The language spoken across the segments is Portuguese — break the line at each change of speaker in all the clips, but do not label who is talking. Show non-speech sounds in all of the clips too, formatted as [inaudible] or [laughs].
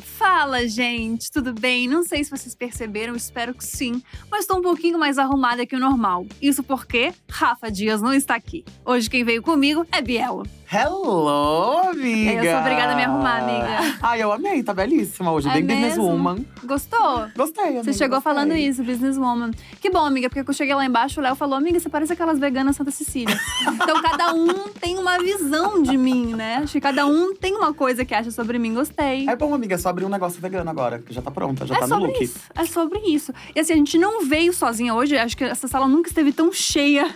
Fala, gente, tudo bem? Não sei se vocês perceberam, espero que sim, mas estou um pouquinho mais arrumada que o normal. Isso porque Rafa Dias não está aqui. Hoje quem veio comigo é Biel.
Hello, amiga!
É, Eu sou obrigada a me arrumar, amiga.
Ai, eu amei, tá belíssima hoje.
É
Bem
mesmo?
businesswoman.
Gostou?
Gostei, Hum, amiga.
Você chegou
gostei.
falando isso, businesswoman. Que bom, amiga, porque eu cheguei lá embaixo, o Léo falou, amiga, você parece aquelas veganas Santa Cecília.
[laughs]
então cada um tem uma visão de mim, né? Acho que cada um tem uma coisa que acha sobre mim. Gostei.
É bom, amiga, só abrir um negócio vegano agora, que já tá pronta, já
é
tá no
sobre
look.
isso. É sobre isso. E assim, a gente não veio sozinha hoje. Acho que essa sala nunca esteve tão cheia [laughs]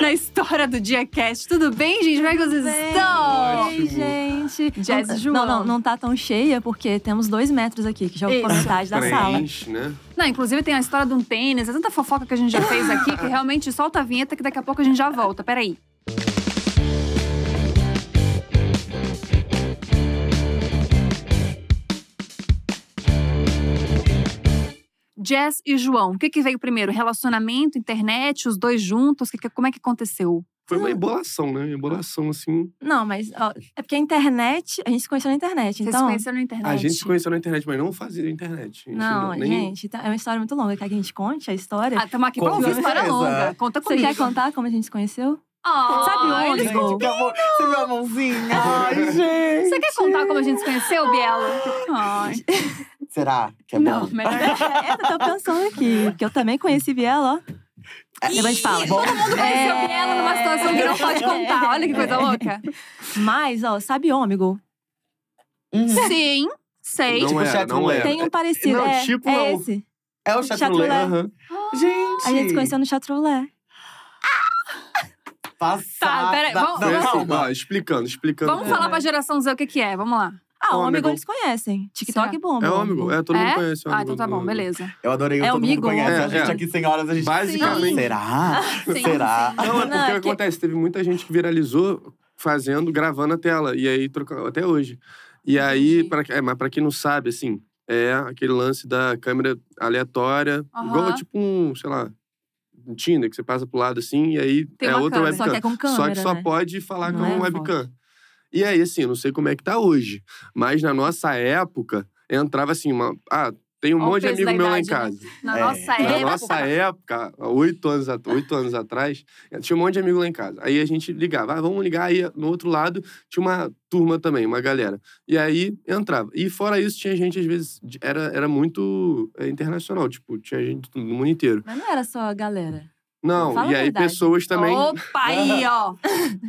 na história do DiaCast. Tudo bem, gente? Como é que vocês
Bem,
estão?
Ótimo.
gente.
Jazz
não,
João.
Não, não, não tá tão cheia, porque temos dois metros aqui, que já ocupa
Isso.
metade da sala.
Preenche, né?
Não, inclusive tem a história de um tênis. É tanta fofoca que a gente já fez aqui que realmente solta a vinheta que daqui a pouco a gente já volta. Peraí. Jazz e João, o que, que veio primeiro? Relacionamento, internet, os dois juntos? Que que- como é que aconteceu?
Foi uma ebolação, né? Ebolação, assim.
Não, mas ó, é porque a internet, a gente se conheceu na internet,
Vocês se
então.
conheceram na internet?
A gente se conheceu na internet, mas não fazia internet. A gente
Não,
nem...
gente, tá- é uma história muito longa. Quer que a gente conte a história?
Ah, estamos aqui pra
Com
ouvir história
certeza.
longa. Conta
Você
comigo.
quer contar como a gente se conheceu?
Ah,
Sabe
ele
onde?
ficou-
Gente, que amor. Você viu a mãozinha? Ai, gente.
Você quer contar como a gente se conheceu, Bielo? Ai.
Será que é
Não,
bom?
melhor
É, eu tô pensando aqui, porque eu também conheci Biela, ó.
É,
Depois a gente fala.
Bom,
Todo mundo conheceu
É.
Biela numa situação que não pode contar. Olha que coisa louca.
Mas, ó, sabe ômigo?
uhum.
Sim, sei.
Não
Tipo,
era,
chat
não
roulette.
era.
Tem um parecido.
Não,
é,
tipo,
é
não.
esse.
É o
Chatrulé.
chatrulé.
Aham.
Gente.
A gente se conheceu no chatrulé.
Passada.
Tá, peraí, vamos-
Não,
vamos-
calma.
Vai, explicando, explicando.
Vamos falar pra geração Z o que, que é. Vamos lá.
Ah, o amigo
Ômigo.
eles conhecem. TikTok
Será?
bomba.
É ômigo, é, todo
É?
mundo conhece. o
Ah,
ômigo,
então tá
todo
bom,
mundo.
beleza.
Eu adorei o
É
todo mundo
amigo.
conhece.
É,
a gente
é.
aqui sem horas, a gente…
Basicamente.
Será?
Sim,
Será?
[laughs] sim.
Não,
Não,
é porque
é
o que
que-
acontece? Teve muita gente que viralizou fazendo, gravando a tela. E aí, trocando até hoje. E aí,
Entendi.
pra, é, mas pra quem não sabe, assim, é aquele lance da câmera aleatória.
Aham.
Igual, tipo, um, sei lá, um Tinder, que você passa pro lado assim, e aí
Tem
é
uma
outro
câmera.
webcam.
Só que é com câmera,
Só que só
né?
pode falar
Não
com
é
um webcam. E aí, assim, eu não sei como é que tá hoje, mas na nossa época, entrava assim, uma. Ah, tem um
Ó o
monte de
peso
amigo
da
meu lá em
idade,
né?
casa.
Na
É.
nossa
Na
Na
época.
nossa época, há oito anos, at- oito anos atrás, tinha um monte de amigo lá em casa. Aí a gente ligava, ah, vamos ligar. Aí no outro lado tinha uma turma também, uma galera. E aí entrava. E fora isso, tinha gente, às vezes, de- era, era muito é, internacional, tipo, tinha gente do mundo inteiro.
Mas não era só a galera.
Não,
Fala
e
a
aí
verdade.
pessoas também.
Opa, aí, ó.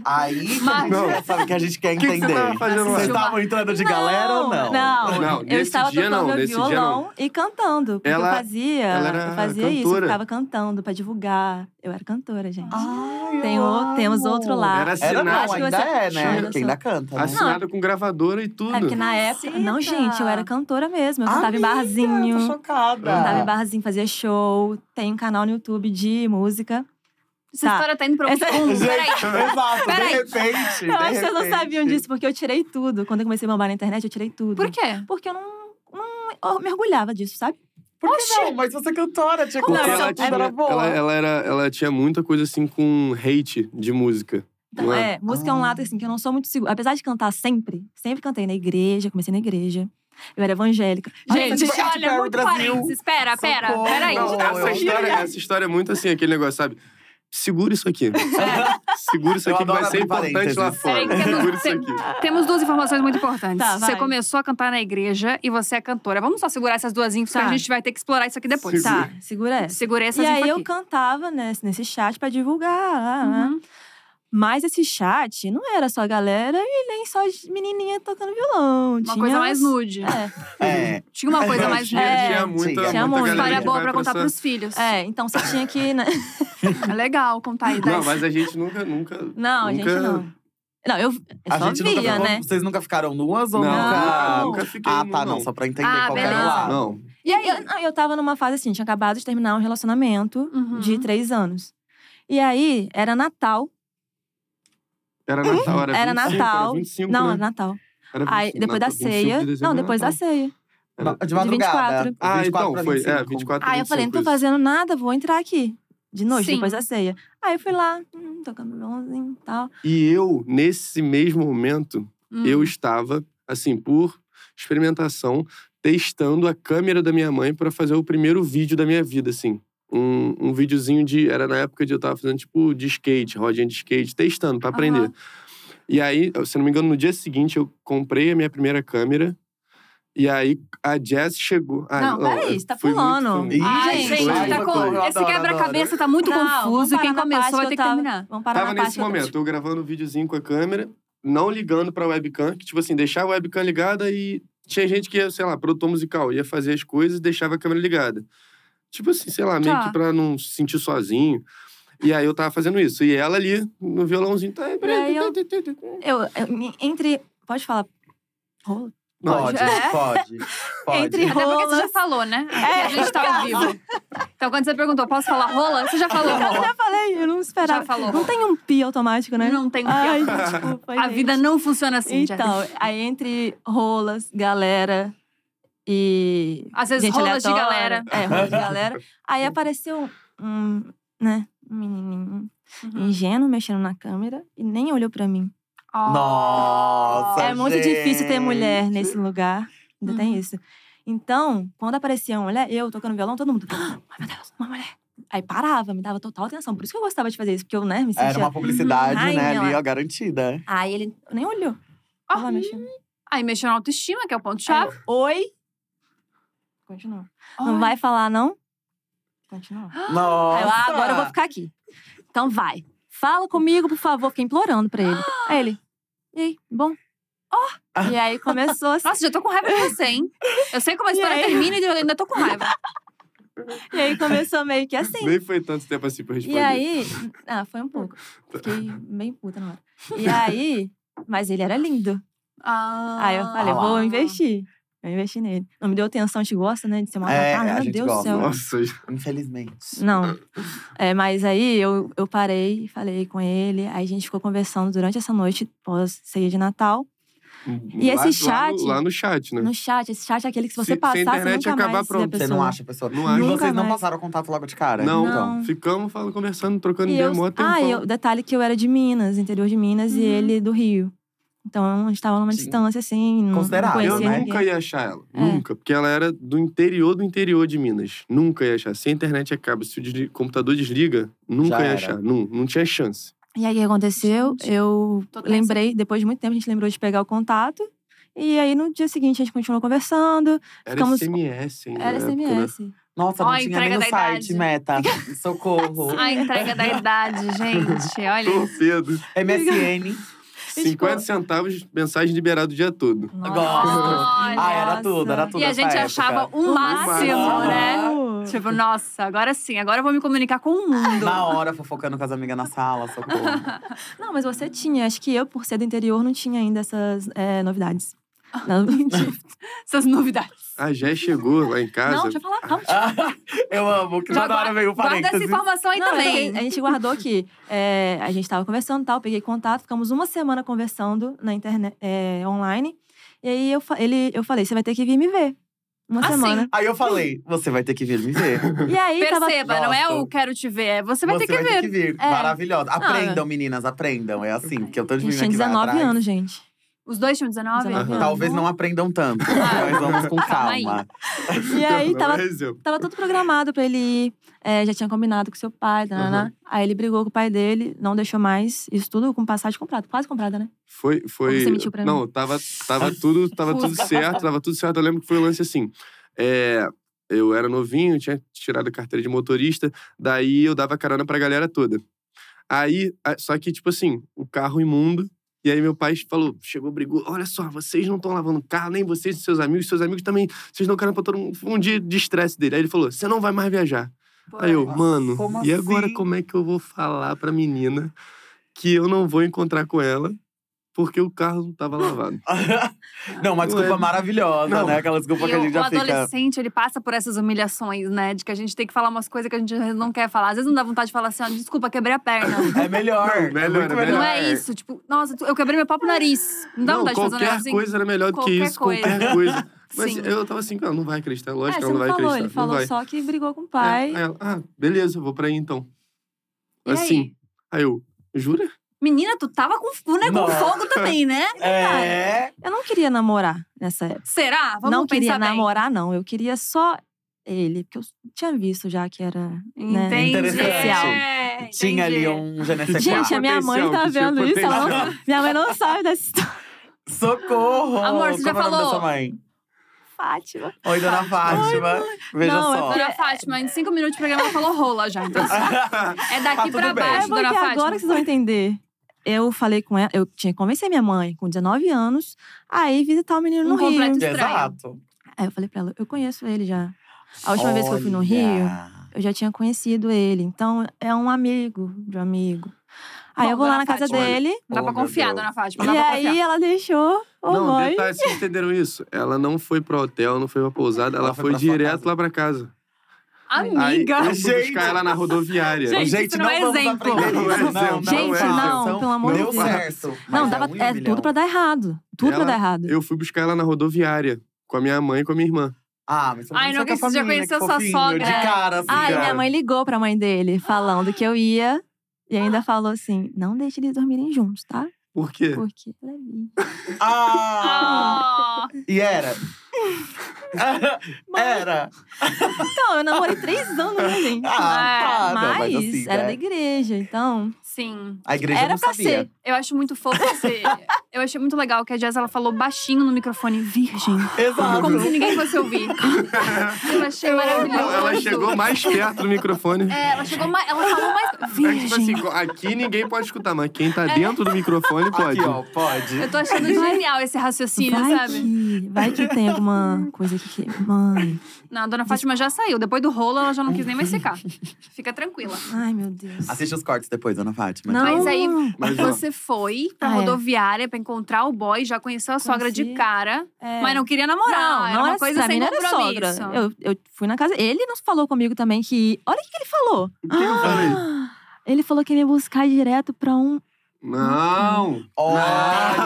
Aí, que a
Mas-
gente quer- sabe o que a gente quer
O que que
entender?
você tava fazendo lá?
Vocês estavam entrando de
Não,
galera ou não?
Não,
Não,
eu
nesse
estava
dia
tocando
não,
meu
nesse dia
violão e cantando. Porque
Ela-
eu fazia,
ela era
eu fazia isso, eu
cantora.
ficava cantando pra divulgar. Eu era cantora, gente.
Ai,
Tem
eu
o- temos
amo.
outro lado.
Era
Ah, Era
assinado,
não,
Acho que
ainda
você-
é, né?
Olha
Quem
só.
ainda canta, né?
assinado com gravadora e tudo.
é porque na época. Não,
Caceta!
gente, eu era cantora mesmo. Eu cantava em
Amiga, Eu tô
barzinho.
chocada.
Cantava em barzinho, fazia show. Tem um canal no YouTube de música.
Essa
Tá.
história tá indo pra um
Essa-
fundo. Peraí.
Gente, exato.
Peraí.
De repente,
Eu
de
acho que vocês não
repente.
sabiam disso, porque eu tirei tudo. Quando eu comecei a bombar na internet, eu tirei tudo.
Por quê?
Porque eu não, não eu mergulhava disso, sabe?
Por que não? Mas você é cantora, tinha que
Como
Porque
cantar,
Não, ela é-
ela,
tudo
tinha,
era boa.
ela, ela era, ela tinha muita coisa assim com hate de música.
Então,
Não é?
é? música é um lado assim que eu não sou muito segura. Apesar de cantar sempre, sempre cantei na igreja, comecei na igreja. Eu era evangélica.
Olha,
Gente,
Katy
olha,
Perry,
muito
Brasil.
parênteses. Espera, pera.
Socorro.
Peraí.
Não,
Tá
eu
essa, história,
fugindo.
essa história é muito assim, aquele negócio, sabe? Segura isso aqui. Segura isso
Eu
aqui, que vai
adoro
ser
abrir
importante lá
parênteses.
É,
Peraí,
fora.
que eu
Segura
não
isso
sei.
aqui.
Temos duas informações muito importantes.
Tá, vai.
você começou a cantar na igreja e você é cantora. Vamos só segurar essas duas infos,
Tá.
porque a gente vai ter que explorar isso aqui depois.
Segura.
Tá, segura essa.
Segurei essas
e aí
infos
eu
aqui.
cantava nesse, nesse chat pra divulgar.
Uhum.
Mas esse chat não era só galera e nem só de menininha tocando violão.
Uma
Tinha
coisa mais
uns-
nude.
É,
É.
Tinha uma coisa mais
tinha,
nude.
É,
tinha muita,
tinha
muita
muito.
galera
História
que
boa
vai
pra contar
essa-
pros filhos.
é, então você tinha que. né?
É legal contar aí. né?
Não,
daí.
mas a gente nunca, nunca...
Não,
Nunca-
gente, não. Não, eu, eu
A
só
gente nunca
via,
ficou-
né?
Vocês nunca ficaram nuas ou
Não,
nunca…
nunca, nunca fiquei
Ah,
nu,
tá,
não.
não. Só pra entender
Ah,
qual que era
beleza.
o lado.
Não,
E aí?
Eu, não, eu tava numa fase assim, tinha acabado de terminar um relacionamento
Uhum.
de três anos. E aí, era Natal.
era Natal, era 25,
Era Natal.
Era 25,
não,
né?
era Natal.
Era
Aí,
25,
depois da
um
Natal, 25
ceia.
de dezembro,
não,
era
depois da
Natal.
ceia.
Ma- De
De
madrugada.
24.
Ah,
24
então,
pra
foi. É,
25.
24
Aí eu falei, então não tô
25, isso.
fazendo nada, vou entrar aqui. De noite,
Sim.
depois da ceia. Aí eu fui lá, hum, tocando violãozinho e tal.
E eu, nesse mesmo momento,
Hum.
eu estava, assim, por experimentação, testando a câmera da minha mãe para fazer o primeiro vídeo da minha vida, assim. Um, um videozinho de. Era na época de eu tava fazendo, tipo, de skate, rodinha de skate, testando para aprender.
Aham.
E aí, se não me engano, no dia seguinte eu comprei a minha primeira câmera. E aí a Jess chegou. Ah,
Não, peraí, você tá
fui muito
pulando.
famoso.
Ih,
Ai,
gente,
gente,
vai,
tá com-
vai,
vai, vai,
esse
vai, vai,
quebra-cabeça tá muito
Não, vamos
confuso.
parar
Quem
na
começou
parte
vai
que
ter
eu
que
tava-
terminar.
Vamos parar
Tava
na
nesse
parte
momento, eu gravando um videozinho com a câmera, não ligando pra webcam, que, tipo assim, deixava a webcam ligada e tinha gente que ia, sei lá, produtor musical, ia fazer as coisas e deixava a câmera ligada. Tipo assim, sei lá, meio
Tá.
que pra não se sentir sozinho. E aí eu tava fazendo isso. E ela ali, no violãozinho, tá.
aí eu- Eu, eu, me- entre. Pode falar. Rola?
Pode,
É.
pode, pode.
[laughs] Entre-
Até porque você já
Rolas. É,
falou, né? a gente tá ao vivo. Então, quando você perguntou, posso falar rola? Você já falou
Então, Eu
rola.
até falei, eu não esperava.
Tá Já falou.
Não tem um pi automático, né?
Não tem
Ai,
piada.
desculpa.
A
gente.
vida não funciona assim, Jéssica.
Então, aí entre rolas, galera e.
Às vezes
gente
rolas de galera.
aleatória. É, rolas de galera. Aí apareceu um. né? Um menininho
Ah.
Uhum.
ingênuo mexendo na câmera e nem olhou pra mim.
Nossa,
é muito difícil ter mulher
Tá, gente.
nesse lugar. Ainda tem
Uhum.
isso. Então, quando aparecia uma mulher, eu tocando violão, todo mundo. "Ah, meu Deus, uma mulher. Aí parava, me dava total atenção. Por isso que eu gostava de fazer isso, porque eu, né, me sentia.
Era uma publicidade,
Ai,
né,
minha
ali,
lá.
[gasps]
ó, garantida.
Aí ele nem olhou.
Ah,
Tava lá mexendo.
Aí mexeu na autoestima, que é o ponto-chave.
Aí eu, Oi? Continua. Não
Ai.
vai falar, não? Continua.
Nossa!
Aí eu, ah, agora eu vou ficar aqui. Então vai. Fala comigo, por favor. Fiquei implorando pra ele. Aí ele, e aí, bom? Ó!
Ah.
E aí começou
[laughs]
assim.
Nossa, já tô com raiva de você, hein? Eu sei como a
E
história
aí?
termina e eu ainda tô com raiva.
E aí começou meio que
[laughs]
assim.
Nem foi tanto tempo assim pra responder.
E aí. Ah, foi um pouco. Fiquei bem puta na hora. E aí. Mas ele era lindo.
Ah,
Aí eu falei,
Ah lá.
vou investir. Eu investi nele. Não me deu atenção, a gente gosta, né? De ser maltratado.
É, a
Meu
gente
Deus do
gosta.
céu.
Nossa,
Infelizmente.
Hum,
Não. É, mas aí eu, eu parei, falei com ele. Aí a gente ficou conversando durante essa noite, pós ceia de Natal. E esse
lá- lá no-
chat-
Lá no, chat, né?
No chat, esse chat é aquele que se você
Se- se a
passar,
internet
você nunca
acabar,
mais
pronto,
vê a
Você
pessoa.
não acha a pessoa.
Não
e
acha.
vocês
Nunca
não
mais.
passaram contato logo de cara?
Não,
Então.
ficamos falando, conversando, trocando
E
ideia
eu,
mó tempão.
ah, eu, detalhe que eu era de Minas, interior de Minas,
Uhum.
e ele do Rio. Então, a gente tava numa
Sim.
distância, assim, não, não
Considerável,
Ah, Eu
conhecia
né?
ninguém.
nunca ia achar ela.
É.
Nunca. Porque ela era do interior do interior de Minas. Nunca ia achar. Se a internet acaba, se o desli- computador desliga, nunca
Já
ia
era.
achar. Não, não tinha chance.
E aí, o que aconteceu?
Gente,
Eu
tô tensa.
lembrei, depois de muito tempo, a gente lembrou de pegar o contato. E aí, no dia seguinte, a gente continuou conversando.
Era
Ficamos-
SMS ainda.
É,
Era
na época, né?
SMS.
Nossa,
Ó,
não
a
tinha
entrega
nem o
da
site,
idade.
meta.
[laughs]
Socorro.
A entrega da
[laughs]
idade, gente.
né?
Olha.
[laughs]
Torpedo.
MSN.
50
Tipo,
centavos, mensagem liberada o dia todo.
Gosto.
Olha.
Ah, era tudo, era tudo
E a
essa
gente
época.
achava o máximo,
máximo.
né? Tipo, nossa, agora sim, agora eu vou me comunicar com um o mundo.
Na hora, fofocando com as amigas na sala,
[laughs]
socorro.
Não, mas você tinha. Acho que eu, por ser do interior, não tinha ainda essas
[laughs]
é, novidades. Não, [laughs] mentira.
Essas novidades.
A Jé chegou lá em casa.
não, deixa eu falar. Não,
Ah, eu amo, que
Já
toda hora veio o
Guarda essa
parênteses.
informação aí
Não, eu
também.
peguei- a gente guardou aqui. É, a gente tava conversando e tal, peguei contato, ficamos uma semana conversando na internet é, online. E aí eu, fa- ele, eu falei: você vai ter que vir me ver. Uma
Ah, sim.
semana.
Aí eu falei, você vai ter que vir me ver.
E aí tava.
Perceba, não é
Gosto.
o quero te ver, é você vai ter que ver.
É.
Maravilhosa. Aprendam,
Ah.
meninas, aprendam. É assim, porque eu tô
A
de
gente
menina
tinha
que vai
19
atrás.
anos, gente.
Os dois tinham 19?
19 anos.
Talvez não aprendam tanto,
Ah.
mas vamos com
Calma aí.
calma. [laughs]
E aí
Não,
tava
é exemplo.
Tava tudo programado pra ele ir. é, já tinha combinado com seu pai, tananá.
Uhum.
Aí ele brigou com o pai dele, não deixou mais. Isso tudo com passagem comprada, quase comprada, né?
Foi,
Ou
foi.
você mentiu pra mim?
não, tava, tava tudo, tava tudo
Puta.
certo, tava tudo certo. Eu lembro que foi um lance assim. é, eu era novinho, tinha tirado a carteira de motorista, daí eu dava carona pra galera toda. Aí, a- só que, tipo assim, o carro imundo. E aí meu pai falou, chegou, brigou, olha só, vocês não estão lavando o carro, nem vocês e seus amigos, seus amigos também, vocês não querem pra todo mundo. Foi um dia de estresse dele. Aí ele falou, você não vai mais viajar. Aí eu,
Nossa,
mano,
como
e agora
assim?
como é que eu vou falar pra menina que eu não vou encontrar com ela porque o carro não tava lavado?
Não, uma desculpa
Ué.
maravilhosa,
Não.
né? Aquela desculpa
E
que a gente
o
já fica.
adolescente, ele passa por essas humilhações, né? De que a gente tem que falar umas coisas que a gente não quer falar. Às vezes não dá vontade de falar assim, ó, desculpa, quebrei a perna.
É melhor.
Não,
é
melhor,
muito
é
Não
melhor.
é isso, tipo, nossa, eu quebrei meu próprio nariz. Não dá
não,
vontade de fazer um
qualquer
negócio assim.
coisa era melhor do que
Qualquer
isso,
coisa.
qualquer coisa.
[laughs]
Mas
Sim.
eu tava assim, ela não vai acreditar, lógico
é,
que
você
ela não vai
não falou,
acreditar.
ele
não
falou
vai.
só que brigou com o
É,
pai.
Aí ela, ah, beleza, eu vou pra aí então.
E aí?
assim. Aí eu, jura?
Menina, tu tava com, tu, né, com
Nossa.
fogo também, né?
É.
Eu não queria namorar nessa época.
Será? Vamos
não queria
pensar bem.
namorar, não. Eu queria só ele. Porque eu tinha visto já que era. né?
Entendi.
Interessante.
É,
Tinha ali
entendi.
um je ne sais quoi.
Gente, a minha mãe
Potencial,
tá
que tinha
vendo isso. ela não-
potencial.
minha mãe não sabe dessa história. é-
Socorro!
Amor, você já
Como é o nome da
falou?
sua mãe?
[laughs] Fátima.
Oi, dona Fátima. Veja
Não, é
só. [laughs]
Dona Fátima, em cinco minutos o programa falou rola já. Então, assim, é daqui
tudo
pra
bem.
É
baixo,
porque
Dona Fátima.
agora que vocês vão entender. Eu falei com ela, eu tinha que convencer minha mãe com 19 anos a ir visitar o menino
Um
no Rio.
é
completo estranho.
Exato.
Aí eu falei pra ela, eu conheço ele já. A última vez que eu fui no Rio,
Olha.
eu já tinha conhecido ele. Então, é um amigo de um amigo. Aí
Bom,
eu vou lá
dona
na casa
Fátima.
dele,
Não dá pra
Oh, meu
confiar,
Deus.
Dona Fátima. Não
e
dá pra
aí
confiar.
ela deixou o
Não,
boy.
detalhe, vocês entenderam isso? Ela não foi pra hotel, não foi pra pousada, ela,
Ela foi
foi,
pra sua
direto
casa.
lá pra casa.
Amiga.
Aí eu fui
Gente.
buscar ela na rodoviária.
Gente, isso não é
vamos
exemplo.
aprender
Não é
isso,
exemplo, não
Gente,
é
não,
Então,
pelo amor de
Deu
Deus.
certo.
Não,
mas
dava,
é, um
é
milhão.
tudo pra dar errado. Tudo pra
Ela-
dar errado.
Eu fui buscar ela na rodoviária com a minha mãe e com a minha irmã.
Ah, mas
Ai, não,
que
que você já conheceu sua sogra.
De cara, assim,
Ai,
cara.
Ah, minha mãe ligou pra mãe dele, falando que eu ia.
[gasps]
E ainda falou assim: não deixe eles dormirem juntos, tá?
Por quê?
Porque ela é minha.
Ah!
Ah,
E era? era.
Então, eu namorei três anos, né,
[laughs]
gente?
Ah,
É,
tá, não,
mas
mas assim,
era
né?
da igreja, então.
Oh, sim.
A igreja
era
não
pra
sabia.
ser.
Eu acho muito fofo você. Eu achei muito legal que a Jazz ela falou baixinho no microfone, virgem.
Exato.
Como se ninguém fosse
[laughs]
ouvir. Eu achei maravilhoso.
Ela chegou mais perto do microfone.
É, ela chegou mais. Ela falou mais.
É tipo assim,
Virgem.
aqui ninguém pode escutar, mas quem tá dentro do microfone pode.
Aqui, ó, pode.
Eu tô achando genial esse raciocínio,
vai
sabe?
que. Vai que
[laughs]
tem alguma coisa aqui que. Mãe.
Não, a dona Fátima já saiu. Depois do rolo, ela já não quis nem mais ficar. Fica tranquila.
Ai, meu Deus.
Assiste os cortes depois, dona Fátima.
Não,
Mas aí-
Mas, ó,
Você foi pra
Ah, é.
rodoviária pra encontrar o boy, já conheceu a sogra de
Conheci.
cara,
é.
mas não queria namorar.
Não,
era
não é
uma
era-
coisa
pra
sem
mim não era
compromisso.
sogra. Eu, eu fui na casa. Ele não falou comigo também que. Olha o que que ele falou.
o que que eu falei?
[gasps] Ele falou que ia me buscar direto pra um.
Não!
Olha!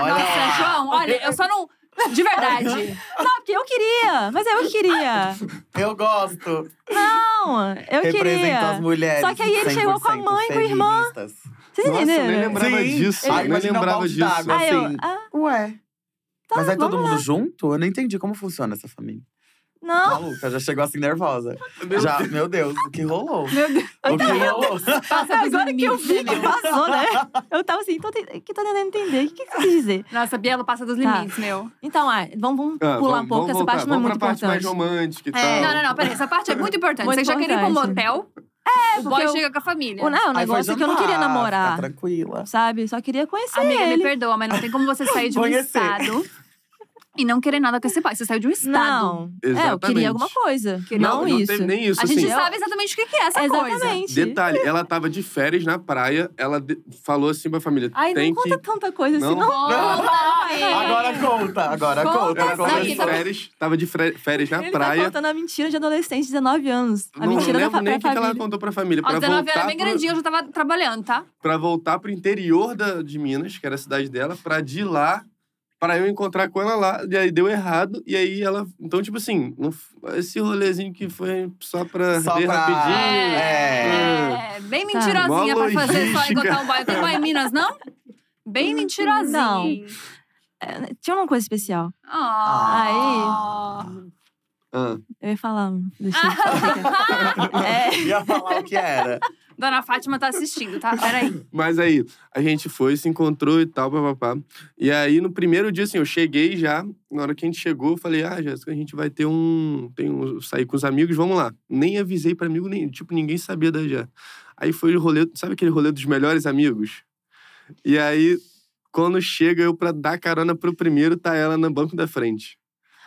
Olha
Nossa,
é
lá.
João, olha, eu só não. De verdade.
Não, porque eu queria. Mas eu
Ah,
queria.
Eu gosto.
Não, eu
Representa
queria.
as mulheres.
Só que aí ele chegou com a mãe, com a irmã.
feministas.
Vocês
Nossa, eu nem
entenderam?
lembrava
Sim.
disso.
Ai,
eu nem
imagina um
lembrava
balde
disso.
d'água.
Aí eu,
assim.
ah,
Ué.
tá,
é
Mas aí
vamos
todo
lá.
mundo junto? Eu não entendi como funciona essa família.
Não,
Maluca, já chegou assim nervosa.
Meu
já, meu Deus, o que rolou?
Meu Deus.
O que rolou?
Passa pros
é agora que eu
limites,
vi que
Bielo.
vazou, né? [laughs] Eu tava assim, tô, te- que tô tentando entender. O que, que você quis dizer?
Nossa, Bielo passa dos
Tá.
limites, meu.
Então, ah, vamos, vamos
Ah,
pular um
vamos-
pouco,
vamos
essa parte
voltar.
não é
Vamos
muito
pra parte mais
importante.
romântica e
É.
tal.
Não, não, não, peraí. Essa parte é muito importante.
Muito
Você já queria ir pra um
importante. É,
motel, o boy
porque eu-
chega com a família.
O, não, o
Aí foi
negócio é que eu não
jantar,
Ah,
queria
Fica
namorar,
tranquila.
sabe? Só queria conhecer
Amiga, me
ele.
perdoa, mas não tem como você sair de um
Conhecer.
estado e não querer nada com esse pai. Você saiu de um estado.
Não, é, eu
Exatamente.
queria alguma coisa.
Queria
Não,
não
isso.
teve nem isso.
A gente
assim.
sabe exatamente o que que é essa coisa.
Exatamente.
Detalhe, ela tava de férias na praia, ela de- falou assim pra família:
Ai,
tem
não
que.
conta tanta coisa assim,
Não.
não.
Agora conta, agora
Conta
conta.
essa tá
agora
Tava
Não,
de
ele tava-
férias, tava de fre- férias na
Ele tá
praia.
contando a mentira de adolescente de 19 anos. A
não
mentira da
lembro
fa-
nem
pra
o que que ela
família.
contou pra família.
Aos
Pra
19 era
voltar,
é bem
pro,
grandinha, eu já tava trabalhando, tá?
pra voltar pro interior da, de Minas, que era a cidade dela, pra de lá, pra eu encontrar com ela lá. E aí deu errado. E aí ela. Então, tipo assim, não f- esse rolezinho que foi só pra
Só
ver
pra- Ah.
rapidinho.
É, bem
Tá.
mentirosinha
Ah, Mó
pra fazer só
logística.
encontrar um bairro. Tem bairro em Minas, não? Bem mentirosinha.
Não. Tinha uma coisa especial.
Ah.
Ah,
Eu ia falar. hum, Deixa eu [laughs] é,
Ia falar o que era.
Dona Fátima tá assistindo, tá? Peraí.
Mas aí, a gente foi, se encontrou e tal, papapá. E aí, no primeiro dia, assim, eu cheguei já. Na hora que a gente chegou, eu falei, ah, Jéssica, a gente vai ter um. Tem um sair com os amigos, vamos lá. Nem avisei pra amigo, nem, tipo, ninguém sabia da Jéssica. Aí foi o rolê, sabe aquele rolê dos melhores amigos? E aí, quando chega eu pra dar carona pro primeiro, tá ela no banco da frente.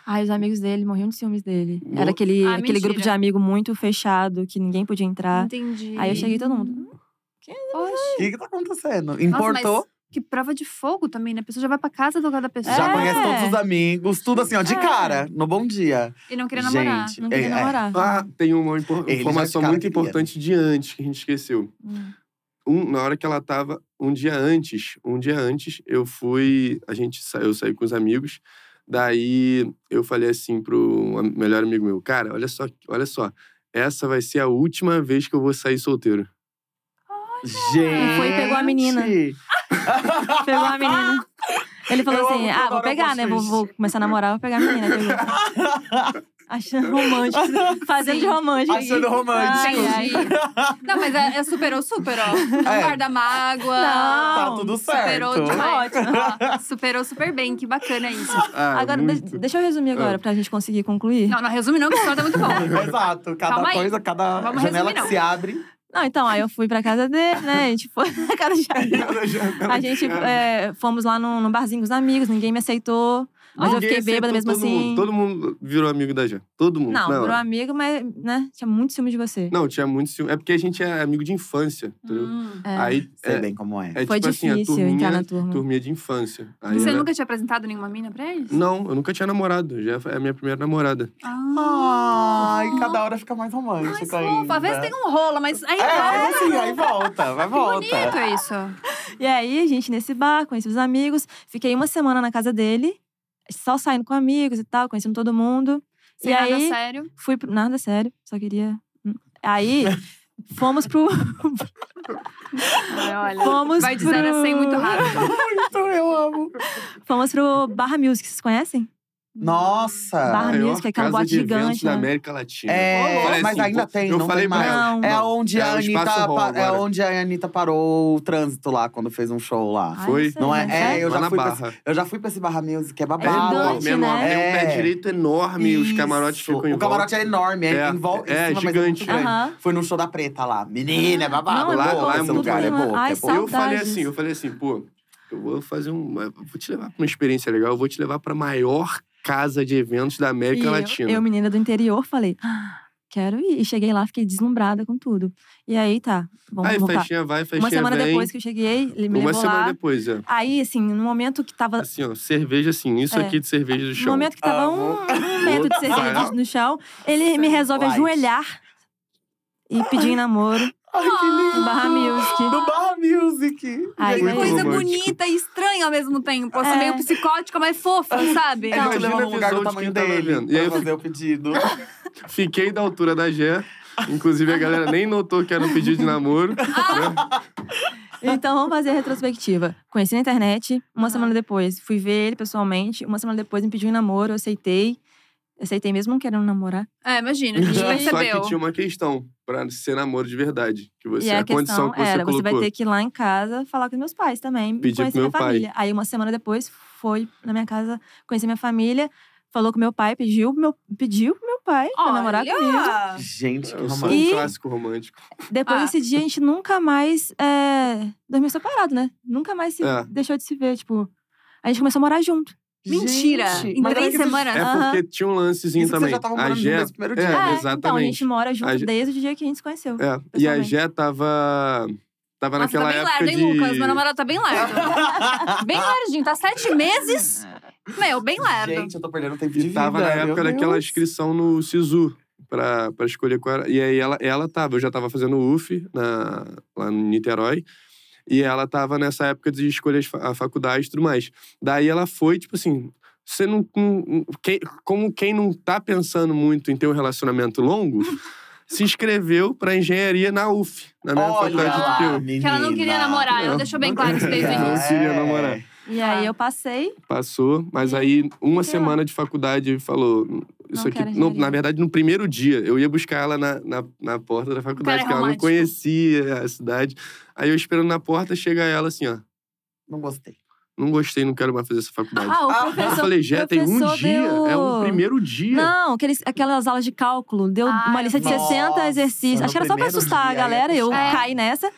Ai, os amigos dele morriam de ciúmes dele.
Mo-
Era aquele,
Ah,
aquele grupo
mentira.
de amigo muito fechado, que ninguém podia
Tá?
entrar.
Entendi.
Aí eu cheguei todo mundo.
"Hum,
O que, que tá acontecendo?
Nossa, mas
Importou,
que prova de fogo também, né? A pessoa já vai pra casa do cada pessoa.
já
É.
conhece todos os amigos, tudo assim, ó, de
É.
cara, no bom dia.
E não queria namorar.
Gente,
Não queria
é, é.
namorar.
Ah, tem uma impor-
Ele já
informação
de cara
muito
queria, né?
importante de antes que a gente esqueceu.
Hum.
um- na hora que ela tava, um dia antes, um dia antes, eu fui, a gente sa- eu saí com os amigos, daí eu falei assim pro am- melhor amigo meu, cara, olha só, olha só, essa vai ser a última vez que eu vou sair solteiro.
Gente!
foi e pegou a menina. [laughs] Pegou a menina. Ele falou
Eu
assim:
amo
ah, vou
quando
pegar, né? Vou,
vocês-
vou começar a namorar, vou pegar a menina.
[laughs]
pegou. Achando romântico. Fazendo de romântico.
Achando romântico.
Ai, ai. Não, mas é, é superou super, ó. Não
[laughs] É.
guarda mágoa.
Não.
Tá tudo certo.
Superou demais. Ó, superou super bem, que bacana isso.
Ah,
Agora, de-
muito. Ah.
deixa eu resumir agora, pra gente conseguir concluir.
Não, não resume não, que esse tá muito bom.
[laughs] Exato. Cada
Calma aí.
coisa, cada
Vamos
janela
resumir,
que
[laughs]
se abre.
Não, então, aí eu fui pra casa dele, né? A gente foi na casa
[laughs]
de A gente é, fomos lá num, num barzinho com os amigos, ninguém me aceitou. Mas eu
Ninguém
fiquei bêbada
aceitou
mesmo
todo
assim.
Mundo, todo mundo virou amigo da Jé. Todo mundo.
Não,
na
virou
hora.
amigo, mas, né? Tinha muito ciúme de você.
Não, tinha muito ciúme. É porque a gente é amigo de infância. entendeu?
Hum.
É,
Aí
Sei
é,
bem como é.
é
foi
tipo assim,
difícil
a turminha,
entrar na turma.
turminha de infância. Aí
Você
era-
nunca tinha apresentado nenhuma mina pra eles?
Hum.
Não, eu nunca tinha namorado. Já é a minha primeira namorada.
Ah.
Ai, cada hora fica mais romântico
Mas
ainda.
fofa, às vezes tem um rolo, mas aí
tá É,
vai.
mas assim, aí volta, vai
Bonito
volta.
é isso.
E aí, a gente nesse bar, conheci os amigos. Fiquei uma semana na casa dele, só saindo com amigos e tal, conhecendo todo mundo.
Sem
e
nada
aí,
sério.
fui. Pro... Nada sério, só queria. hum. Aí, fomos pro.
Ai, olha.
Fomos
Vai
pro...
dizer assim muito rápido.
Muito, eu amo.
Fomos pro Barra Music, vocês conhecem?
Nossa.
Barra
Tá, Maior
Music, aquela
casa
boate
de eventos
gigante,
da
né?
América Latina.
É,
Eu falei assim,
mas ainda
pô,
tem,
Eu
não
falei
tem
pra
mais.
ela.
Não.
É onde,
É
a
o espaço
Anitta,
Hall
pa- é
agora.
onde a Anitta parou o trânsito lá, quando fez um show lá.
Ai,
Foi?
sei,
Não é?
mas
É, eu
Lá
já
na
fui pra
Barra.
Eu já fui pra esse Barra Music, que é
É
babado.
Gigante,
enorme mesmo,
né?
tem um pé
É.
direito enorme, os camarotes
Isso.
ficam em
O camarote
volta.
é enorme, é,
É,
em volta. em
é
cima, mas muito
gigante.
grande.
Aham.
Foi no show da Preta lá. Menina, é babado.
Não, é
é
bom,
boa,
lá é
esse
muito
lugar, é
bom.
boa.
Ai,
é boa.
saudade.
Eu falei assim, eu falei assim, pô, eu vou fazer um. eu Vou te levar pra uma experiência legal, eu vou te levar pra maior casa de eventos da
E
América
eu-
Latina.
Eu, menina do interior, falei, "Ah, quero ir. E cheguei lá, fiquei deslumbrada com tudo. E aí, tá, vamos
Aí,
voltar.
festinha vai, festinha
Uma semana
vem.
depois que eu cheguei, ele me
uma
levou
semana
lá.
depois, é.
Aí, assim, no momento que tava.
Assim, ó, cerveja assim, isso
É.
aqui de cerveja do
No
chão.
momento que tava um,
Amo.
um metro de cerveja
Ah, [laughs] Vai.
no chão, ele me resolve
Light.
ajoelhar e pedir em namoro
Ai, que lindo.
em Barra Music.
No Barra Music.
Ai,
Gente,
vai-
Coisa
romântico.
bonita e estranha ao mesmo tempo. Assim,
É.
meio psicótica, mas fofa,
É.
sabe?
Ele te
É, Imagina
leva
a
num lugar do
visão de
tamanho
quem tava
dele
vendo. E aí
pra
eu
fazer o
[laughs]
pedido.
Fiquei da altura da Gé. Inclusive, a galera nem notou que era um pedido de namoro.
Então vamos fazer a retrospectiva. Conheci na internet, uma semana depois fui ver ele pessoalmente, uma semana depois me pediu em namoro, eu aceitei. Aceitei mesmo um não querendo namorar.
É, imagina, a gente
Só
Só que tipo,
percebeu.
tinha uma questão pra ser namoro de verdade. Que você,
e a,
é, a, condição
questão
que você
era,
colocou.
você vai ter que ir lá em casa falar com meus pais também.
Pedir pro
conhecer
meu
minha
pai.
família. Aí uma semana depois foi na minha casa conhecer minha família, falou com meu pai, pediu, pro meu, pediu pro meu pai pra namorar
é
Olha!
comigo.
Gente, que
Eu sou um
romântico.
E-
clássico romântico.
Depois
Ah.
desse dia, a gente nunca mais é, dormiu separado, né? Nunca mais se
É.
deixou de se ver. Tipo, a gente começou a morar junto.
Mentira!
Gente,
em
mas era
três
que vocês-
semanas?
É
Aham.
porque tinha um lancezinho
Isso que
também.
vocês já estavam
a
morando
Gé.
desde o primeiro
É,
dia.
Ah, Então, a
exatamente.
gente mora junto
gente-
desde o dia que a gente se conheceu.
É, E a
Pessoalmente.
Gé tava. Tava
Nossa,
naquela
tá bem
época.
largo,
de...
né,
hein, Lucas? Meu namorado tá bem
[laughs]
largo. bem larguinho, tá sete meses. Meu, bem largo.
Gente, eu tô perdendo tempo de
E
vida.
tava na
meu
época daquela
Deus.
inscrição no Sisu. Pra, pra escolher qual era. E aí ela, ela tava, eu já tava fazendo UF na, lá em Niterói. E ela tava nessa época de escolher as fa- a faculdade e tudo mais. Daí ela foi, tipo assim. Você não. não- quem- como quem não tá pensando muito em ter um
[laughs]
relacionamento longo, se inscreveu pra engenharia na UF, na minha
Olha
né? faculdade
lá,
de filme.
Que ela não queria
menina. É,
namorar, eu
Não.
deixou bem claro isso desde o
Não
início.
queria namorar.
E aí eu passei.
Passou, mas aí uma
Uhum. Sei lá.
semana de faculdade falou. Isso aqui.
quero
não,
engenharia.
na verdade, no primeiro dia, eu ia buscar ela na, na, na porta da
cara é
faculdade, porque ela não
romântico.
conhecia a cidade. Aí eu esperando na porta, chega ela assim, ó.
Não gostei.
Não gostei, não quero mais fazer essa faculdade.
Ah, o
Ah,
eu
professor.
falei, Jé, tem um
professor
dia.
deu-
É um primeiro dia.
Não, aqueles, aquelas aulas de cálculo. Deu
Ah,
uma
eu
lista de
vi.
60 exercícios.
Nossa,
Acho que era
no
só pra
primeiro
assustar a
dia, aí é
galera. Eu
puxado.
caí nessa.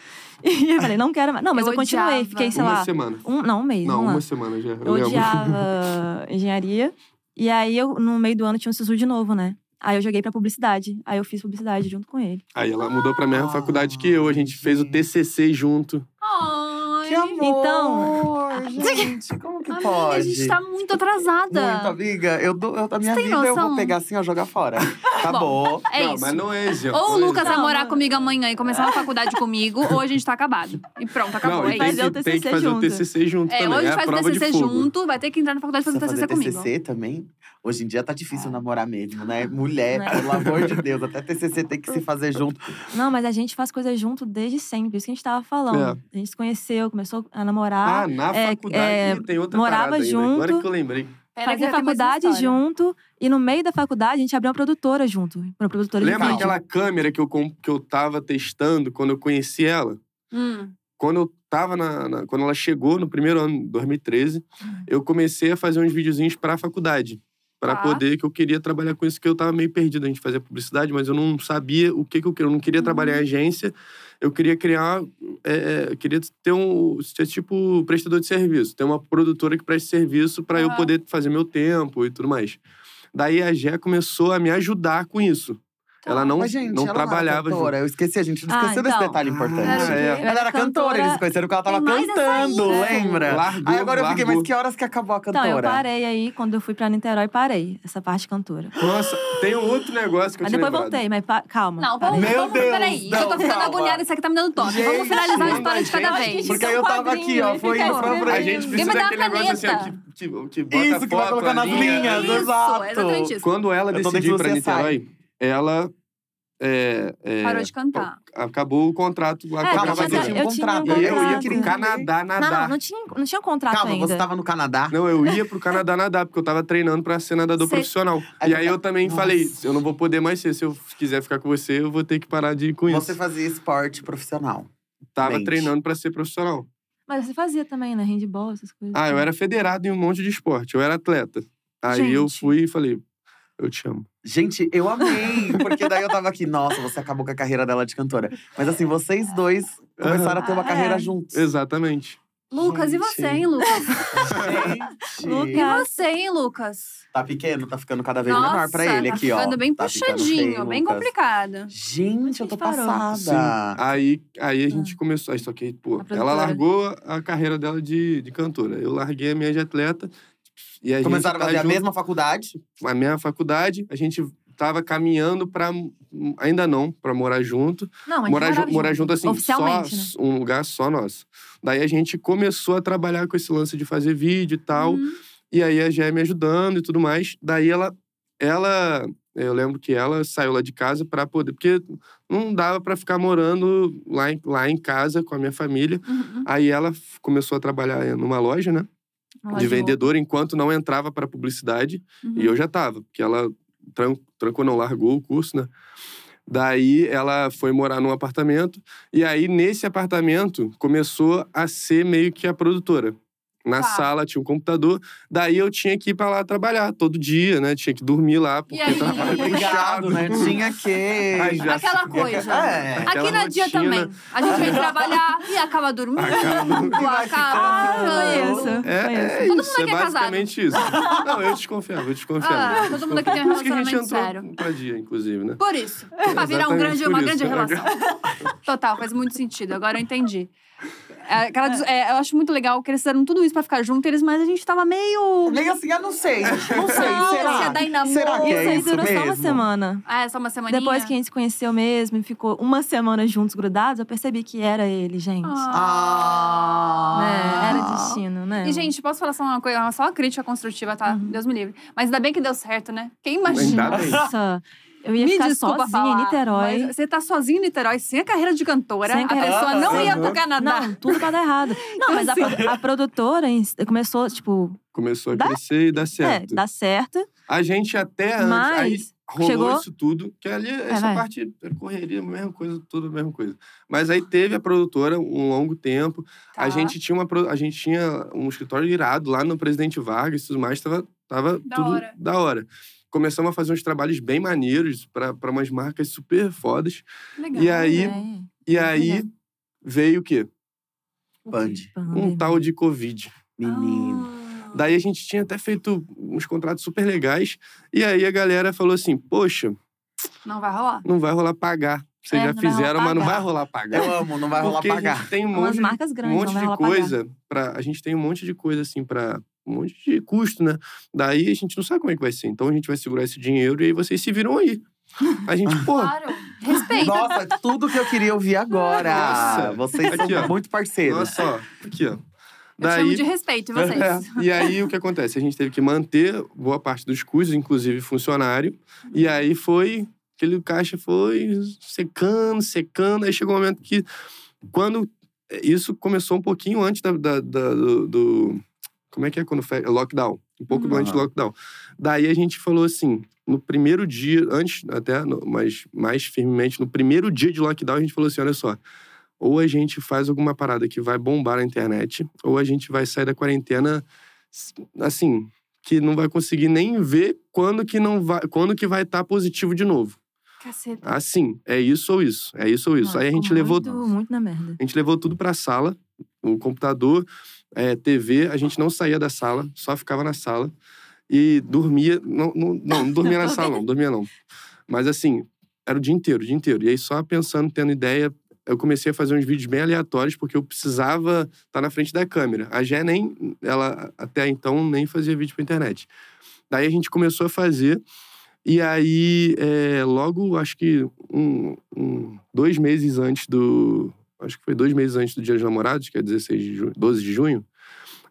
[laughs] E eu falei, não quero mais. Não, mas
Eu
eu, continuei.
odiava.
Fiquei, sei
uma
lá.
semana.
Um, não, um mês.
Não,
um ano.
uma semana já.
Eu
Eu lembro.
odiava [laughs] engenharia. E aí, eu, no meio do ano, tinha um SISU de novo, né? Aí eu joguei pra publicidade. Aí eu fiz publicidade junto com ele.
[laughs] Aí ela mudou pra mesma
Ah,
faculdade que eu. A gente fez o
entendi.
TCC junto.
Ai,
Que amor!
Então-
Gente, como que
[laughs] amiga,
pode?
a gente tá muito atrasada.
Muito, amiga. Eu dou, eu, a minha
tem
vida eu
noção? [laughs]
vou pegar assim, ó, jogar fora. Acabou.
É
não,
isso.
mas não é exemplo.
Ou o
não é
Lucas vai
Não,
morar
não.
comigo amanhã e começar uma faculdade comigo, ou a gente tá acabado. E pronto, acabou. é
Não, e
isso.
tem,
Fazer o
que, tem que
TCC
fazer o
junto.
TCC junto
É, ou
também.
a gente
é a
faz
prova
o TCC
de fogo.
junto, vai ter que entrar na faculdade fazer o
Precisa
TCC
fazer
comigo. É.
TCC também? Hoje em dia tá difícil namorar mesmo, né?
Né?
Mulher, pelo amor de
[laughs]
Deus, até TCC tem que se fazer junto.
Não, mas a gente faz coisa junto desde sempre. Isso que a gente tava falando. A gente se conheceu, começou a namorar.
Ah, na
É,
faculdade
é,
Ih, tem outra
morava
parada aí, né?
junto.
Agora que eu lembrei.
Pera que já
fazer
tem mais uma
faculdade
história.
junto. E no meio da faculdade, a gente abriu uma produtora junto. Uma produtora
Lembra
de vídeo.
aquela câmera que eu, com- que eu tava testando quando eu conheci ela?
Hum.
Quando eu tava na, na- Quando ela chegou no primeiro ano, 2013,
Hum.
eu comecei a fazer uns videozinhos pra faculdade. Pra
Tá.
poder, que eu queria trabalhar com isso, que eu tava meio perdido. A gente fazia publicidade, mas eu não sabia o que, que eu queria. Eu não queria
Uhum.
trabalhar em agência, eu queria criar. é, é, eu queria ter um. ser tipo prestador de serviço, ter uma produtora que preste serviço pra eu
Tá.
Aham.
poder fazer meu tempo e tudo mais. Daí a Gé começou a me ajudar com isso.
Tá.
Ela não,
Mas, gente,
não
ela
trabalhava
era
junto.
cantora. Eu esqueci, a gente não
Ah,
esqueceu desse
então.
detalhe importante.
Ah, é.
Eu
Ela era cantora, eles se conheceram que ela tava
Tem mais essa
cantando,
ainda.
lembra?
Largou,
Aí agora eu fiquei, mas
largou.
que horas que acabou a
Então,
cantora?
eu parei aí. Quando eu fui pra Niterói, parei. Essa parte cantora.
Nossa, tem um outro negócio que eu
Mas
tinha
depois
lembrado.
voltei, mas pa- calma.
Não, vamos,
Meu
vamos
Deus,
peraí.
não,
eu tô ficando
calma.
agoniada, isso aqui tá me dando toque. vamos
Gente,
finalizar a
não,
história de
gente,
cada
acho que
vez.
Porque
Isso é um
aí eu tava
quadrinho, é
aqui, ó,
ele
foi
fica
isso pra
escrevendo.
A
frente.
gente
Quem
precisa
me dá
daquele
uma
negócio assim, ó,
caneta?
que, que, que bota
Isso, que vai
foto, né?
colocar
a
nas linhas,
Isso,
exato.
é.
exatamente isso.
Quando ela
Eu tô vendo
decidiu ir
que
pra
você sai.
Niterói, ela é, é,
Parou de cantar.
acabou o contrato lá
É,
com a
Calma,
mas
gravadora.
eu tinha um
eu tinha um
E eu ia
contrato.
pro Canadá
Não,
nadar.
não tinha, não tinha contrato
Calma,
ainda.
tá
você tava no Canadá?
Não, eu ia pro Canadá nadar, porque eu tava treinando pra ser nadador
Cê-
profissional.
É
E aí eu
verdade.
também
Nossa.
falei, eu não vou poder mais ser. Se eu quiser ficar com você, eu vou ter que parar de ir com
Você
isso.
fazia esporte profissional.
Tava
Mente.
treinando pra ser profissional.
Mas você fazia também, né? Handball, essas coisas.
Ah, eu era federado em um monte de esporte, eu era atleta. Aí eu
Gente.
fui e falei, eu te amo.
Gente, eu amei, porque daí eu tava aqui, nossa, você acabou com a carreira dela de cantora. Mas assim, vocês dois começaram a ter uma
Ah,
carreira
é.
juntos.
[laughs] Exatamente.
Lucas, e
Gente.
você, hein, Lucas? E
Gente.
Lucas.
você, hein, Lucas?
Tá pequeno, tá ficando cada vez
Nossa,
menor pra ele
tá
aqui, ó.
ficando bem
Tá ficando
puxadinho,
feio,
bem
Lucas.
complicado.
Gente, eu tô
Mas a gente
passada.
Sim. Aí, aí a gente começou. Aí, só que, pô,
Ah. A produtora.
ela largou a carreira dela de, de cantora. Eu larguei a minha de atleta. E a
Começaram a
gente tá
fazer
junto-
a mesma faculdade.
a minha faculdade. A gente tava caminhando pra. Ainda não, pra morar junto.
Não, mas
morar, ju-
morava
morar junto assim, só
Oficialmente, né?
um lugar só nosso. Daí a gente começou a trabalhar com esse lance de fazer vídeo e tal.
Uhum.
E aí a Gé me ajudando e tudo mais. Daí ela ela eu lembro que ela saiu lá de casa pra poder, porque não dava pra ficar morando lá em, lá em casa com a minha família.
Uhum.
Aí ela f- começou a trabalhar em- numa loja, né,
Morar
de
junto.
vendedora enquanto não entrava pra publicidade.
Uhum.
E eu já tava, porque ela tran- trancou, não, largou o curso, né? Daí ela foi morar num apartamento. E aí, nesse apartamento, começou a ser meio que a produtora. Na
Tá.
sala tinha um computador, daí eu tinha que ir pra lá trabalhar todo dia, né? Tinha que dormir lá, porque
aí?
tava
Obrigado,
puxado,
né? Tinha que.
Ai, já-
Aquela coisa.
[laughs]
Ah,
É.
Aqui
Aquela
na dia
rotina.
também. A gente vem trabalhar e acaba dormindo.
Acaba-
Acaba
Ah,
ficando.
conheço,
É,
conheço.
é
Todo
isso,
mundo aqui
é
é casado.
basicamente isso. Não, eu desconfiava, eu desconfiava.
Ah, todo mundo aqui tem um
Por isso que a gente
relacionamento
entrou
sério.
pra dia, inclusive, né?
Por isso. Pra virar um
Exatamente
grande,
por
uma
isso. é
grande relação. [laughs] Total, faz muito sentido. Agora eu entendi. É, aquela des- é, eu acho muito legal que eles fizeram tudo isso pra ficar junto, eles, mas a gente tava meio.
Nem assim, eu não sei. Não sei,
assim,
Não,
será?
se é dar em namoro.
será que
Isso
é
aí
isso
durou
mesmo?
só uma semana.
Ah, é só uma semana.
Depois que a gente se conheceu mesmo e ficou uma semana juntos grudados, eu percebi que era ele, gente.
Ah.
É,
Né? Era destino, né?
E, gente, posso falar só uma coisa? Só uma crítica construtiva, tá?
Uhum.
Deus me livre. Mas ainda bem que deu certo, né? Quem imagina?
Ainda bem.
nossa, eu ia
Me
ficar
desculpa
sozinha
falar,
em Niterói.
mas você tá sozinho em Niterói, sem a carreira de cantora.
Sem
a
carreira-
pessoa não ia pro
Aham.
Canadá.
Não, tudo pra
[laughs]
dar errado. Não, mas a,
Assim.
pro- a produtora em- começou, tipo,
Começou a
Dá-
crescer e dar
é,
certo.
dá certo,
A gente até antes, aí
mas.
rolou
Chegou?
isso tudo, que ali é essa
vai.
parte era correria, mesma coisa, tudo a mesma coisa. Mas aí teve a produtora um longo tempo. A
Tá.
gente tinha uma pro- a gente tinha um escritório irado lá no Presidente Vargas, e tudo mais tava tava
Da
tudo
hora.
da hora. Começamos a fazer uns trabalhos bem maneiros pra pra umas marcas super fodas.
Legal.
E um
é,
aí- E
Uhum. Muito
aí
legal.
veio o quê?
Band.
Um tal de Covid.
Hum.
Menino.
Ah.
Daí a gente tinha até feito uns contratos super legais. E aí a galera falou assim: Poxa,
Não vai rolar.
não vai rolar pagar. Vocês
É,
já
não vai rolar
fizeram, mas não
pagar. É,
vai rolar
Ah.
pagar.
Eu amo, não vai rolar
Porque a
pagar.
gente tem um monte
Umas
de
marcas
um
grandes,
monte
não vai
de
rolar pagar.
coisa para a gente tem um monte de coisa assim para um monte de custo, né? Daí a gente não sabe como é que vai ser. Então a gente vai segurar esse dinheiro e aí vocês se viram aí.
[laughs]
A gente, pô,
Ah,
Claro. Respeita.
Nossa, é tudo que eu queria ouvir agora.
Nossa.
Vocês
Aqui,
são
ó.
muito parceiros.
olha só, aqui, ó.
Eu chamo de respeito, e vocês.
É. E aí, o que acontece? A gente teve que manter boa parte dos custos, inclusive funcionário. E aí foi. Aquele caixa foi secando, secando. Aí chegou um momento que. Quando. Isso começou um pouquinho antes da, da- da- do, do- Como é que é quando. fe- Lockdown. Um pouco
Uhum.
antes do lockdown. Daí a gente falou assim. No primeiro dia, antes até, no- mas mais firmemente, no primeiro dia de lockdown, a gente falou assim: olha só, ou a gente faz alguma parada que vai bombar na internet, ou a gente vai sair da quarentena s- assim, que não vai conseguir nem ver quando que não vai, quando que vai estar positivo de novo.
Caceta.
Assim, é isso ou isso, é isso ou isso.
Mano,
Aí a gente
Ah, ficou
levou,
Muito, muito na merda.
a gente levou tudo para sala, o computador, é, TV, a gente não saía da sala, só ficava na sala e dormia, não, não, não, não dormia na sala não, dormia não. Mas assim, era o dia inteiro, o dia inteiro. E aí só pensando, tendo ideia, eu comecei a fazer uns vídeos bem aleatórios porque eu precisava estar na frente da câmera. A Jé nem, ela até então nem fazia vídeo pra internet. Daí a gente começou a fazer e aí é, logo, acho que um, um- dois meses antes do, acho que foi dois meses antes do Dia dos Namorados, que é 16 de junho, 12 de junho,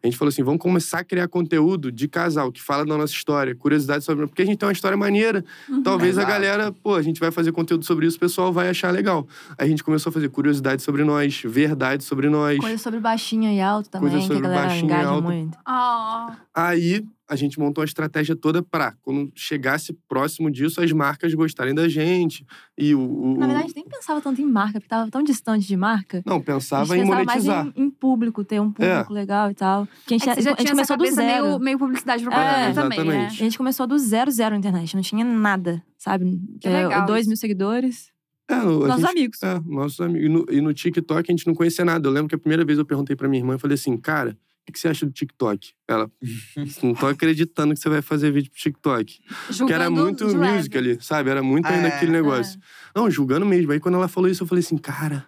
a gente falou assim, vamos começar a criar conteúdo de casal, que fala da nossa história, curiosidade sobre... Porque a gente tem uma história maneira, Ah, Talvez a
Exato.
galera, pô, a gente vai fazer conteúdo sobre isso, o pessoal vai achar legal. Aí a gente começou a fazer curiosidade sobre nós, verdade sobre nós.
Coisa sobre baixinha e alto também,
Coisa
que a
sobre
galera
baixinho e
engaja
alto.
muito.
Ah,
Aí a gente montou uma estratégia toda pra, quando chegasse próximo disso, as marcas gostarem da gente. E o. o-
Na verdade, nem pensava tanto em marca, porque tava tão distante de marca.
não,
A
pensava
gente
em
pensava
monetizar. É.
mais em, em público, ter um público legal e tal. Que a gente,
é que você já
a gente
tinha essa
começou do
cabeça
zero.
meio, meio publicidade e propaganda
É,
também, né?
exatamente.
A gente começou do zero, zero na internet. Não tinha nada, sabe? É,
Que legal
dois
isso.
mil seguidores.
É, a
nossos
gente-
amigos.
É, nossos amigos. E no, e no TikTok a gente não conhecia nada. Eu lembro que a primeira vez eu perguntei pra minha irmã, eu falei assim, cara, o que que você acha do TikTok? Ela, "Hum, não tô acreditando que você vai fazer vídeo pro
[laughs]
TikTok. Que era
Julgando
muito
de leve.
music ali, sabe? Era muito ainda
É.
aquele negócio. Não, julgando mesmo. Aí quando ela falou isso, eu falei assim, cara,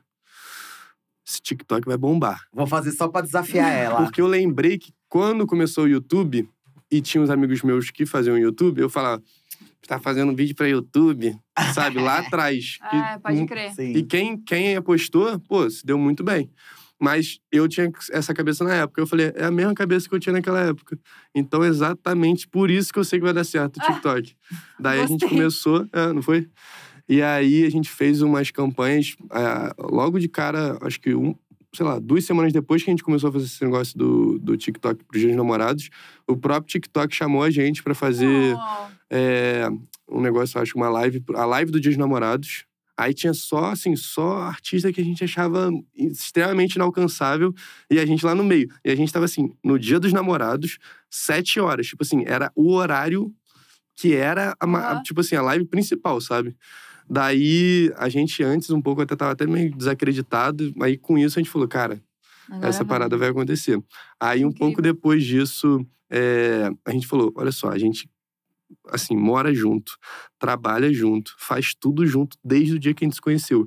esse TikTok vai bombar.
Vou fazer só pra desafiar ela.
Porque eu lembrei que quando começou o YouTube, e tinha uns amigos meus que faziam YouTube, eu falava, tá fazendo vídeo pra YouTube,
[laughs]
sabe? Lá atrás. que
É, pode
não-
crer.
e
Sim.
quem, quem apostou, pô, se deu muito bem. Mas eu tinha essa cabeça na época. Eu falei, é a mesma cabeça que eu tinha naquela época. Então, exatamente por isso que eu sei que vai dar certo o TikTok. Daí a gente
gostei.
começou, é, não foi? E aí a gente fez umas campanhas ah, logo de cara, acho que um, sei lá, duas semanas depois que a gente começou a fazer esse negócio do, do TikTok pros dias namorados, o próprio TikTok chamou a gente pra fazer
Oh,
é, um negócio, eu acho, uma live, a live do Dia dos Namorados. Aí tinha só, assim, só artista que a gente achava extremamente inalcançável e a gente lá no meio. E a gente tava assim, no Dia dos Namorados, sete horas. Tipo assim, era o horário que era, a ma-
Aham.
tipo assim, a live principal, sabe? Daí, a gente antes um pouco até tava até meio desacreditado. Aí com isso a gente falou, cara,
Agora
essa
vai.
parada vai acontecer. Aí, um
Incrível.
pouco depois disso, é, a gente falou: olha só, a gente assim, mora junto, trabalha junto, faz tudo junto desde o dia que a gente se conheceu.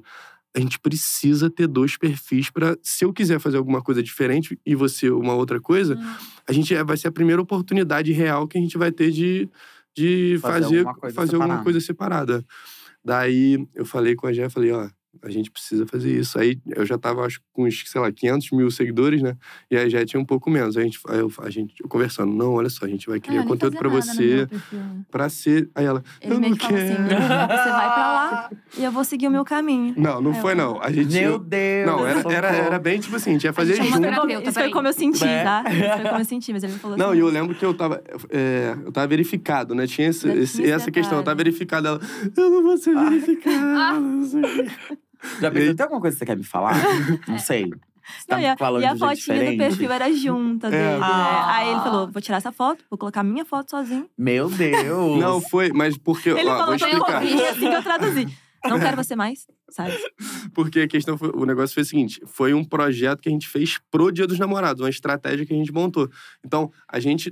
A gente precisa ter dois perfis para, se eu quiser fazer alguma coisa diferente e você uma outra coisa,
Hum.
a gente é- vai ser a primeira oportunidade real que a gente vai ter de, de
Fazer
fazer,
alguma coisa
fazer alguma
separada.
coisa separada. Daí eu falei com a Jé, falei, ó, a gente precisa fazer isso. Aí eu já tava, acho, com uns, sei lá, 500 mil seguidores, né? E a Jé tinha um pouco menos. Aí a gente, aí eu- a gente eu conversando, não, olha só, a gente
Ah,
vai
eu
criar
nem
conteúdo
fazia
pra
nada no
você,
meu perfil, né?
pra ser. Aí ela,
Ele
Eu
meio
não
que fala assim:
quero.
você vai pra lá e eu vou seguir o meu caminho.
não, não
Aí eu-
foi não. A gente.
Meu Deus!
não, era, era,
socorro.
era bem tipo assim, a gente ia fazer
gente é uma
junto.
terapia. Terapeuta,
Isso foi
peraí.
como eu senti,
É.
tá? Isso foi como eu senti, mas ele não falou
Né? Não,
assim.
e eu lembro que eu tava. é, eu tava verificado, né? Tinha esse-
Ainda tinha
esse-
esse
essa questão, eu tava
detalhe.
verificado. Ela, eu não vou ser
Ah.
verificado. não sei o quê.
Já pensou, tem alguma coisa que você quer me falar? [laughs] Não sei. Você tá
Não, e a,
me falando
e a
de um jeito
fotinha do
diferente?
perfil era junta
É.
dele, né?
Ah.
Aí ele falou: vou tirar essa foto, vou colocar minha foto sozinho.
Meu Deus!
Não, foi, mas porque.
Ele
ó, vou
falou: eu
explicar.
ouvi, assim que eu traduzi. Não quero você mais, sabe?
Porque a questão foi, o negócio foi o seguinte: foi um projeto que a gente fez pro Dia dos Namorados, uma estratégia que a gente montou. Então, a gente,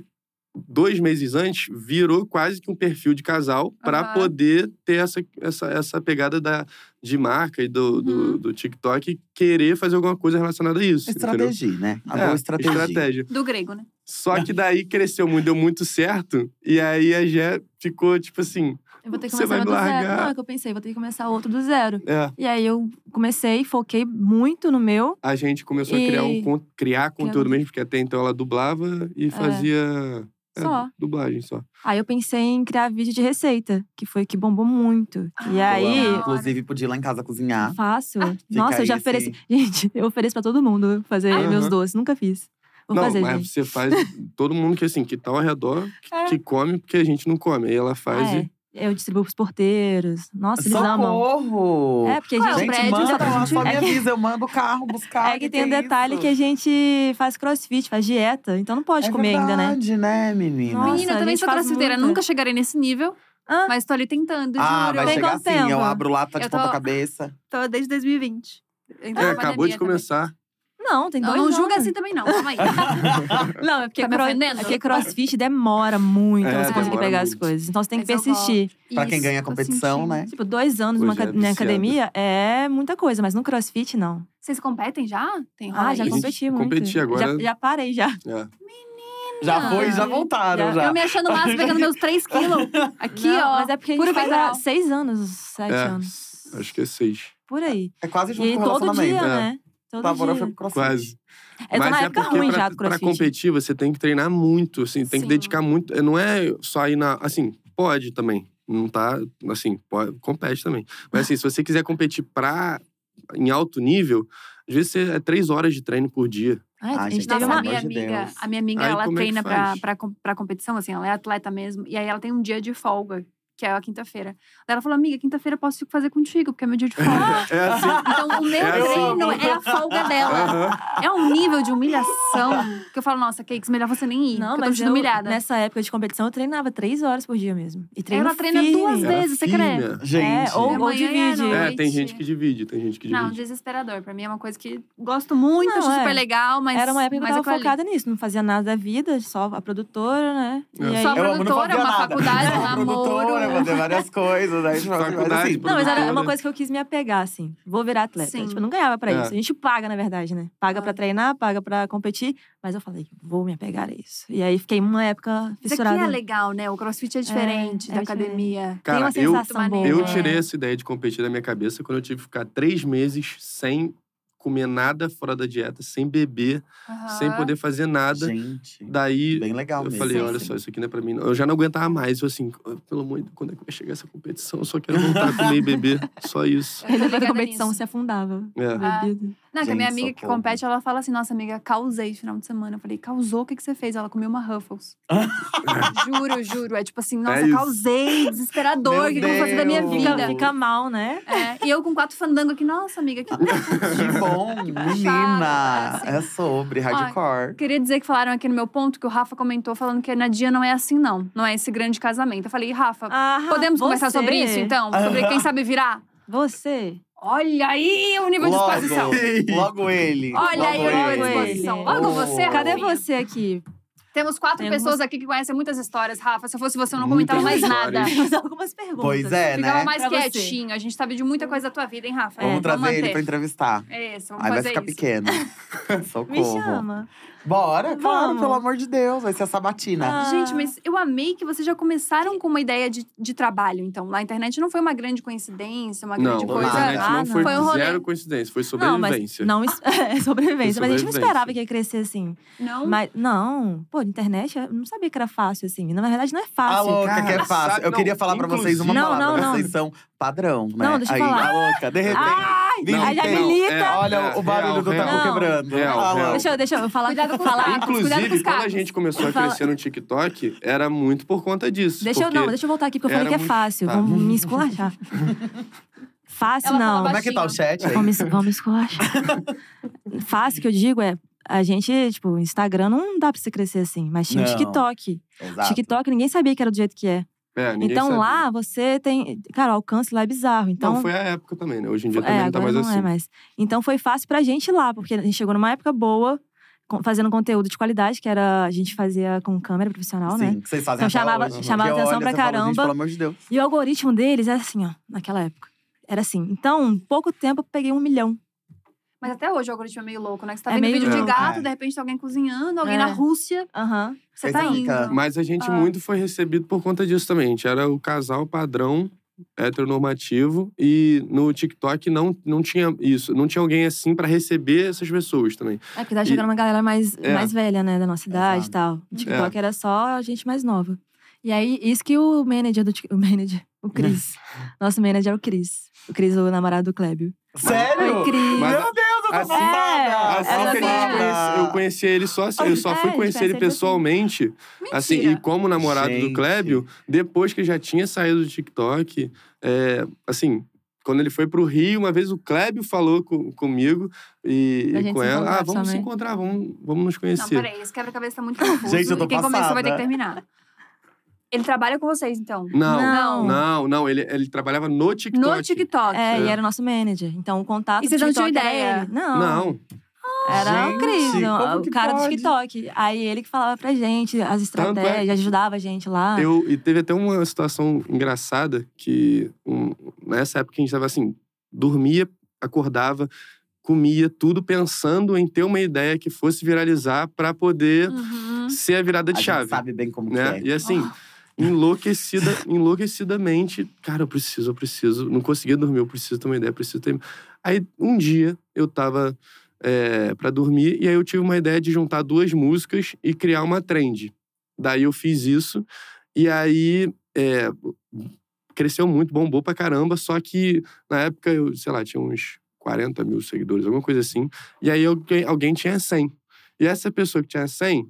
dois meses antes, virou quase que um perfil de casal para
Aham.
poder ter essa, essa, essa pegada da, de marca e do, do-
Uhum.
do TikTok e querer fazer alguma coisa relacionada a isso. entendeu?
Estratégia, né? A
É,
boa estratégia.
estratégia.
Do grego, né?
Só
[laughs]
que daí cresceu muito, deu muito certo. E aí a Gé ficou, tipo assim.
Eu vou ter que
Você
começar
vai
do
largar.
zero. Não, é que eu pensei, vou ter que começar outro do zero.
É,
E aí eu comecei, foquei muito no meu.
a gente começou a criar, um,
E-
con- criar conteúdo mesmo, porque até então ela dublava e fazia. é,
Só.
dublagem só.
Aí eu pensei em criar vídeo de receita, que foi o que bombou muito. E
Ah,
aí,
boa.
Inclusive, podia ir lá em casa cozinhar.
fácil. Nossa,
aí
eu já
esse-
ofereci. [laughs] Gente, eu ofereço pra todo mundo fazer
Aham.
meus doces. Nunca fiz. Vou
não,
fazer,
mas
gente. [laughs]
você faz todo mundo que assim, que tá ao redor, que,
É.
que come, porque a gente não come. Aí ela faz
Ah,
e.
é. Eu distribuo pros porteiros. Nossa, eles amam.
Socorro!
É, porque a
Qual é o
gente,
Gente,
prédio
manda
da
lá,
gente.
só me
É que-
avisa. Eu mando o carro buscar.
É que
que
tem um
que é
detalhe
isso?
que a gente faz crossfit, faz dieta, então não pode
É
comer ainda, né?
verdade, né, menina?
Nossa,
Menina, eu
a
também
gente
sou
faz
crossfiteira.
muita.
Nunca chegarei nesse nível,
Ah.
mas tô ali tentando,
ah,
juro.
vai
Tem
chegar
quanto
assim. Eu
tempo?
abro lá, tá de
Eu tô-
ponta cabeça.
Tô desde 2020.
É, acabou de começar.
Não, tem
Não,
dois
não
anos.
julga assim também, não. Calma aí.
[laughs] Não, é porque,
Tá me
cro-
ofendendo?
é porque crossfit demora muito
É,
pra você conseguir
demora
pegar as
muito.
coisas. Então você tem que
Mas eu gosto.
persistir.
Pra quem
Isso,
ganha
tô
competição,
sentindo.
né?
Tipo, dois anos numa
Pois é,
aca- na
viciado.
academia é muita coisa, mas no crossfit não.
Vocês competem já? Tem rola
Ah, já
isso?
gente
competi muito.
competi agora.
Já, já parei já.
É.
Já foi e já voltaram,
Já-
já.
Eu me achando massa pegando
[laughs]
meus 3 quilos. Aqui,
Não,
ó.
Mas é porque a
puro
gente faz há
peitoral.
seis anos, sete
É,
anos.
Acho que é seis.
Por aí.
É quase
E
junto
aí
com o
todo
relacionamento.
dia,
é.
né? Todo
Tavora
dia.
foi pro crossfit.
Quase.
Eu tô
Mas
na
é
época
porque
ruim
pra,
já do
pra
crossfit.
competir, você tem que treinar muito, assim, tem
Sim.
que dedicar muito. É, Não é só ir na. Assim, pode também. Não tá. Assim, pode, compete também. Mas assim, se você quiser competir pra, em alto nível, às vezes você- é três horas de treino por dia.
Ai,
Ah,
a gente
gente,
teve
Nossa,
pelo
a
uma.
amor
minha
de
amiga,
Deus.
a minha amiga,
Aí,
ela
como é que
treina pra,
faz?
pra, com- pra competição, assim, ela é atleta mesmo. E aí ela tem um dia de folga, que é a quinta-feira. Daí ela falou, amiga, quinta-feira eu posso fazer contigo, porque é meu dia de
[laughs]
folga.
É assim.
então, o meu
Eu
assim.
treino
amo.
é a folga dela.
Aham.
É um nível de humilhação que eu falo, nossa, Cakes, melhor você nem ir.
Não,
porque eu tô me
mas
sentindo
eu,
humilhada.
nessa época de competição, eu treinava três horas por dia mesmo. E treino
Ela treina
firme.
duas
Era
vezes, você
firme,
crê?
é.
Gente,
É, ou, ou
Amanhã é à
divide.
noite.
É, tem gente que divide, tem gente que divide.
Não, desesperador. Pra mim é uma coisa que gosto muito,
Não,
acho
é.
super legal, mas.
Era uma época que eu
mas é
tava
aquilo ali.
focada nisso, não fazia nada da vida, só a produtora, né? E
É.
aí-
Só a
Eu amo, não
produtora,
fazia
uma
nada.
faculdade, um
Sou produtora,
namoro.
fazer várias coisas. Aí, tipo, mas
Faculdade,
assim,
Não, mas era
produtora.
uma coisa que eu quis me apegar, assim. Vou virar atleta.
Sim.
Tipo, eu não ganhava pra
É.
isso. A gente paga, na verdade, né? Paga pra treinar, paga pra competir. Mas eu falei, vou me apegar a isso. E aí fiquei uma época
Isso aqui é
fissurada.
legal, né? O crossfit é diferente
é
da
diferente.
academia.
Tem uma
Cara, eu-
sensação boa.
eu É.
Eu tirei essa ideia de competir da minha cabeça quando eu tive que ficar três meses sem comer nada fora da dieta, sem beber, sem
Aham.
poder fazer nada.
gente,
Daí
bem legal
eu
mesmo.
falei, olha
assim.
só, isso aqui não é pra mim. não. Eu já não aguentava mais. Eu assim, "Ah, pelo amor de Deus, quando é que vai chegar essa competição? Eu só quero voltar a comer e beber. [laughs] Só isso.
Eu tô
Aí depois da
ligada
competição
nisso.
se afundava.
É.
Ah.
Bebida.
Não, que a minha
Gente,
amiga que
socorro.
compete, ela fala assim: nossa, amiga, causei esse final de semana. Eu falei, causou? O que, que você fez? Ela comeu uma Ruffles. juro, juro. É tipo assim, nossa,
isso.
causei, desesperador, o
Meu
que, que eu vou fazer da minha
Deus.
vida?
Fica, fica mal, né?
É, e eu com quatro fandango aqui, nossa, amiga, que
Que
[laughs]
bom, menina.
assim.
É sobre hardcore.
Queria dizer que falaram aqui no meu ponto que o Rafa comentou falando que na dia não é assim, não. Não é esse grande casamento. Eu falei, Rafa,
Ah,
podemos
você,
conversar sobre isso, então? Sobre quem sabe virar?
Você.
Olha aí o nível de exposição.
Logo, logo ele.
Olha aí
logo
o nível de
ele.
exposição. Logo
Oh.
você,
Cadê
Rafinha?
você aqui? [laughs]
Temos quatro
Temos-
pessoas aqui que conhecem muitas histórias, Rafa. Se eu fosse você, eu não
Muitas
comentava mais
histórias.
nada.
Temos algumas perguntas.
Pois é,
Ficava
né?
mais
Pra você.
quietinho. A gente sabe de muita coisa da tua vida, hein, Rafa?
Vamos
É,
trazer
manter.
ele pra entrevistar.
É isso, vamos
Aí vai
fazer
ficar
isso.
pequeno.
Me
Socorro.
chama.
Bora, claro,
Vamos.
pelo amor de Deus. Vai ser a sabatina.
Ah.
Gente, mas eu amei que vocês já começaram com uma ideia de, de trabalho, então. Na internet não foi uma grande coincidência, uma
Não,
grande
na
coisa.
internet
né?
Ah,
não
não.
foi,
Foi um rolê.
zero coincidência, foi
Não, mas
sobrevivência.
não, es- [laughs] é, sobrevivência. Mas a gente não
Sobrevivência.
esperava que ia crescer assim.
Não.
Mas, não, pô, internet, eu não sabia que era fácil assim. Na verdade, não é
A
fácil.
louca
cara,
que é fácil.
sabe-
eu
não,
queria falar pra vocês uma
inclusive- Não,
palavra.
não, não.
Vocês são padrão, né?
Não, deixa eu
aí,
falar. Ah,
a louca, de repente.
não,
Ai, já me
não,
habilita.
é,
olha
é,
o barulho
real,
do tabu
real.
Não.
quebrando.
Real,
Ah,
real.
louca.
Tá. Deixa eu, deixa eu falar.
Cuidado com os
falar.
tacos, cuidado com os
Inclusive, quando a
cacos.
gente começou a
Fala.
crescer no TikTok, era muito por conta disso.
Deixa eu,
porque
não, deixa eu voltar aqui, porque eu
era
falei que é
muito-
fácil.
tá.
Vamos me esculachar. fácil,
Ela fala
não.
Como é que tá o chat aí?
Vamos, vamos esculachar. fácil que eu digo é. A gente, tipo, Instagram não dá pra você crescer assim, mas tinha o
Não.
TikTok.
Exato.
TikTok ninguém sabia que era do jeito que é.
é, Tá. ninguém
então
sabe.
lá você tem. Cara, o alcance lá é bizarro. Então,
Não, foi a época também, né? Hoje em dia
é,
também não
agora
tá mais
não
assim.
é mais. Então foi fácil pra gente lá, porque a gente chegou numa época boa, com- fazendo conteúdo de qualidade, que era a gente fazia com câmera profissional, né?
Sim, que vocês fazem
Então
até
chamava-
hoje.
chamava
Porque
atenção
olha,
pra
você fala, gente,
caramba.
Pelo amor de Deus.
E o algoritmo deles era assim, ó, naquela época. Era assim. Então, em pouco tempo, eu peguei um milhão.
Mas até hoje o algoritmo é meio louco, né? Que você tá
É
vendo
meio
vídeo de
louco,
gato,
é.
de repente tem alguém cozinhando, alguém
É.
na Rússia,
Aham.
você
Aí
tá
você
indo.
fica-
Mas a gente
Ah.
muito foi recebido por conta disso também. A gente era o casal padrão heteronormativo e no TikTok não, não tinha isso. Não tinha alguém assim pra receber essas pessoas também.
É porque tá chegando uma galera mais,
É.
mais velha, né? Da nossa idade
Exato.
e tal. O TikTok era só a gente mais nova. E aí, isso que o manager do TikTok. O manager, o [laughs] Cris. Nosso manager é o Cris. O Cris, o namorado do Clébio.
Sério?
Oi, Cris.
Mas
Meu Deus, eu tô
assim-
passada!
Assim
essa
que a gente
mesmo.
conheceu, eu conheci ele só assim, eu
Ah, É,
só
a
fui
gente
conhecer ele
percebe assim.
pessoalmente, assim, e
Mentira.
como namorado do
Gente.
Clébio, depois que já tinha saído do TikTok, é, assim, quando ele foi pro Rio, uma vez o Clébio falou com, comigo e,
Pra
e
gente
com
se
ela,
encontrar
ah, vamos se
também."
encontrar, vamos, vamos nos
Não,
conhecer.
peraí, esse quebra-cabeça tá muito confuso.
[laughs] Gente, eu tô
e quem começou vai ter que
passada.
terminar. Ele trabalha com vocês, então.
Não,
Não.
não, não, ele, ele trabalhava no TikTok.
No TikTok.
É, e
É.
era o nosso manager. Então, o contato
E vocês
do
não tinham
TikTok era
ideia?
ele. Não.
Não,
Era o
Gente,
Cris,
como
o
que
cara do
pode?
TikTok. Aí ele que falava pra gente as
Tanto é-
estratégias, ajudava a gente lá.
eu, e teve até uma situação engraçada que um, nessa época a gente tava assim, dormia, acordava, comia tudo pensando em ter uma ideia que fosse viralizar pra poder
Uhum.
ser a virada
A
de
gente
chave,
sabe bem como que
né?
é.
E assim,
[laughs]
enlouquecida, enlouquecidamente, cara, eu preciso, eu preciso, não conseguia dormir, eu preciso ter uma ideia, eu preciso ter. Aí um dia eu tava é, para dormir e aí eu tive uma ideia de juntar duas músicas e criar uma trend. Daí eu fiz isso e aí é, cresceu muito, bombou pra caramba, só que na época eu, sei lá, tinha uns 40 mil seguidores, alguma coisa assim. E aí alguém, alguém tinha 100. E essa pessoa que tinha 100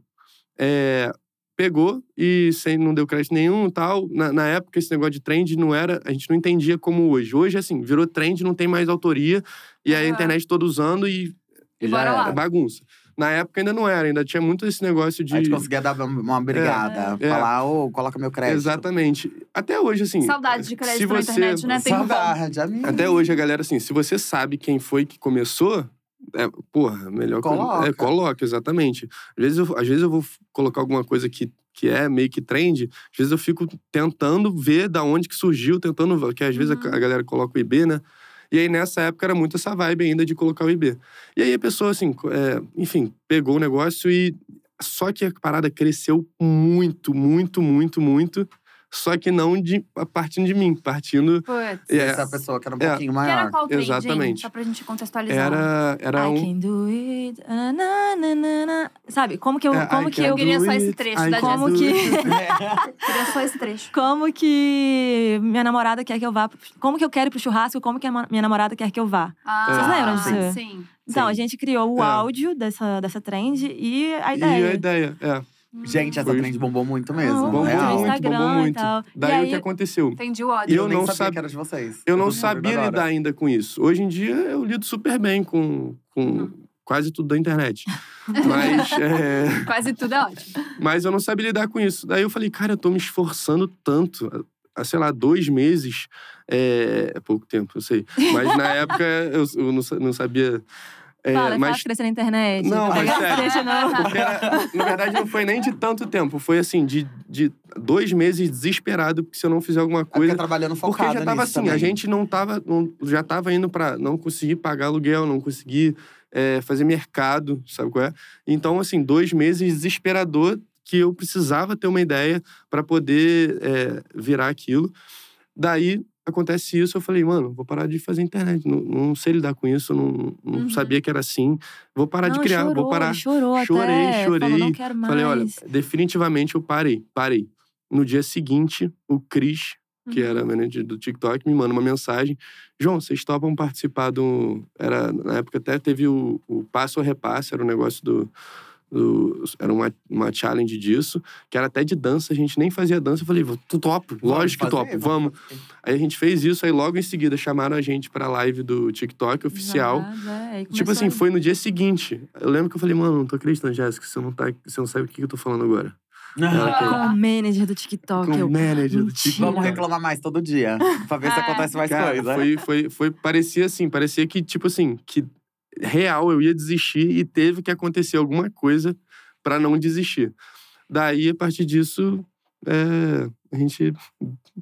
é, pegou e sem, não deu crédito nenhum e tal. Na, na época, esse negócio de trend não era. A gente não entendia como hoje. Hoje, assim, virou trend, não tem mais autoria. E aí a
Aham.
internet toda usando e.
E
já
bora
era,
lá.
bagunça. Na época ainda não era, ainda tinha muito esse negócio de.
A gente conseguia dar uma- uma brigada.
É.
Falar, ô, coloca meu crédito.
Exatamente. Até hoje, assim.
Saudade de crédito
se
na
você-
internet, né? Tem um bom.
Saudade, amiga.
Até hoje, a galera, assim, se você sabe quem foi que começou, é, porra, melhor que-
Coloca.
É, coloca, exatamente. Às vezes, eu, às vezes eu vou f- colocar alguma coisa que, que é meio que trend, às vezes eu fico tentando ver da onde que surgiu, tentando. Porque às vezes a,
Uhum.
a galera coloca o IB, né? E aí, nessa época, era muito essa vibe ainda de colocar o IB. E aí a pessoa, assim, co- é, enfim, pegou o negócio e. Só que a parada cresceu muito, muito, muito, muito. Só que não de, partindo de mim, partindo.
Putz.
é,
Essa pessoa que era um
É.
pouquinho
Que era
maior.
qual trend, gente?
Exatamente.
Só pra gente contextualizar.
Era, era
I
um.
can do it. ah, na, na, na, na. Sabe, como que eu.
É,
como
I
que
can
eu.
Eu queria
do
só esse
it,
trecho
I
da
can
Como
do
que- [laughs]
it.
Queria só esse trecho.
Como que minha namorada quer que eu vá. pro- Como que eu quero ir pro churrasco? Como que a ma- minha namorada quer que eu vá?
É.
Ah,
Vocês
lembram disso?
Sim.
Então,
Sim.
a gente criou o
É.
áudio dessa, dessa trend e a
E a
ideia.
ideia, é.
Gente, essa
Foi.
trend bombou muito
Ah,
mesmo.
Bombou
real.
no
muito, bombou
Instagram e
muito.
tal.
Daí
e aí,
o que aconteceu?
Entendi o ódio.
E
Eu
eu, nem
não
sabia
sab-
que era de vocês.
Eu não
tô descobrindo
sabia
agora.
lidar ainda com isso. Hoje em dia eu lido super bem com, com
Hum.
quase tudo
[laughs]
da internet. Mas, é,
Quase tudo é ótimo.
mas eu não sabia lidar com isso. Daí eu falei, cara, eu tô me esforçando tanto. Há, sei lá, dois meses. É, é pouco tempo, eu sei.
[laughs]
Mas na época eu, eu não, sa- não sabia. É,
Fala,
mas
fácil crescer na internet.
Não, mas
pega
sério.
[laughs]
trecho, não.
Porque, era- na verdade, não foi nem de tanto tempo. Foi assim, de, de dois meses desesperado, porque se eu não fizer alguma
É porque
coisa.
trabalhando
Porque
focado
já tava
nisso
assim, a
também.
gente não tava. não- já tava indo pra não conseguir pagar aluguel, não conseguir é, fazer mercado, sabe qual é? Então, assim, dois meses desesperador que eu precisava ter uma ideia pra poder é, virar aquilo. Daí acontece isso, eu falei, mano, vou parar de fazer internet. Não, não sei lidar com isso, não, não
Uhum.
sabia que era assim. Vou parar de
Não,
criar,
chorou,
vou parar.
Chorou até.
Chorei,
Falou, não
chorei.
quero mais.
Falei, olha, definitivamente eu parei, parei. No dia seguinte, o Cris, que era manager do TikTok, me manda uma mensagem. João, vocês topam participar do... Era, na época até teve o, o Passo ou Repasse, era um negócio do... do- era uma, uma challenge disso, que era até de dança, a gente nem fazia dança. Eu falei, tu topo,
Vamos
lógico que
fazer,
topo, vamos. Aí a gente fez isso, aí logo em seguida chamaram a gente pra live do TikTok oficial.
Exato, é, e
Tipo
começou
assim,
a-
foi no dia seguinte. Eu lembro que eu falei, mano, não tô acreditando, Jéssica, você não, tá, você não sabe o que que eu tô falando agora. Ela
Ah,
que-
Com o manager do TikTok.
Com
eu-
o manager do
Mentira.
TikTok.
Vamos reclamar mais todo dia. Pra ver se
Ah,
acontece mais
Cara,
coisa. né?
Foi, foi, foi, parecia assim, parecia que, tipo assim, que real eu ia desistir e teve que acontecer alguma coisa pra não desistir. Daí, a partir disso, é, a gente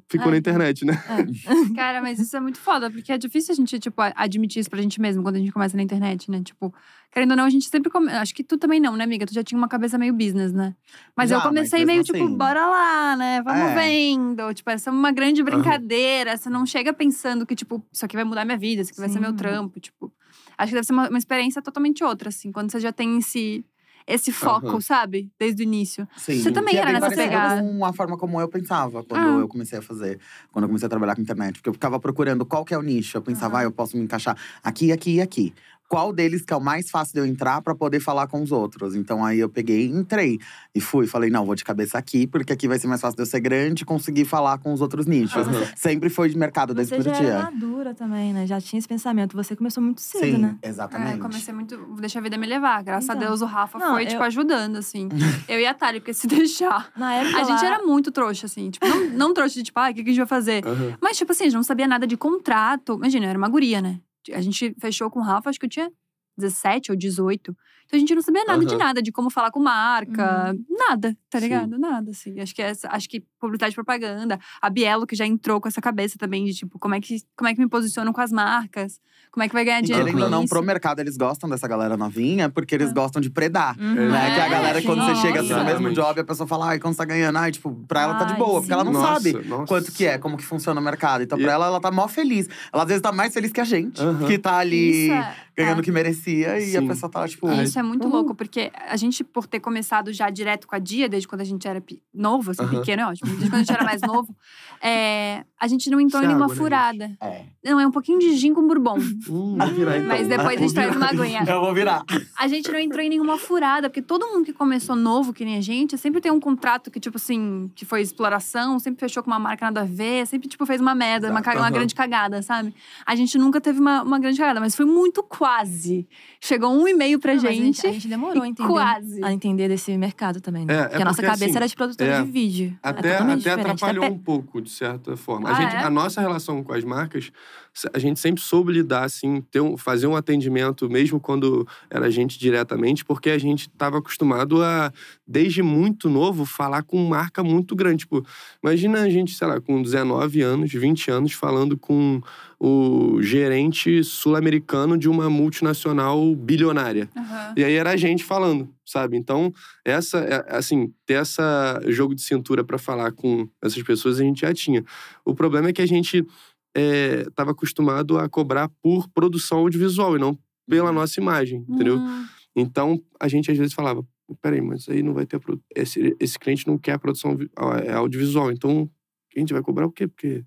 ficou
Ah.
na internet, né?
[laughs] Cara, mas isso é muito foda, porque é difícil a gente, tipo, a- admitir isso pra gente mesmo quando a gente começa na internet, né? Tipo, querendo ou não, a gente sempre. Come... Acho que tu também não, né, amiga? Tu já tinha uma cabeça meio business, né? Mas eu
Já, mas
comecei
mesmo
meio
assim-
tipo, bora lá, né? Vamos
É.
vendo. Tipo, essa é uma grande brincadeira. Você não chega pensando que, tipo, isso aqui vai mudar minha vida, isso aqui vai ser
Sim.
meu trampo. Tipo, acho que deve ser uma, uma experiência totalmente outra, assim, quando você já tem esse, esse foco,
Aham.
sabe? Desde o início.
Sim.
Você também
que é
era
bem
nessa
parecido
pegada.
com a forma como eu pensava quando
Ah.
eu comecei a fazer, quando eu comecei a trabalhar com internet. Porque eu ficava procurando qual que é o nicho. Eu pensava,
Aham.
ah, eu posso me encaixar aqui, aqui e aqui. Qual deles que é o mais fácil de eu entrar pra poder falar com os outros? Então aí eu peguei e entrei. E fui, falei, não, vou de cabeça aqui, porque aqui vai ser mais fácil de eu ser grande e conseguir falar com os outros nichos.
Ah.
Aham.
Sempre foi de mercado desde o
Você já
primeiro
era
dia.
madura também, né? Já tinha esse pensamento. Você começou muito cedo,
Sim,
né?
É,
exatamente.
eu comecei muito. Deixa a vida me levar. Graças a
Então.
Deus o Rafa
Não,
foi,
eu-
tipo, ajudando, assim.
[laughs]
eu e a Thalia, porque se deixar.
Na época
A gente
lá-
era muito trouxa, assim. Tipo, não, não trouxa de tipo, ah, o que, que a gente vai fazer?
Aham.
Mas, tipo assim, a gente não sabia nada de contrato. Imagina, eu era uma guria, né? A gente fechou com o Rafa, acho que eu tinha 17 ou 18. Então a gente não sabia nada de
Aham.
nada, de como falar com marca.
Uhum.
Nada, tá ligado? Nada, assim. Acho que, essa, acho que publicidade e propaganda. A Bielo, que já entrou com essa cabeça também, de tipo, como é que, como é que me posiciono com as marcas? Como é que vai ganhar
E
dinheiro
querendo
com
ou não,
isso?
pro mercado eles gostam dessa galera novinha, porque eles
Ah.
gostam de predar.
Uhum.
Né? Que a
É,
galera, quando você
sim.
chega assim, no
Nossa.
mesmo job, a pessoa fala, ai, quando você tá ganhando? Ai, tipo, pra ela tá de
Ai,
boa,
sim.
porque ela não
Nossa,
sabe
nossa.
quanto que é, como que funciona o mercado. Então,
E-
pra ela, ela tá mó feliz. Ela às vezes tá mais feliz que a gente,
Aham.
que tá ali
Isso é-
ganhando
é.
o que merecia, e a
Sim.
pessoa tá, tipo.
E isso é muito louco, porque a gente, por ter começado já direto com a Dia, desde quando a gente era pe- novo, assim,
Aham.
pequeno é ótimo, desde quando a gente era mais
[laughs]
novo, é, a gente não entrou
Isso é
em nenhuma
água, né,
furada.
É.
Não, é um pouquinho de gin com
[laughs]
bourbon.
Hum, vou virar, então.
Mas depois a gente traz uma aguinha.
Eu vou virar.
A gente não entrou em nenhuma furada, porque todo mundo que começou novo, que nem a gente, sempre tem um contrato que, tipo assim, que foi exploração, sempre fechou com uma marca nada a ver, sempre, tipo, fez uma merda, uma,
Exato,
caga- uma
aham.
grande cagada, sabe? A gente nunca teve uma, uma grande cagada, mas foi muito quase. Chegou um e-mail pra
Não, mas a
gente.
A gente demorou a entender.
Quase.
A entender desse mercado também, né?
É, é
porque a nossa
porque,
cabeça
assim,
era de produtora
é,
de vídeo. É
Até,
totalmente
até
diferente.
atrapalhou
Até
um pouco, de certa forma. A,
Ah,
gente-
é?
a nossa relação com as marcas, se- a gente sempre soube lidar, assim, ter um- fazer um atendimento, mesmo quando era a gente diretamente, porque a gente estava acostumado a, desde muito novo, falar com marca muito grande. Tipo, imagina a gente, sei lá, com 19 anos, 20 anos, falando com o gerente sul-americano de uma multinacional bilionária.
Aham.
E aí era a gente falando, sabe? Então, essa, é, assim, ter essa jogo de cintura pra falar com essas pessoas a gente já tinha. O problema é que a gente estava acostumado a cobrar por produção audiovisual e não
Uhum.
pela nossa imagem, entendeu?
Hum.
Então, a gente às vezes falava, peraí, mas aí não vai ter… a produ- Esse, esse cliente não quer a produção vi- a- é audiovisual, então a gente vai cobrar o quê? Porque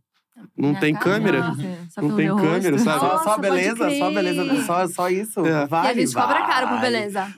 não
minha
tem
cara,
câmera.
nossa, só
Não
pelo
tem
meu
câmera,
rosto.
sabe?
é Só, só
Nossa, pode
beleza, só
crer.
beleza, só, só isso.
É.
E
Vai,
a gente
vai.
cobra caro por beleza.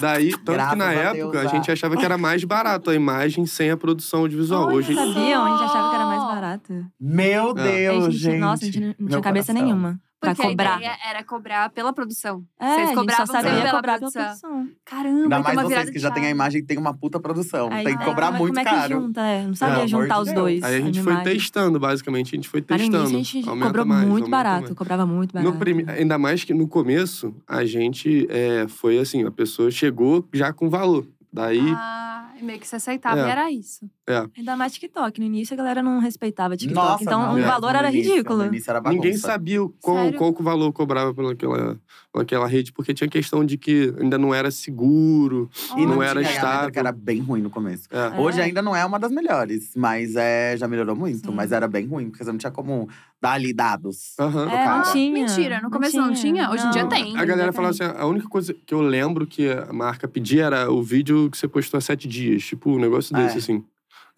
Daí, tanto que
Graças
na
a Deus,
época, a
ah.
gente achava que era mais barato a imagem sem a produção audiovisual.
Olha
Hoje,
só.
Sabiam? A gente achava que era mais barato.
Meu
É.
Deus,
a gente,
gente.
Nossa, a gente não- não
Meu
tinha cabeça
coração.
nenhuma pra
Porque a
cobrar.
ideia era cobrar pela produção.
É,
Vocês
a gente
cobravam
só sabia
pela
cobrar
produção.
produção.
Caramba,
Ainda
então
mais
uma virada
vocês que
de
já tem a
chave. tá.
imagem que tem uma puta produção.
Aí,
tem que
é,
cobrar
mas
muito
como é que
caro.
junta? É, não
Pelo
sabia
amor
juntar
de
os
Deus.
dois.
Aí a gente foi
imagem.
testando, basicamente. A gente foi
Mas no
testando.
início a gente
Aumenta
cobrou
mais,
muito
aumenta
barato,
mais.
cobrava muito barato.
No prime- Ainda mais que no começo, a gente é, foi assim, a pessoa chegou já com valor. Daí,
Ah, meio que se aceitava
É.
e era isso.
Ainda mais TikTok. No início a galera não respeitava TikTok.
Nossa,
então
não,
o
mesmo,
valor era
no início,
ridículo.
No início era bagunça.
ninguém sabia o qual,
Sério?
qual que o valor cobrava pelaquela, pelaquela rede, porque tinha questão de que ainda não era seguro.
E
não
não
era
tinha a
estável.
métrica, era bem ruim no começo.
É.
Hoje ainda não é uma das melhores, mas é, já melhorou muito.
Sim.
Mas era bem ruim, porque você não tinha como dar ali dados.
Aham.
É, não
cara.
tinha.
Mentira, no começo não tinha, hoje em dia
Não.
tem.
A galera falava assim: a única coisa que eu lembro que a marca pedia era o vídeo que você postou há sete dias. Tipo, um negócio desse,
É.
assim.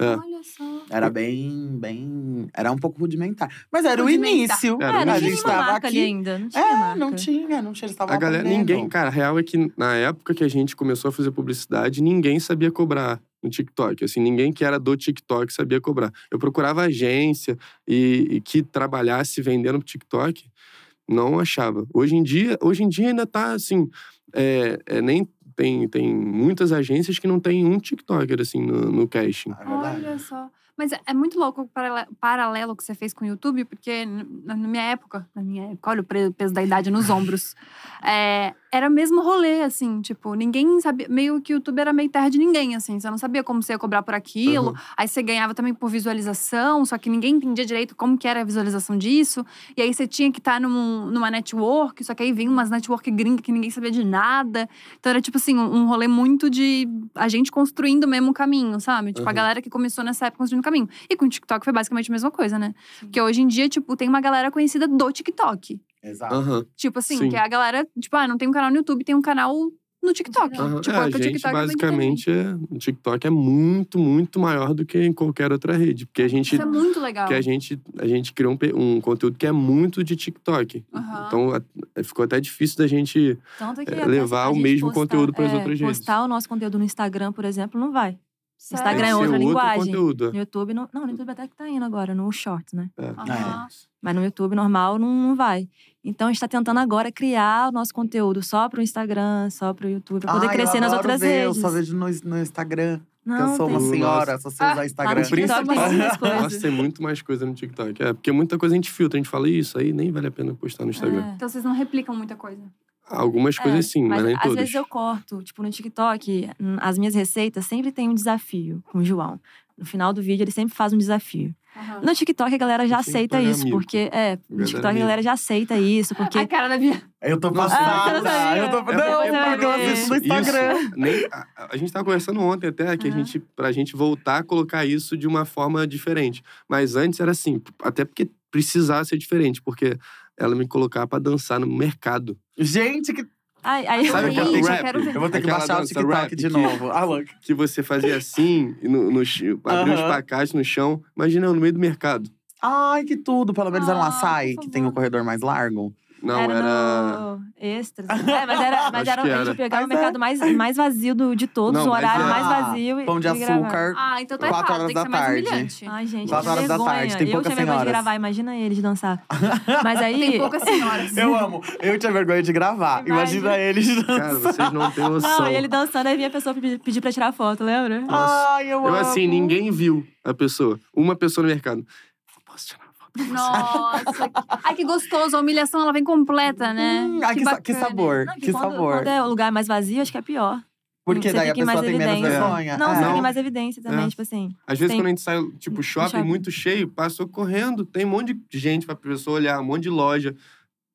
É.
Olha só.
Era bem, bem… Era um pouco rudimentar. Mas era o
Rudimentar.
início.
Era,
É,
não
não
a
tinha
gente
nenhuma
estava
marca ali
aqui.
ainda. Não tinha
É,
marca.
não tinha, não tinha. Eles estavam
A galera,
aprendendo.
ninguém, cara, a real é que na época que a gente começou a fazer publicidade, ninguém sabia cobrar no TikTok. Assim, ninguém que era do TikTok sabia cobrar. Eu procurava agência e, e que trabalhasse vendendo pro TikTok, não achava. Hoje em dia, hoje em dia ainda tá assim, é, é, nem tem, tem muitas agências que não tem um TikToker assim no, no casting.
É verdade.
Olha só. Mas é- é muito louco o parale- paralelo que você fez com o YouTube, porque n- na na minha época, na minha época, olha o pre- peso da idade nos ombros. [laughs] É, era mesmo rolê, assim, tipo, ninguém sabia. Meio que o YouTube era meio terra de ninguém, assim. Você não sabia como você ia cobrar por aquilo.
Uhum.
Aí você ganhava também por visualização, só que ninguém entendia direito como que era a visualização disso. E aí você tinha que estar num, numa network, só que aí vinha umas network gringa que ninguém sabia de nada. Então era tipo assim, um um rolê muito de a gente construindo mesmo o caminho, sabe? Tipo, a
Uhum.
galera que começou nessa época construindo o caminho. E com o TikTok foi basicamente a mesma coisa, né? Porque hoje em dia, tipo, tem uma galera conhecida do TikTok.
Exato.
Aham.
Tipo assim,
Sim.
que é a galera, tipo, ah, não tem um canal no YouTube, tem um canal no TikTok.
aham.
Tipo,
É, a
porque o
gente,
TikTok é muito
basicamente, é, o TikTok é muito, muito maior do que em qualquer outra rede. Porque a gente
Isso é muito legal.
Porque a gente, a gente criou um, pe- um conteúdo que é muito de TikTok.
Aham.
Então a- ficou até difícil da gente.
Tanto que
É,
até
levar
a
o
gente
mesmo
postar-
conteúdo pras
é,
outras redes.
Postar o nosso conteúdo no Instagram, por exemplo, não vai.
Sério?
Tem
Instagram é
que ser
outra
outro
linguagem.
conteúdo. É.
No YouTube, não, não, no YouTube até que tá indo agora, no Shorts, né?
Aham.
Mas no YouTube normal não, não vai. Então a gente tá tentando agora criar o nosso conteúdo só pro Instagram, só pro YouTube, pra poder
Ai, eu
crescer nas
adoro
outras
ver,
redes. Ah,
Eu só vejo no, no Instagram. que
Não,
eu sou
tem-
uma
Nossa.
senhora, só
Ah,
sei usar
lá no
Instagram.
TikTok tem muitas coisas.
Nossa, tem muito mais coisa no TikTok. É, porque muita coisa a gente filtra, a gente fala isso aí, nem vale a pena postar no Instagram.
É.
Então vocês não replicam muita coisa.
Algumas
É,
coisas sim, mas, nem
às
todas.
vezes eu corto. Tipo, no TikTok, hum, as minhas receitas sempre tem um desafio com o João. No final do vídeo, ele sempre faz um desafio.
Aham.
No TikTok, a galera já
Tem que
aceita
pagar
isso,
mico.
porque. É, no
Galera
TikTok, a
mico.
galera já aceita isso, porque.
A cara da minha.
Eu tô
Nossa,
passada.
eu não
sabia.
eu tô.
É
não,
porque-
porque eu assisto no
Isso,
Instagram.
nem- a, a gente tava conversando ontem até que a
Aham.
gente, pra gente voltar a colocar isso de uma forma diferente. Mas antes era assim, até porque precisava ser diferente, porque ela me colocava pra dançar no mercado.
Gente, que...
Ai, aí
Sabe
eu
Ai,
aquela
gente,
rap?
eu quero ver.
eu vou ter que
Aquela
baixar o
dança
TikTok
rap
de
que-
novo. Ah, look.
Que você fazia assim, e no, no chi- abria uns
Aham.
pacates no chão. Imagina eu no meio do mercado.
Ai, que tudo. Pelo menos era um
Ah,
açaí,
por
que tem
favor.
um corredor mais largo.
Não, era.
no extras. É, mas
[laughs]
era, mas
Acho
era,
que
a
era.
gente pegava o
Mas é.
mercado mais, mais vazio do, de todos,
Não,
o
mas
horário
é.
mais
Ah,
vazio. e-
Pão de
e gravar.
açúcar.
Ah, então tá
Quatro
errado, tem
horas
que
da
ser mais
tarde.
humilhante.
Ai, gente,
Quatro
que
horas da
vergonha.
tarde, tem
eu
poucas
tinha vergonha de
senhoras.
gravar, imagina eles
[laughs]
dançar. Mas aí.
Tem poucas senhoras.
Eu amo. Eu tinha vergonha de gravar. Imagina
Imagina.
eles.
Cara, vocês não têm noção.
Não, e ele dançando, aí vinha a pessoa pedir, pedir pra tirar foto, lembra?
Nossa.
Ai, eu amo.
Eu assim, ninguém viu a pessoa. Uma pessoa no mercado. Posso tirar uma foto?
Nossa. Ai, que gostoso. A humilhação, ela vem completa, né?
Hum, ai, que, sa- que
bacana. um
sabor.
Não,
que
quando,
sabor.
Quando é o lugar mais vazio, acho que é pior.
Porque
você
daí a
fica em
pessoa
mais
tem menos
evidência.
vergonha.
Não,
É.
você
Não.
tem mais evidência também,
É.
tipo assim.
Às vezes,
Tem-
quando a gente sai, tipo,
No
shopping,
shopping.
muito cheio, passou correndo, tem um monte de gente pra pessoa olhar, um monte de loja.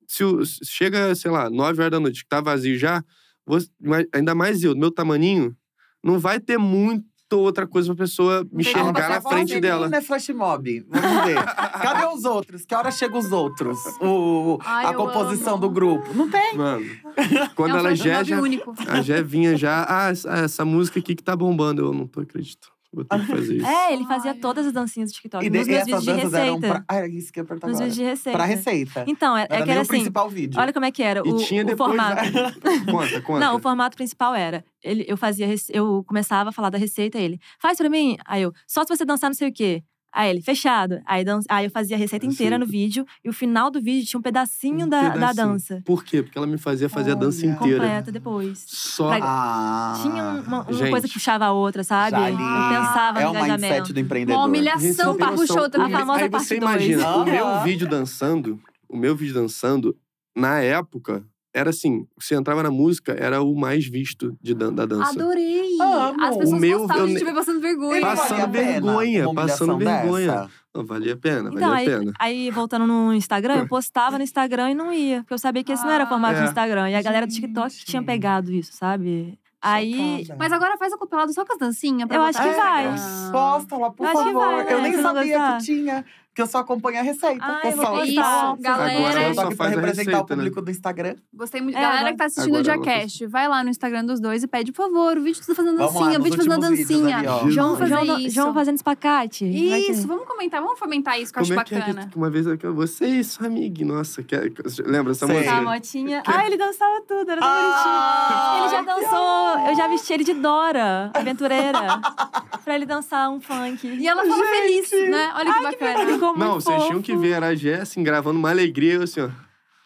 Se o- se chega, sei lá, 9 horas da noite, que tá vazio já, você- mas ainda mais eu, do meu tamaninho, não vai ter muito outra coisa pra pessoa me
tem
Ah, mas
enxergar
outra
na
agora
frente
ninguém
dela.
Não é flash mob. Vamos ver.
[laughs]
Cadê os outros? Que hora chegam os outros? O,
Ai,
a
eu
composição
amo.
do grupo. Não tem.
[laughs]
Mano,
É
quando
um
ela
flash
já,
mob
já
único.
A Jé vinha já. Ah, essa, essa música aqui que tá bombando. Eu não tô acreditando. Vou ter que fazer isso.
É, ele fazia
Ai.
todas as dancinhas do TikTok.
E, de-
nos
e
meus
essas
vídeos de
danças eram
receita.
pra. Ah, era isso que eu ia perguntar
Nos
agora.
vídeos de receita.
Pra receita.
Então, é,
Não era
é que
nem
era
o
assim.
principal vídeo. [laughs]
Olha como é que era.
E
o,
tinha
o
depois.
formato.
né? Conta, conta.
Não, o formato principal era. Ele, eu fazia, rece- eu começava a falar da receita, ele. Faz pra mim? Aí eu, só se você dançar não sei o quê. Aí ele, fechado. Aí, dan- aí eu fazia a receita inteira no vídeo, e o final do vídeo tinha um pedacinho,
Um
da, da
pedacinho.
dança.
Por quê? Porque ela me fazia fazer a dança
Olha.
inteira.
Completa depois.
Só.
Pra-
Ah.
Tinha um, uma, uma
Gente,
coisa que puxava a outra, sabe?
já
Eu
ali.
pensava
é
no
o mindset
engajamento.
do
Uma
empreendedor.
Gente, você não um
humilhação
tem
pra puxar
noção.
outra.
A famosa
Aí
humilhação.
parte
você
dois.
imagina, o meu
Aham.
vídeo dançando, o meu vídeo dançando, na época, era assim: você entrava na música, era o mais visto de dan- da dança.
Adorei!
Amo.
As
O
pessoas
meu-
gostavam,
eu
a gente
ne-
veio passando
E
vergonha.
não valia
Passando
a pena
vergonha,
uma humilhação
passando vergonha.
dessa?
Não, valia a pena, valia
Então,
a
aí,
pena.
aí, voltando no Instagram, eu postava no Instagram e não ia. Porque eu sabia que esse não era o formato
Ah, é.
do Instagram. E a galera do TikTok
Gente.
tinha pegado isso, sabe? Aí.
Chocada.
Mas agora faz a compilado só com as dancinhas. pra
Eu
botar
acho
no
que vai.
Instagram.
Posta É, lá, por
Eu acho que
favor.
vai, né?
Eu nem
Vocês vão
sabia
gostar.
que tinha, que eu só acompanho a receita.
Ai,
eu
eu vou
só
Isso,
postar.
Agora
galera.
eu só
Só que pra
faz a
representar o
receita, né?
público do Instagram.
Gostei muito.
É,
galera
agora-
que tá assistindo
Agora
o
ela
Diacast, vai lá no Instagram dos dois e pede, por favor, o vídeo tá fazendo
Vamos lá,
dancinha, o
nos
vídeo fazendo
últimos vídeos
dancinha.
ali,
João
ó.
Jesus.
fazer
João,
isso.
João fazendo espacate. Vai ter.
Isso, vamos comentar, vamos fomentar isso que eu acho
Como é que é
bacana.
que uma vez aquela. Você e sua amiga, nossa, que, é, lembra essa
Sei.
música?
Tá, a motinha. Ah, ele dançava tudo, era tão
Ah,
bonitinho. Ele já
que
dançou, eu já vesti ele de Dora, aventureira. [laughs] pra ele dançar um funk.
E ela ficou feliz, né? Olha que bacana.
Ficou muito
Não, vocês tinham
fofo.
que ver, era a Jé, assim, gravando uma alegria, eu assim, ó.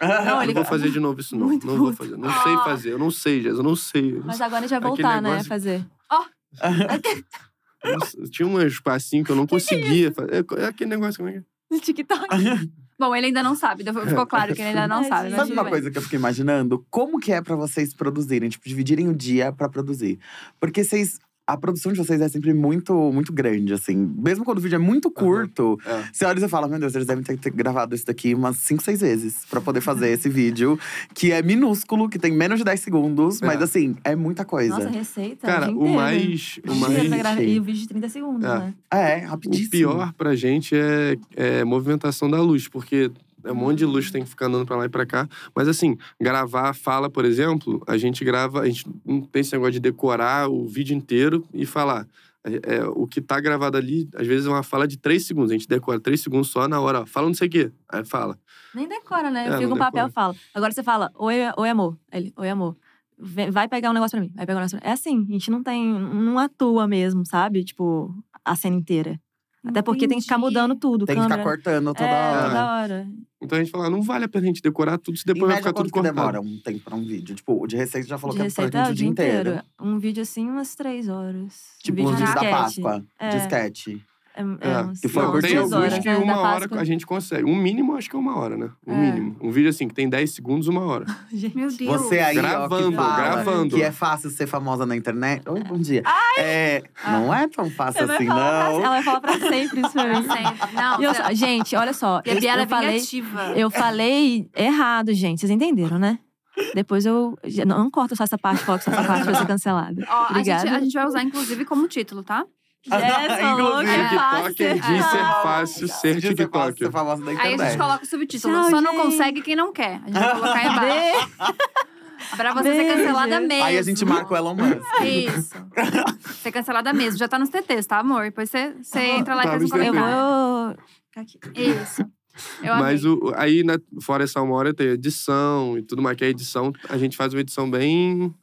Não,
ele-
vou fazer de novo isso, não.
Muito Ah.
não vou fazer. Não sei fazer, eu não sei, Jéssica, eu não sei. Eu não
Mas agora a gente vai
Aquele
voltar, né?
negócio-
Fazer. Tá
sei. Tinha um espacinho que eu não conseguia fazer. É aquele negócio como é que é?
No TikTok.
Bom, ele ainda não sabe, deu- ficou claro que ele ainda não
Ai,
sabe.
gente.
mas
Sabe
tudo
uma
bem.
coisa que eu fiquei imaginando? Como que é pra vocês produzirem, tipo, dividirem o dia pra produzir? Porque vocês. A produção de vocês é sempre muito, muito grande, assim. Mesmo quando o vídeo é muito curto,
É.
você olha e você fala: Meu Deus, eles devem ter ter gravado isso daqui umas 5, 6 vezes pra poder fazer esse vídeo, que é minúsculo, que tem menos de 10 segundos, mas
É.
assim, é muita coisa.
Nossa, receita.
Cara,
dia
o
inteiro.
mais. O
Imagina
mais
pra gravar- E o vídeo de 30 segundos,
É.
né?
é,
O
rapidíssimo.
pior pra gente é, é movimentação da luz, porque é um monte de luz que tem que ficar andando pra lá e pra cá. Mas assim, gravar a fala, por exemplo, a gente grava, a gente não tem esse negócio de decorar o vídeo inteiro e falar. É, é, o que tá gravado ali, às vezes é uma fala de três segundos. A gente decora três segundos só na hora, ó, fala não sei o quê. Aí fala.
Nem decora, né?
É,
Eu fico
não
com papel
decora.
e falo. Agora você fala, oi, oi amor. Aí Ele, oi, amor. Vem- Vai pegar um negócio pra mim. Vai pegar um negócio pra mim. É assim, a gente não tem. Não atua mesmo, sabe? Tipo, a cena inteira. Até porque tem que ficar
Entendi.
mudando tudo.
Tem que
câmera.
ficar cortando toda
é,
hora.
toda hora.
Então a gente fala, não vale a pena a gente decorar tudo, se
Em
depois vai
média,
ficar tudo
quanto que
cortado.
demora um tempo pra um vídeo? Tipo, o de receita já falou
de
que é pra
receita
gente
é
o dia inteiro.
Um vídeo assim, umas três horas.
Tipo,
um
os
vídeo de
vídeos da
sketch.
Páscoa,
É.
de sketch.
É, é,
É,
uns-
se for
não,
Não,
curtir
tem
três
alguns
horas,
que
né, da
uma hora
Páscoa.
a gente consegue. Um mínimo, acho que é uma hora, né? Um
É.
mínimo. Um vídeo assim, que tem 10 segundos, uma hora.
[laughs] Gente.
Meu Deus.
Você aí, ó, que
Gravando,
fala
gravando.
que é fácil ser famosa na internet. Oi, bom dia. É, não é tão fácil
Ela vai
assim,
falar pra-
não.
Ela vai falar pra sempre isso pra mim.
Não,
E eu só- gente, olha só.
e a
Eu,
Bia era
eu falei,
é vingativa.
eu falei errado, gente. Vocês entenderam, né? Depois eu. Não, não corta só essa parte, Fox, essa parte vai ser cancelada.
[laughs] Ó, a, gente,
Obrigada.
a gente vai usar, inclusive, como título, tá?
Yes, falou que
Inclusive,
é fácil.
TikToker diz ser
Ah,
É fácil
De
ser
ser fácil
TikToker.
ser famosa na
Aí a gente
internet.
coloca o subtítulo.
Tchau,
Só não
gente.
consegue quem não quer. A gente vai colocar embaixo.
Beijo.
pra você ser
Beijo.
cancelada mesmo.
Aí a gente marca o
[laughs]
Elon Musk. [laughs]
Isso. Ser cancelada mesmo. Já tá nos TTs, tá, amor? Depois você, você entra lá e
Tá,
faz um
nos TTs.
Eu
comentário.
vou.
Isso. Eu amei.
Mas o, aí, né, fora essa uma hora, tem edição e tudo mais. Que a edição, a gente faz uma edição bem,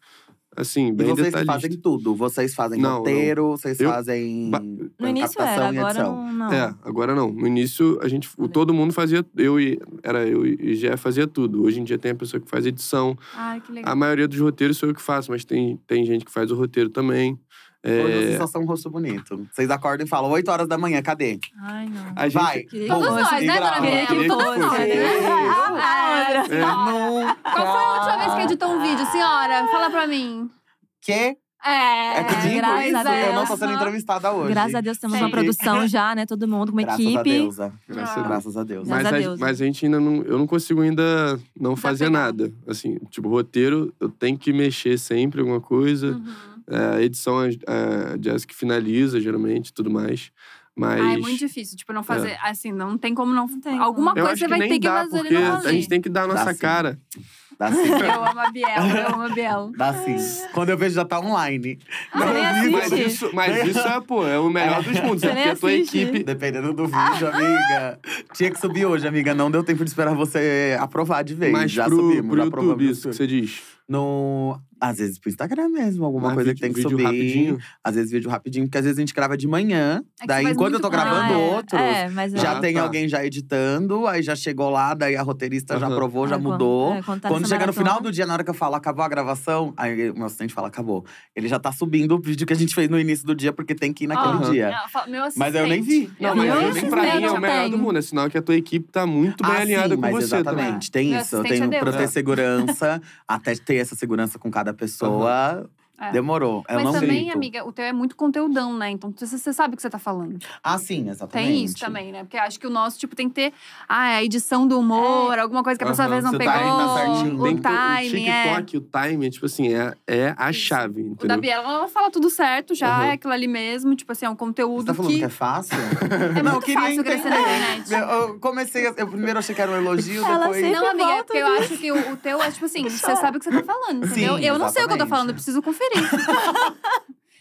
assim,
E
bem
vocês que
detalhista.
fazem tudo. Vocês fazem
Não, não.
roteiro, vocês
Eu-
fazem.
Ba-
No início
captação
era,
e
agora
edição.
não. não.
É, agora não. No início, a gente, o- todo mundo fazia, eu e, era eu e Gé fazia tudo. Hoje em dia tem a pessoa que faz edição.
Ai, que legal.
A maioria dos roteiros sou eu que faço, mas tem, tem gente que faz o roteiro também. É,
Hoje vocês só são um rosto bonito. Vocês acordam e falam, 8 horas da manhã, cadê?
Ai, não.
a gente,
Vai.
Queria
Todos
que
Boa,
nós,
se
né,
grava.
dona
Queria
Bia?
é que
Todos
fosse.
nós,
É
né? [laughs] Ah,
Ah,
É.
Nunca.
Qual foi a última vez que editou um vídeo? Senhora, fala pra mim.
Que?
É,
É que eu digo
graças
isso?
a
Eu não tô
Deus.
sendo entrevistada hoje.
É. Graças a Deus temos
Sim.
uma produção já, né? Todo mundo, com uma
Graças a
equipe.
Deus. é.
graças a Deus.
Graças a Deus.
Graças
Mas
a
a,
Deus, né?
mas a gente ainda não. Eu não consigo ainda não fazer
Desapegar.
nada. Assim, tipo, roteiro, eu tenho que mexer sempre alguma coisa.
Uhum.
É, A edição, a, a Jazz que finaliza, geralmente, tudo mais. Mas.
Ah, é muito difícil. Tipo, não fazer. Assim, não tem como não.
Não tem
Alguma
como.
eu
coisa
acho
você
que
vai
nem
ter que
dá,
fazer
porque
e não
a gente
fazer.
tem que dar a nossa
Dá sim.
cara.
Dá sim.
[laughs] Eu amo a Biel, eu
[laughs]
amo a Biel.
Dá sim. Quando eu vejo, já tá online.
Você nem
assim,
Não,
Mas
assiste.
isso, mas isso é, pô, é o melhor dos mundos.
Você
É
nem
porque a tua
assiste.
equipe.
Dependendo do vídeo, amiga. Tinha que subir hoje, amiga. Não deu tempo de esperar você aprovar de vez.
Mas
já
pro,
subimos,
pro
já aprovamos.
YouTube, isso que você diz.
No... Às vezes pro Instagram mesmo, alguma
Mas
coisa
vídeo-
que tem que
vídeo
subir.
rapidinho.
Às vezes vídeo rapidinho, porque às vezes a gente grava de manhã.
É que
daí,
faz
enquanto eu
muito
tô gravando
Ah, é.
outros,
É, mas
já
Ah,
tem
tá.
alguém já editando. Aí já chegou lá, daí a roteirista já
Aham.
aprovou, já
Ah, quando-
mudou.
é, tá
Quando
nessa
chega no
maratona.
final do dia, na hora que eu falo, acabou a gravação, aí o meu assistente fala, acabou. Ele já tá subindo o vídeo que a gente fez no início do dia, porque tem que ir naquele
Aham.
dia.
Não, fa- Meu
Mas eu nem vi.
assistente.
Não,
Eu
mas
vi
eu
o
eu
nem
nem
assistente
pra mim é
eu
o melhor
tenho.
do mundo. É sinal que a tua equipe tá muito bem
Ah,
alinhada
sim,
com
mas
você também.
exatamente. Tem
Meu
isso. Eu
assistente
tenho
é Deus.
pra ter segurança, [laughs] até ter essa segurança com cada pessoa.
É.
Demorou. Eu
Mas
não
também,
grito.
amiga, o teu é muito conteúdão, né? Então você, você sabe o que você tá falando.
Ah, sim, exatamente.
Tem isso também, né? Porque acho que o nosso, tipo, tem que ter ah, a edição do humor, alguma coisa que a pessoa às
Aham,
vezes não
seu
pegou.
timing tá certinho.
o
Tem
timing,
que ter-
é.
TikTok, o timing, tipo assim, é, é a
Isso.
chave,
O da
entendeu?
Biela, ela fala tudo certo já,
Aham.
é aquilo ali mesmo. Tipo assim, é um
Você
conteúdo
tá falando que,
que, [laughs]
é fácil?
é
Não,
muito
eu queria
fácil crescer na internet.
Eu, eu comecei, a- eu primeiro achei que era um elogio,
Ela
depois.
sempre-
Não, amiga, é
volta
porque eu acho que o, o teu é tipo assim, você sabe o que você tá falando,
Sim,
entendeu? eu não sei o que eu tô
exatamente.
falando, eu preciso conferir. [laughs]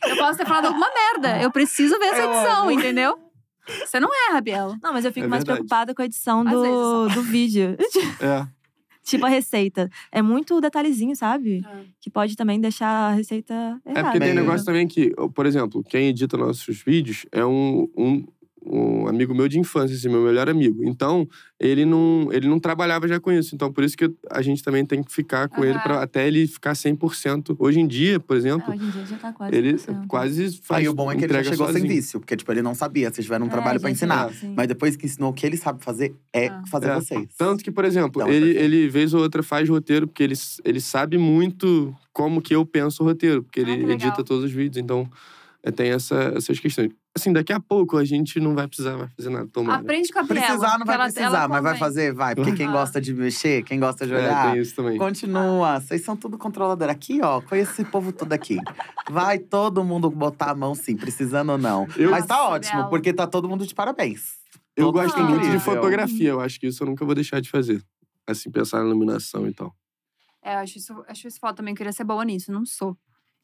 eu posso ter falado alguma merda, eu preciso ver essa
Eu
edição, entendeu? Você não erra, Biela.
Não, mas eu fico
É
mais
verdade.
preocupada com a edição
Às vezes, assim.
do, do vídeo. [laughs]
É.
tipo a receita. É muito detalhezinho, sabe?
É.
Que pode também deixar a receita errada.
É porque tem
Meio.
negócio também que, por exemplo, quem edita nossos vídeos é um, um, um amigo meu de infância, assim, meu melhor amigo. Então, ele não, ele não trabalhava já com isso. Então, por isso que a gente também tem que ficar com ele
Aham.
pra, até ele ficar 100%. Hoje em dia, por
Ah,
É,
exemplo,
hoje em dia já tá quase.
ele
100%.
quase faz.
Aí o bom é que ele já
entrega
chegou
sozinho.
sem vício, porque, tipo, ele não sabia. Vocês tiveram um
É,
trabalho pra
gente,
ensinar.
é, sim.
Mas depois que ensinou o que ele sabe fazer, é
Ah.
fazer
É.
vocês.
Tanto que, por exemplo,
Não, é
ele,
perfeito.
ele, vez ou outra, faz roteiro, porque ele, ele sabe muito como que eu penso o roteiro, porque
Ah,
ele
que legal.
edita todos os vídeos, então é, tem essa- essas questões. Assim, daqui a pouco a gente não vai precisar mais fazer nada, tomara.
Aprende com a Biela.
né? Precisar não
que
vai
ela- ela
precisar, mas vai
convence.
fazer, vai. Porque quem
Ah.
gosta de mexer, quem gosta de
Uhum. É,
olhar,
tem isso também.
continua. Vocês são tudo controlador. Aqui, ó, conheço esse povo todo aqui. Vai todo mundo botar a mão, sim, precisando ou não.
Eu-
Mas tá
Nossa,
ótimo,
Bela.
porque tá todo mundo de parabéns.
Eu
Total.
gosto muito de
Incrível.
fotografia, eu acho que isso eu nunca vou deixar de fazer. Assim, pensar na iluminação e tal.
É, eu acho isso, acho isso foda também. Eu queria ser boa nisso, não sou.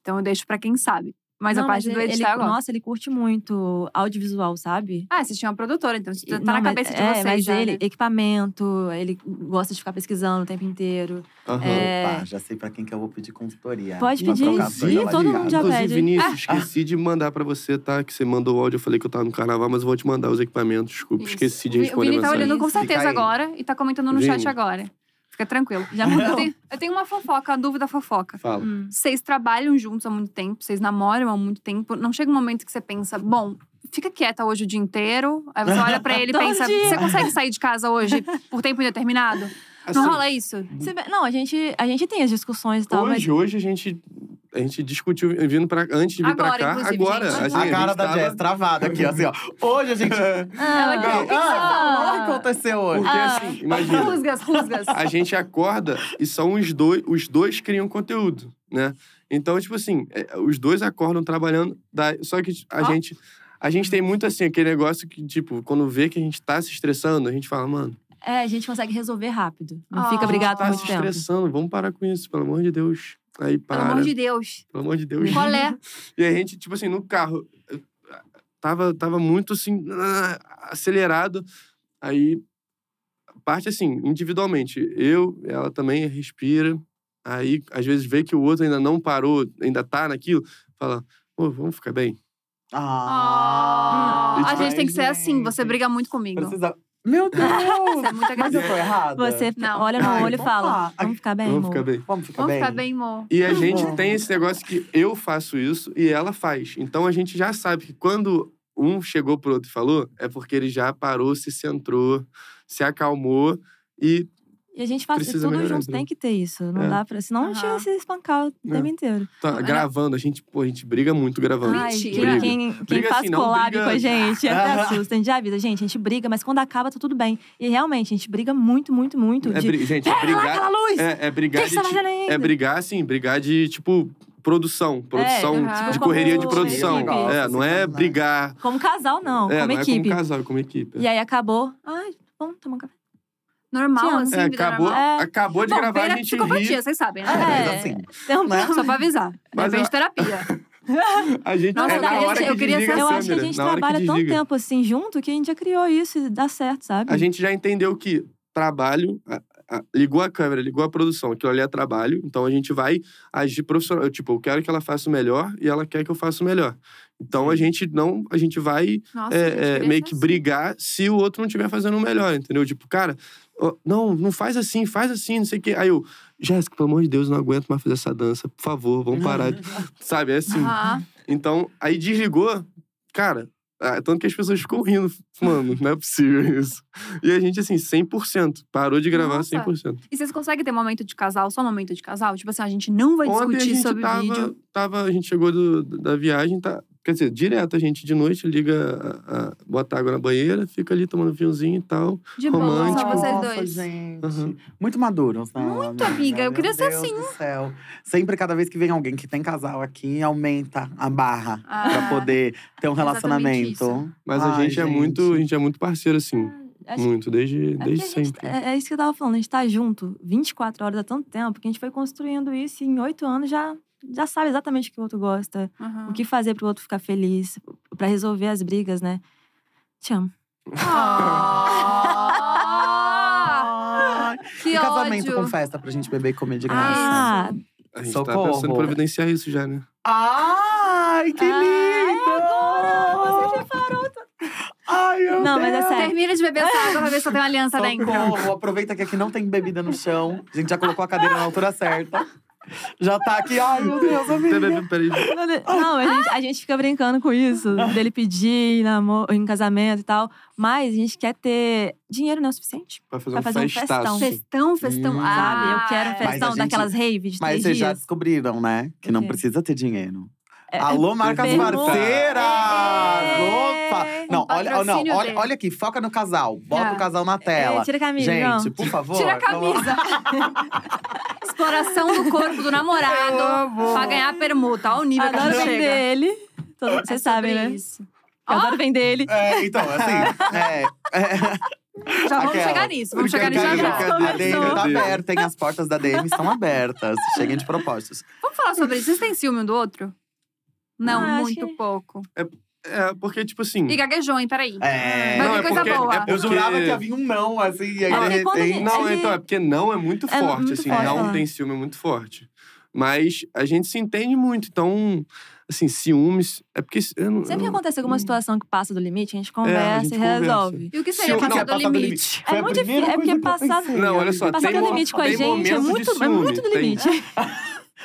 Então eu deixo pra quem sabe. Mas
Não,
a parte
mas
do
ele-
editar
ele,
agora.
Nossa, ele curte muito audiovisual, sabe?
Ah, vocês tinham uma produtora, então isso tá
Não,
na
mas-
cabeça de
é,
vocês
mas
já,
ele,
né?
equipamento, ele gosta de ficar pesquisando o tempo inteiro.
Aham.
É.
Opa, já sei pra quem que eu vou pedir consultoria.
Pode
Pra
pedir,
trocar as
sim,
coisas lá de
todo mundo
casa.
já
Inclusive,
pede.
Vinícius,
Ah,
esqueci de mandar pra você, tá? Que você mandou o áudio, eu falei que eu tava no carnaval, mas eu vou te mandar os equipamentos. Desculpa,
Isso.
esqueci de
O Vi- O
responder
Vini
a
tá
mensagem.
olhando com
Fica
certeza
aí.
agora e tá comentando no
Vini.
chat agora. Fica tranquilo.
Já mudou.
Eu tenho, eu tenho uma fofoca, a dúvida fofoca.
Fala.
Hum.
Vocês trabalham juntos há muito tempo, vocês namoram há muito tempo. Não chega um momento que você pensa, bom, fica quieta hoje o dia inteiro. Aí você olha pra ele e
Todo
pensa,
dia.
você consegue sair de casa hoje por tempo indeterminado?
Assim,
Não rola isso?
Se bem- Não, a gente, a gente tem as discussões e tal,
hoje, hoje a gente. A gente discutiu vindo pra, antes de vir
Agora,
pra cá.
inclusive,
agora.
gente.
assim,
A cara
gente
da
tava-
Jess travada aqui, assim, ó. Hoje a gente.
mas.
[laughs]
Ela
Ah,
que-
ah, o que aconteceu hoje?
Porque
Ah.
assim, imagina.
Rusgas,
[laughs]
rusgas.
a gente acorda e são os dois, os dois criam conteúdo, né? Então, tipo assim, é, os dois acordam trabalhando, dá- só que a
Ó.
gente a gente
Hum.
tem muito assim aquele negócio que tipo, quando vê que a gente tá se estressando, a gente fala, mano,
É, a gente consegue resolver rápido. Não
Ah.
fica obrigado por
tá
muito
se
tempo.
estressando, vamos parar com isso, pelo amor de Deus. Aí para.
Pelo amor de Deus.
Deus.
Qual é?
E a gente, tipo assim, no carro, eu tava, tava muito assim, ah, acelerado. Aí, parte assim, individualmente, eu, ela também respira. Aí, às vezes, vê que o outro ainda não parou, ainda tá naquilo, fala. Pô, vamos ficar bem.
Ah,
Ah.
a gente tem que ser
Ai,
assim. Você
Uhum.
gente.
briga muito comigo.
Precisa... Meu
Você é
Deus!
muito
Mas eu
agressivo.
tô errada?
Você
Não.
olha no
Ai,
olho e
então
fala:
tá.
vamos ficar bem,
Vamos
É, amor."
ficar bem.
Vamos ficar
Vamos
Tá bem?
ficar bem, amor.
E a gente
bom.
tem esse negócio que eu faço isso e ela faz. Então a gente já sabe que quando um chegou pro outro e falou, é porque ele já parou, se centrou, se acalmou e
E a gente faz
Precisa
tudo
melhorar,
junto,
então.
tem que ter isso. Não
É.
dá pra. Senão a gente ia
Aham.
se espancar o tempo inteiro.
tá gravando. A gente, pô, a gente briga muito gravando.
Ai, Mentira.
Briga.
Quem, quem
Briga
faz
assim, não
collab
briga-
com a gente até
Ah.
[laughs] assusta. A gente já avisa, gente, a gente briga, mas quando acaba tá tudo bem. E realmente, a gente briga muito, muito, muito.
É
de,
bri- Gente, é
Pega lá
brigar.
aquela luz!
É, é
O que
brigar
que
de.
você tá
ti-
fazendo ainda? É,
É brigar, assim, brigar de tipo produção. Produção
aham.
de
Tipo,
correria de
como
produção.
equipe.
É, não é brigar.
Como casal, não,
é,
como
não
equipe.
é como casal, é como equipe.
E aí acabou. Ai, vamos tomar um café. Te
Normal,
amo.
assim,
É,
vida
acabou,
normal.
É.
acabou de
Bom,
gravar,
pera-
a gente
psicopatia,
ri.
vocês sabem,
É,
né?
mas
É.
assim,
Então,
né?
Só pra avisar.
Mas
Depende
a-
de terapia.
A gente
Nossa,
é na
eu
hora
queria-
que
eu queria
desliga
ser-
eu
a
acho que a
câmera,
gente
na hora que
trabalha tanto
desliga.
tempo assim junto que a gente já criou isso e dá certo, sabe?
A gente já entendeu que trabalho. a- a- ligou a câmera, ligou a produção, aquilo ali é trabalho, então a gente vai agir profissional. Eu, tipo, eu quero que ela faça o melhor e ela quer que eu faça o melhor. Então a gente não. A gente vai
Nossa, gente,
é, é,
queria
meio
ser
que
assim.
brigar se o outro não estiver fazendo o melhor, entendeu? Tipo, cara, ó, não, não faz assim, faz assim, não sei o quê. Aí eu, Jéssica, pelo amor de Deus, não aguento mais fazer essa dança, por favor, vamos parar. [laughs] Sabe, é assim.
Aham.
Então, aí desligou, cara, ah, tanto que as pessoas ficam rindo. Mano, não é possível [laughs] isso. E a gente, assim, 100%. Parou de gravar
Nossa.
100%.
E vocês conseguem ter momento de casal, só momento de casal? Tipo assim, a gente não vai
Ontem a
discutir
gente
sobre
tava,
vídeo.
tava- a gente chegou do- da viagem, tá, quer dizer, direto a gente de noite liga, a- a- bota água na banheira, fica ali tomando vinhozinho e tal.
De boa, só
romântico.
vocês
Nossa,
dois.
gente.
Aham.
Uhum. Muito maduros, né? Muito,
amiga, eu queria ser assim.
Do céu. Sempre, cada vez que vem alguém que tem casal aqui, aumenta a barra
Ah,
pra poder ter um relacionamento.
Mas a
Ai,
gente, é muito, a gente é muito parceiro assim,
Acho que-
muito desde,
é porque
desde
a gente-
sempre.
é- é isso que eu tava falando, a gente tá junto 24 horas há tanto tempo que a gente foi construindo isso e em oito anos já, já sabe exatamente o que o outro gosta,
aham.
o que fazer pro outro ficar feliz, pra resolver as brigas, né? Te amo.
Ah,
Ai,
que
e é? casamento
ódio.
com festa pra gente beber e comer de graça.
Ah,
A gente tá
Socorro.
pensando em providenciar isso já, né?
Ai, que
Ah, é
é,
lindo!
agora,
Ai,
Não, mas é sério.
Termina de beber essa água pra ver se eu tenho uma aliança da Encontro.
Socorro, aproveita que aqui não tem bebida no chão. A gente já colocou a cadeira na altura certa. Já tá aqui, ai meu Deus, amiga.
Peraí, peraí.
[laughs] Não, a gente, a gente fica brincando com isso, dele pedir em, namoro, em casamento e tal. Mas a gente quer ter dinheiro não é o suficiente.
Vai fazer
Vai
um
fazer um
festaço.
Festão, festão.
Hum.
Sabe?
ah,
Eu quero um
é.
Mas a
festão
gente-
daquelas rave de
Mas
três
vocês
dias.
já descobriram, né? Que não
quê?
precisa ter dinheiro.
É-
Alô, marcas
Pergunta.
parceiras!
É.
Opa! Não, olha, oh, não,
patrocínio
olha,
dele.
olha aqui, foca no casal. Bota
É.
o casal na
É,
tela.
tira a camisa,
Gente,
não.
por favor.
Tira a
vamos lá.
camisa. Exploração do corpo do namorado pra ganhar permuta. Olha o nível que a
Adoro
gente
vender
chega.
ele. Todo-
É
Vocês
sobre
sabem, né?
Isso.
Eu adoro vender ele.
É, então,
[laughs]
assim, é,
Já vamos
Aquela.
chegar nisso. Vamos chegar
Porque
nisso já
a
já.
DM
já.
A DM tá aberta, hein? As portas da DM estão abertas. Cheguem de propostas.
Vamos falar sobre isso. Vocês têm ciúme um do outro? Não,
Ah, acho
muito
que-
pouco.
É, porque, tipo assim.
E gaguejou, hein? Peraí.
É.
Mas
Não,
que
é
coisa
porque,
boa.
é porque...
Eu jurava que havia um não, assim, e aí de
É, porque quando a
repente.
gente-
Não,
É que-
então, é porque não é muito
É
forte,
muito
assim.
forte,
não
é.
tem ciúme muito forte. Mas a gente se entende muito, então, assim, ciúmes. É porque. Eu não,
Sempre que
eu,
acontece alguma situação que passa do limite, a gente conversa
gente
e
conversa.
resolve.
E o que
Se
seria
eu-
O que
passar
é
do
passar do
limite?
limite?
É
Foi a
muito
primeira
difícil, é
coisa
porque
que eu
passar-
pensei,
Não, olha só,
Passar
tem
do
mo-
limite com a
tem
gente é
momentos de
muito, é
ciúme,
muito do
tem-
limite.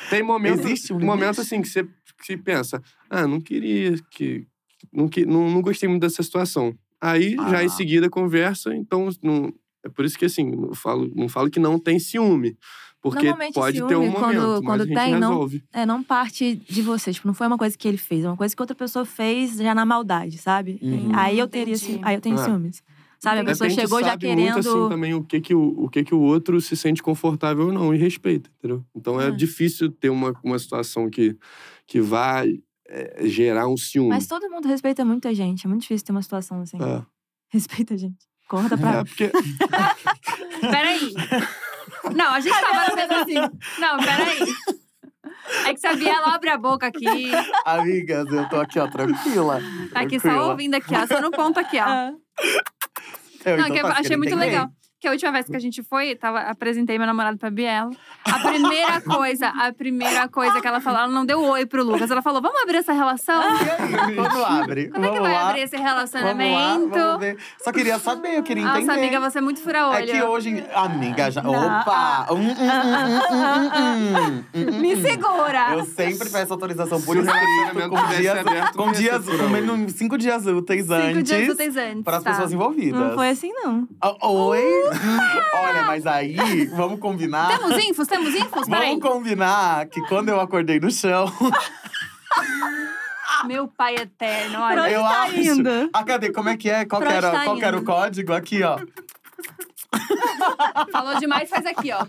Tem momentos.
Existe um
um
limite?
momento assim que você que pensa, ah, não queria que. Não, que não, não gostei muito dessa situação. Aí, já
Ah.
em seguida, conversa, então. Não, é por isso que assim, eu falo, não falo que não tem ciúme. Porque
Normalmente,
pode
ciúme,
ter um
quando-
momento, mas
quando
a gente
tem, não-
resolve.
É, não parte de você. Tipo, não foi uma coisa que ele fez, é uma coisa que outra pessoa fez já na maldade, sabe?
Uhum.
Aí eu teria
Entendi.
ciúmes. Aí eu tenho
É.
ciúmes. Sabe? A
Entendi.
pessoa
Depende,
chegou já
sabe
querendo.
muito assim também o que que o, o que que o outro se sente confortável ou não e respeita, entendeu? Então é,
É.
difícil ter uma, uma situação que que vá é, gerar um ciúme.
Mas todo mundo respeita muito a gente. É muito difícil ter uma situação assim.
É.
[laughs] Respeita a gente. Corta
É,
pra.
porque
Peraí. Não, a gente tava fazendo assim. Não, peraí. É que sabia, ela abre a boca aqui.
Amigas, eu tô aqui, ó, tranquila.
Tá aqui
Tranquila.
só ouvindo aqui, ó. Só no ponto aqui, ó.
Ah,
Eu,
Não,
então,
que eu
tá,
achei
querendo
muito
entender.
legal. Que a última vez que a gente foi, tava, apresentei meu namorado pra Biela. A primeira coisa, a primeira coisa que ela falou, ela não deu oi pro Lucas. Ela falou, vamos abrir essa relação?
E aí, [laughs] quando abre?
Quando é
vamos
que vai
lá,
abrir esse
vamos lá,
relacionamento?
vamos ver. Só queria saber, eu queria entender.
Nossa, amiga, você é muito
É que
fura-olho.
hoje. Amiga, já.
Não.
Opa! Hum, hum, hum, hum, hum, hum, hum, hum, hum.
Me segura!
Eu sempre peço autorização por
Se o
escrito,
relacionamento
com
tivesse
dias,
aberto,
com
não ia ser
dias,
por
com
hoje.
menos cinco dias úteis
Cinco
antes,
dias úteis antes.
para as
tá.
pessoas envolvidas.
não foi assim, não.
Ah, Oi? Hum, [laughs] Olha, mas aí, vamos combinar.
Temos infos? Temos infos? Peraí.
Vamos combinar que quando eu acordei no chão,
Meu pai eterno,
Pra
olha.
onde
eu
tá
acho.
indo?
Ah, cadê? Como é que é? Qual, que
Pra onde
era,
tá
qual que era o
indo?
código? Aqui, ó.
Falou demais, faz
[laughs]
aqui, ó.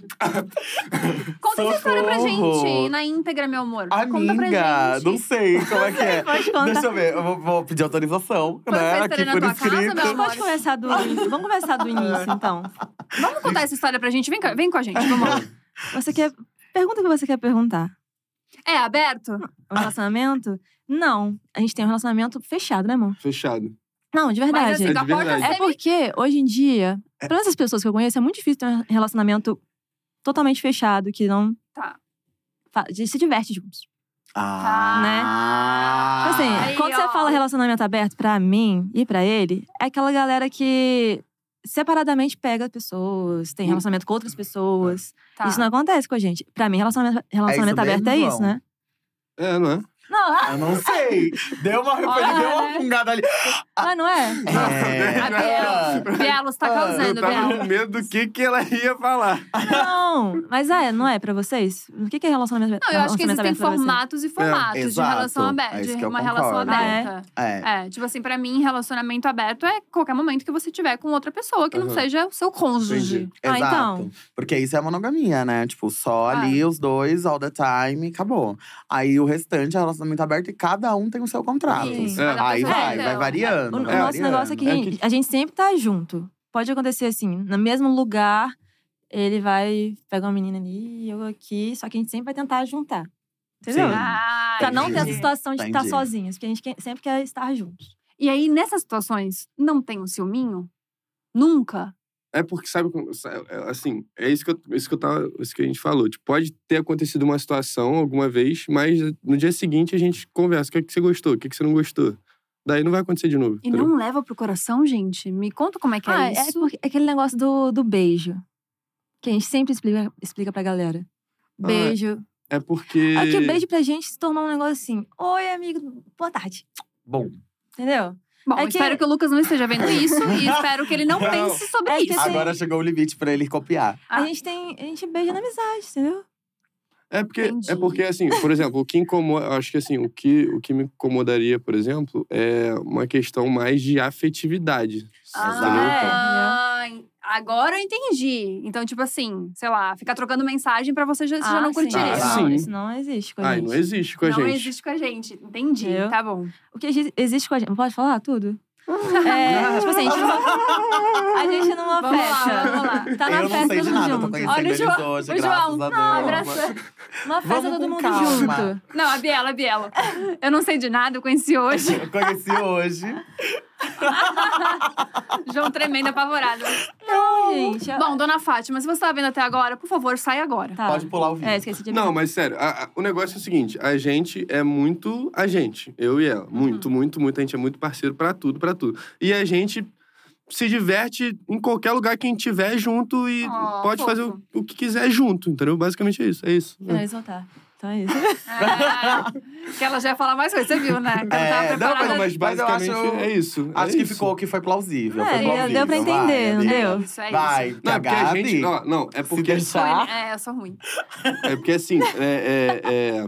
Conta essa história pra
Socorro.
gente, na íntegra, meu amor. Conta pra
Amiga,
gente.
não sei como é que
[laughs]
é.
Pode contar.
Deixa eu ver, eu vou, vou pedir autorização,
Foi
né?
festa
Aqui
na
por
tua casa,
escrito.
meu amor?
Pode começar do início. Vamos começar do início, então.
Vamos contar essa história pra gente? Vem, cá- vem com a gente, vamos lá.
Você quer. Pergunta o que você quer perguntar.
É aberto?
Um relacionamento? Não. A gente tem um relacionamento fechado, né, amor?
fechado.
Não, de verdade.
Mas assim,
É
da
de
porta
verdade.
É
semi-
porque, hoje em dia, para essas pessoas que eu conheço, é muito difícil ter um relacionamento totalmente fechado, que não.
Tá.
fa- de- Se diverte juntos. Tipo
Ah,
Assim,
Aí,
quando
ó.
você fala relacionamento aberto, pra mim e pra ele, é aquela galera que separadamente pega pessoas, tem relacionamento com outras pessoas.
Tá.
Isso não acontece com a gente. Pra mim, relacionamento, relacionamento aberto
mesmo,
é
João?
isso, né?
É, não é?
Não, ah,
Eu não sei. Deu uma arrependida,
Olha,
deu uma
né?
fungada ali.
ah, não é?
A
[laughs]
Bielo, Bielo, você tá
Ah,
causando,
Eu tava
Bielo.
com medo do que, que ela ia falar.
Não! Mas é, não é pra vocês? O que que é relacionamento aberto?
Não, eu acho que existem
relacionamento aberto pra vocês?
formatos e formatos de
exato.
relação aberta.
É isso
de
que eu
uma relação
concordo.
aberta.
É.
É, tipo assim, pra mim, relacionamento aberto é qualquer momento que você tiver com outra pessoa que não
Aham.
seja o seu cônjuge.
Entendi.
Ah,
Exato.
então.
Porque isso é monogamia, né? Tipo, só ali os dois, all the time, acabou. Aí o restante é relacionamento aberto e cada um tem o seu contrato.
Sim,
É.
cada
Aí
pessoa
vai,
tem
vai
o-
variando.
O, o
vai
nosso
variando.
negócio é que,
É
gente- a gente sempre tá junto. Pode acontecer assim, no mesmo lugar, ele vai pegar uma menina ali, eu aqui, só que a gente sempre vai tentar juntar. Entendeu?
Sim.
Ah,
Pra não ter essa
entendi.
situação de estar
Entendi.
sozinhas, porque a gente quer- sempre quer estar juntos.
E aí, nessas situações, não tem um ciúminho? Nunca?
É porque, sabe, como- sa- é, assim, é isso que, eu, isso, que eu tava, isso que a gente falou. Tipo, pode ter acontecido uma situação alguma vez, mas no dia seguinte a gente conversa. O que, é que você gostou? O que, é que você não gostou? Daí não vai acontecer de novo.
E
entendeu?
não leva pro coração, gente? Me conta como é que
ah,
é isso.
porque- é aquele negócio do, do beijo. Que a gente sempre explica, explica pra galera.
Ah,
Beijo.
É porque.
É que o beijo pra gente se tornou um negócio assim. Oi, amigo, boa tarde.
Bom,
Entendeu?
Bom,
é que-
espero que o Lucas não esteja vendo isso
[laughs]
e espero que ele não,
Não.
pense sobre
É que
isso.
assim-
agora chegou o limite pra ele copiar.
Ah.
A gente tem. A gente beija na amizade, entendeu?
É porque,
Entendi.
é porque, assim, por exemplo, o que incomoda. Acho que assim, o que, o que me incomodaria, por exemplo, é uma questão mais de afetividade.
Então,
Ah, agora eu entendi. Então, tipo assim, sei lá, ficar trocando mensagem pra você já, você já
Ah,
não
sim.
curtiria.
Ah,
Não,
sim.
Isso não existe com a
Ai,
gente.
não existe com a
não
gente.
existe com a gente. Entendi.
Entendeu?
Tá bom.
O que exi- existe com a gente. Não pode falar
[laughs]
tudo? é, tipo assim, a gente não, a gente
Vamos
não
lá,
oferta.
vamos lá.
Tá na
eu
festa
não sei
todo
de
mundo
nada, eu tô
junto.
conhecendo
Olha o
eles
João-
hoje,
o
é graças
João.
a Deus.
Não, abraça. Uma festa
Vamos
todo
com
mundo
calma.
junto.
Não, a Biela, a Biela. Eu não sei de nada, eu conheci hoje. [laughs]
Eu
[laughs]
conheci hoje.
João tremendo, apavorado.
Gente, é-
Bom, dona Fátima, se você tá vendo até agora, por favor, sai
[laughs]
agora.
tá.
Pode pular o vídeo.
É, esqueci de
Não, mas sério, a- a- o negócio é o seguinte: a gente é muito a gente, eu e ela. Muito, muito, muito. A gente é muito parceiro pra tudo, pra tudo. E a gente se diverte em qualquer lugar que a gente tiver junto e
Oh,
pode fazer o,
fofo.
o que quiser junto, entendeu? Basicamente é isso, é isso.
Não, eles voltaram. Então é isso.
É, que ela já ia falar mais coisa, você viu, né? Que ela tava
É, não,
preparada.
mas- mas eu acho-
é isso.
Acho
é
que
isso.
ficou o que foi plausível.
É,
foi plausível.
deu pra entender,
vai,
não
amiga.
deu?
Isso, é isso.
Vai, tá.
Não, é porque a
Gabi.
gente. Não, não, é porque.
Sou
deixar.
ele- É, eu sou ruim.
É porque assim, é, é- é-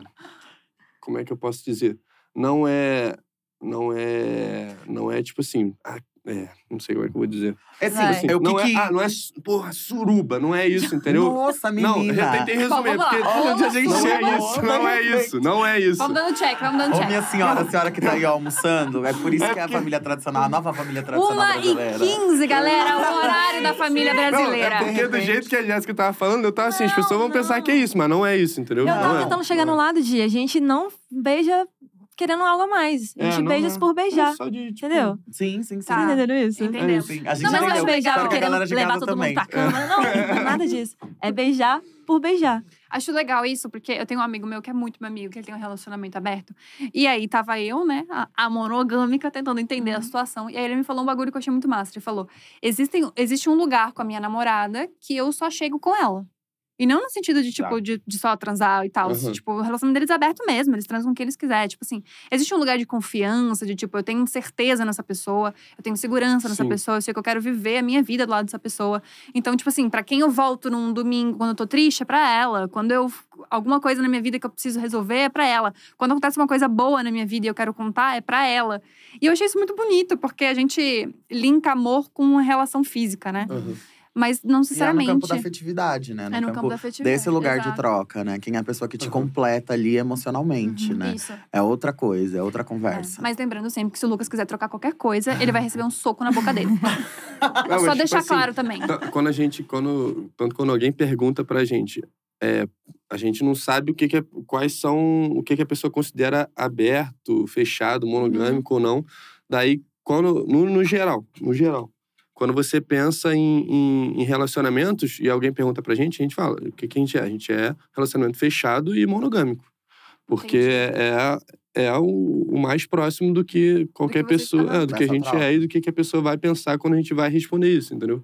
Como é que eu posso dizer? Não é. Não é. Não é tipo assim. ah, é, não sei como é que eu vou dizer.
É assim,
Vai.
assim,
Assim,
eu
não
que que-
é, ah, não é. su- Porra, suruba, não é isso, entendeu?
Nossa,
não,
menina.
eu tentei resumir,
Bom, vamos
é
lá.
porque.
Olha onde a gente
não é
chegou.
isso, não é isso, não é isso.
Vamos dando check, vamos dando
Ô,
check.
minha senhora, a senhora que tá aí ó, almoçando, é por isso que é a família tradicional, a nova família tradicional
Uma e
brasileira.
15, galera, o horário da família
Não,
brasileira.
é porque do
repente.
jeito que a Jéssica tava falando, eu tava assim, as
Não,
pessoas vão
não.
pensar que é isso, mas não é isso, entendeu?
Eu
não
tava
é.
tentando chegar no lado de a gente não beija querendo algo a mais. A
É,
gente
não
beija
é.
por beijar.
É só de, tipo,
Entendeu?
Sim, sim, sim.
Tá.
Vocês entenderam isso?
Entendi.
É
Entendeu?
isso.
Sim, A gente
Não,
entendeu.
mas não é beijar
Espero
por
que a
querer
galera de
levar
casa
todo
também.
mundo pra cama. Não, não é nada disso. É beijar por beijar.
Acho legal isso, porque eu tenho um amigo meu que é muito meu amigo, que ele tem um relacionamento aberto. E aí tava eu, né, a, a monogâmica, tentando entender a situação. E aí ele me falou um bagulho que eu achei muito massa. Ele falou: Existem, existe um lugar com a minha namorada que eu só chego com ela. E não no sentido de, tipo,
Tá.
de, de só transar e tal.
Uhum.
Tipo, o relacionamento deles é aberto mesmo, eles transam com quem eles quiserem. Tipo assim, existe um lugar de confiança, de tipo, eu tenho certeza nessa pessoa, eu tenho segurança nessa
Sim.
pessoa, eu sei que eu quero viver a minha vida do lado dessa pessoa. Então, tipo assim, pra quem eu volto num domingo quando eu tô triste, é pra ela. Quando eu. Alguma coisa na minha vida que eu preciso resolver é pra ela. Quando acontece uma coisa boa na minha vida e eu quero contar, é pra ela. E eu achei isso muito bonito, porque a gente linka amor com uma relação física, né?
Uhum.
Mas não
E é no
sinceramente.
campo da afetividade, né? No
é no
campo,
campo da afetividade.
desse lugar de
exato.
troca, né? Quem é a pessoa que te
Uhum.
completa ali emocionalmente, né?
Uhum. Isso.
É outra coisa, é outra
É.
conversa.
Mas lembrando sempre que se o Lucas quiser trocar qualquer coisa, ele vai receber um soco na boca dele.
Não, mas,
Só
tipo
deixar
assim,
claro também.
Tá, quando a gente quando tanto quando alguém pergunta pra gente é, a gente não sabe o que, que é, quais são o que, que a pessoa considera aberto fechado monogâmico ou não daí quando no, no geral no geral quando você pensa em, em- em relacionamentos e alguém pergunta pra gente a gente fala o que, que a gente é a gente é relacionamento fechado e monogâmico porque
Entendi.
é, é o, o mais próximo do que qualquer
que você
pessoa
está
é, do que a
Dessa
gente
troca.
é e do que, que a pessoa vai pensar quando a gente vai responder isso entendeu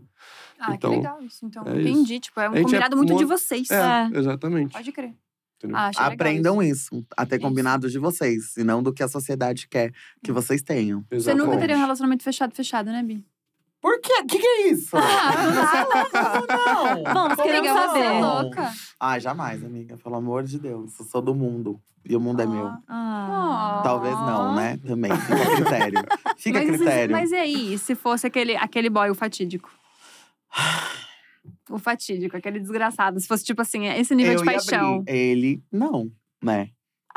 Ah,
então,
que legal isso. Então,
é isso.
entendi. Tipo, é um
A gente é
combinado muito de
mo-
vocês.
É, exatamente.
Pode crer.
Entendeu?
Ah, achei legal
Aprendam isso. a ter
Isso.
combinado de vocês, e não do que a sociedade quer que vocês tenham.
Você
Exatamente.
nunca teria um relacionamento fechado, fechado, né, Bi?
Por quê? O que, que é
[laughs]
isso? não,
Vamos,
Como
queremos
Amiga,
não?
você é
saber.
louca.
Ai, Ah, jamais, amiga. Pelo amor de Deus. Eu sou do mundo. E o mundo é meu.
Ah.
Ah.
Talvez não, né? Também.
[laughs]
Fica a critério. Fica a
mas,
critério.
mas e aí, se fosse aquele, aquele boy, o fatídico? O fatídico, aquele desgraçado. Se fosse, tipo assim, esse nível
Eu
de
ia
paixão.
abrir. Ele, não, né?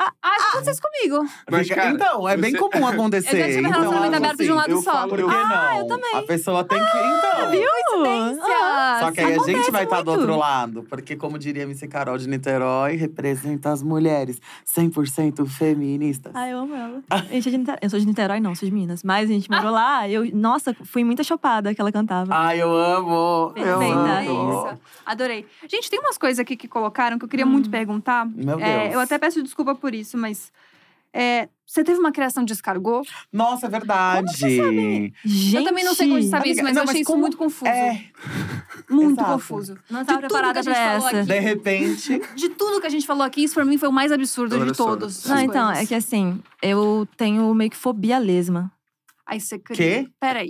Ah, já aconteceu isso comigo.
Mas,
Fica-
cara,
então, é bem
você-
comum
[laughs] Eu já
acontecer.
tive
então,
relacionamento
acho
aberto de um lado Ah,
eu
só.
falo-
Por que
eu-
não?
eu também.
A pessoa tem que. Então.
Ah,
Só que aí a gente vai estar do
muito.
outro lado. Porque, como diria a MC Carol de Niterói, representa as mulheres 100% feministas.
Ah, eu amo ela. Gente, é de Niterói. Eu sou de Niterói, não, sou de Minas. Mas a gente morou lá. Eu, nossa, fui muita chopada que ela cantava.
Ai, eu amo! Eu
Perfeita.
amo.
é Isso. Adorei. Gente, tem umas coisas aqui que colocaram que eu queria
Hum.
muito perguntar.
Meu Deus.
É, eu até peço desculpa por isso, mas É, você teve uma criação de escargot?
Nossa, é verdade.
Gente.
eu também não sei como a gente sabe
Amiga,
isso, mas
não,
eu achei
mas
isso
como-
muito confuso.
É,
muito
exato.
confuso.
Não estava
De tudo que a
preparada
gente
pra
falou
essa.
aqui.
de repente.
De tudo que a gente falou aqui, isso pra mim foi o mais absurdo
Olha
de
só.
todos.
Não, então, é que assim, eu tenho meio que fobia à lesma.
Aí você cria.
Quê?
Peraí.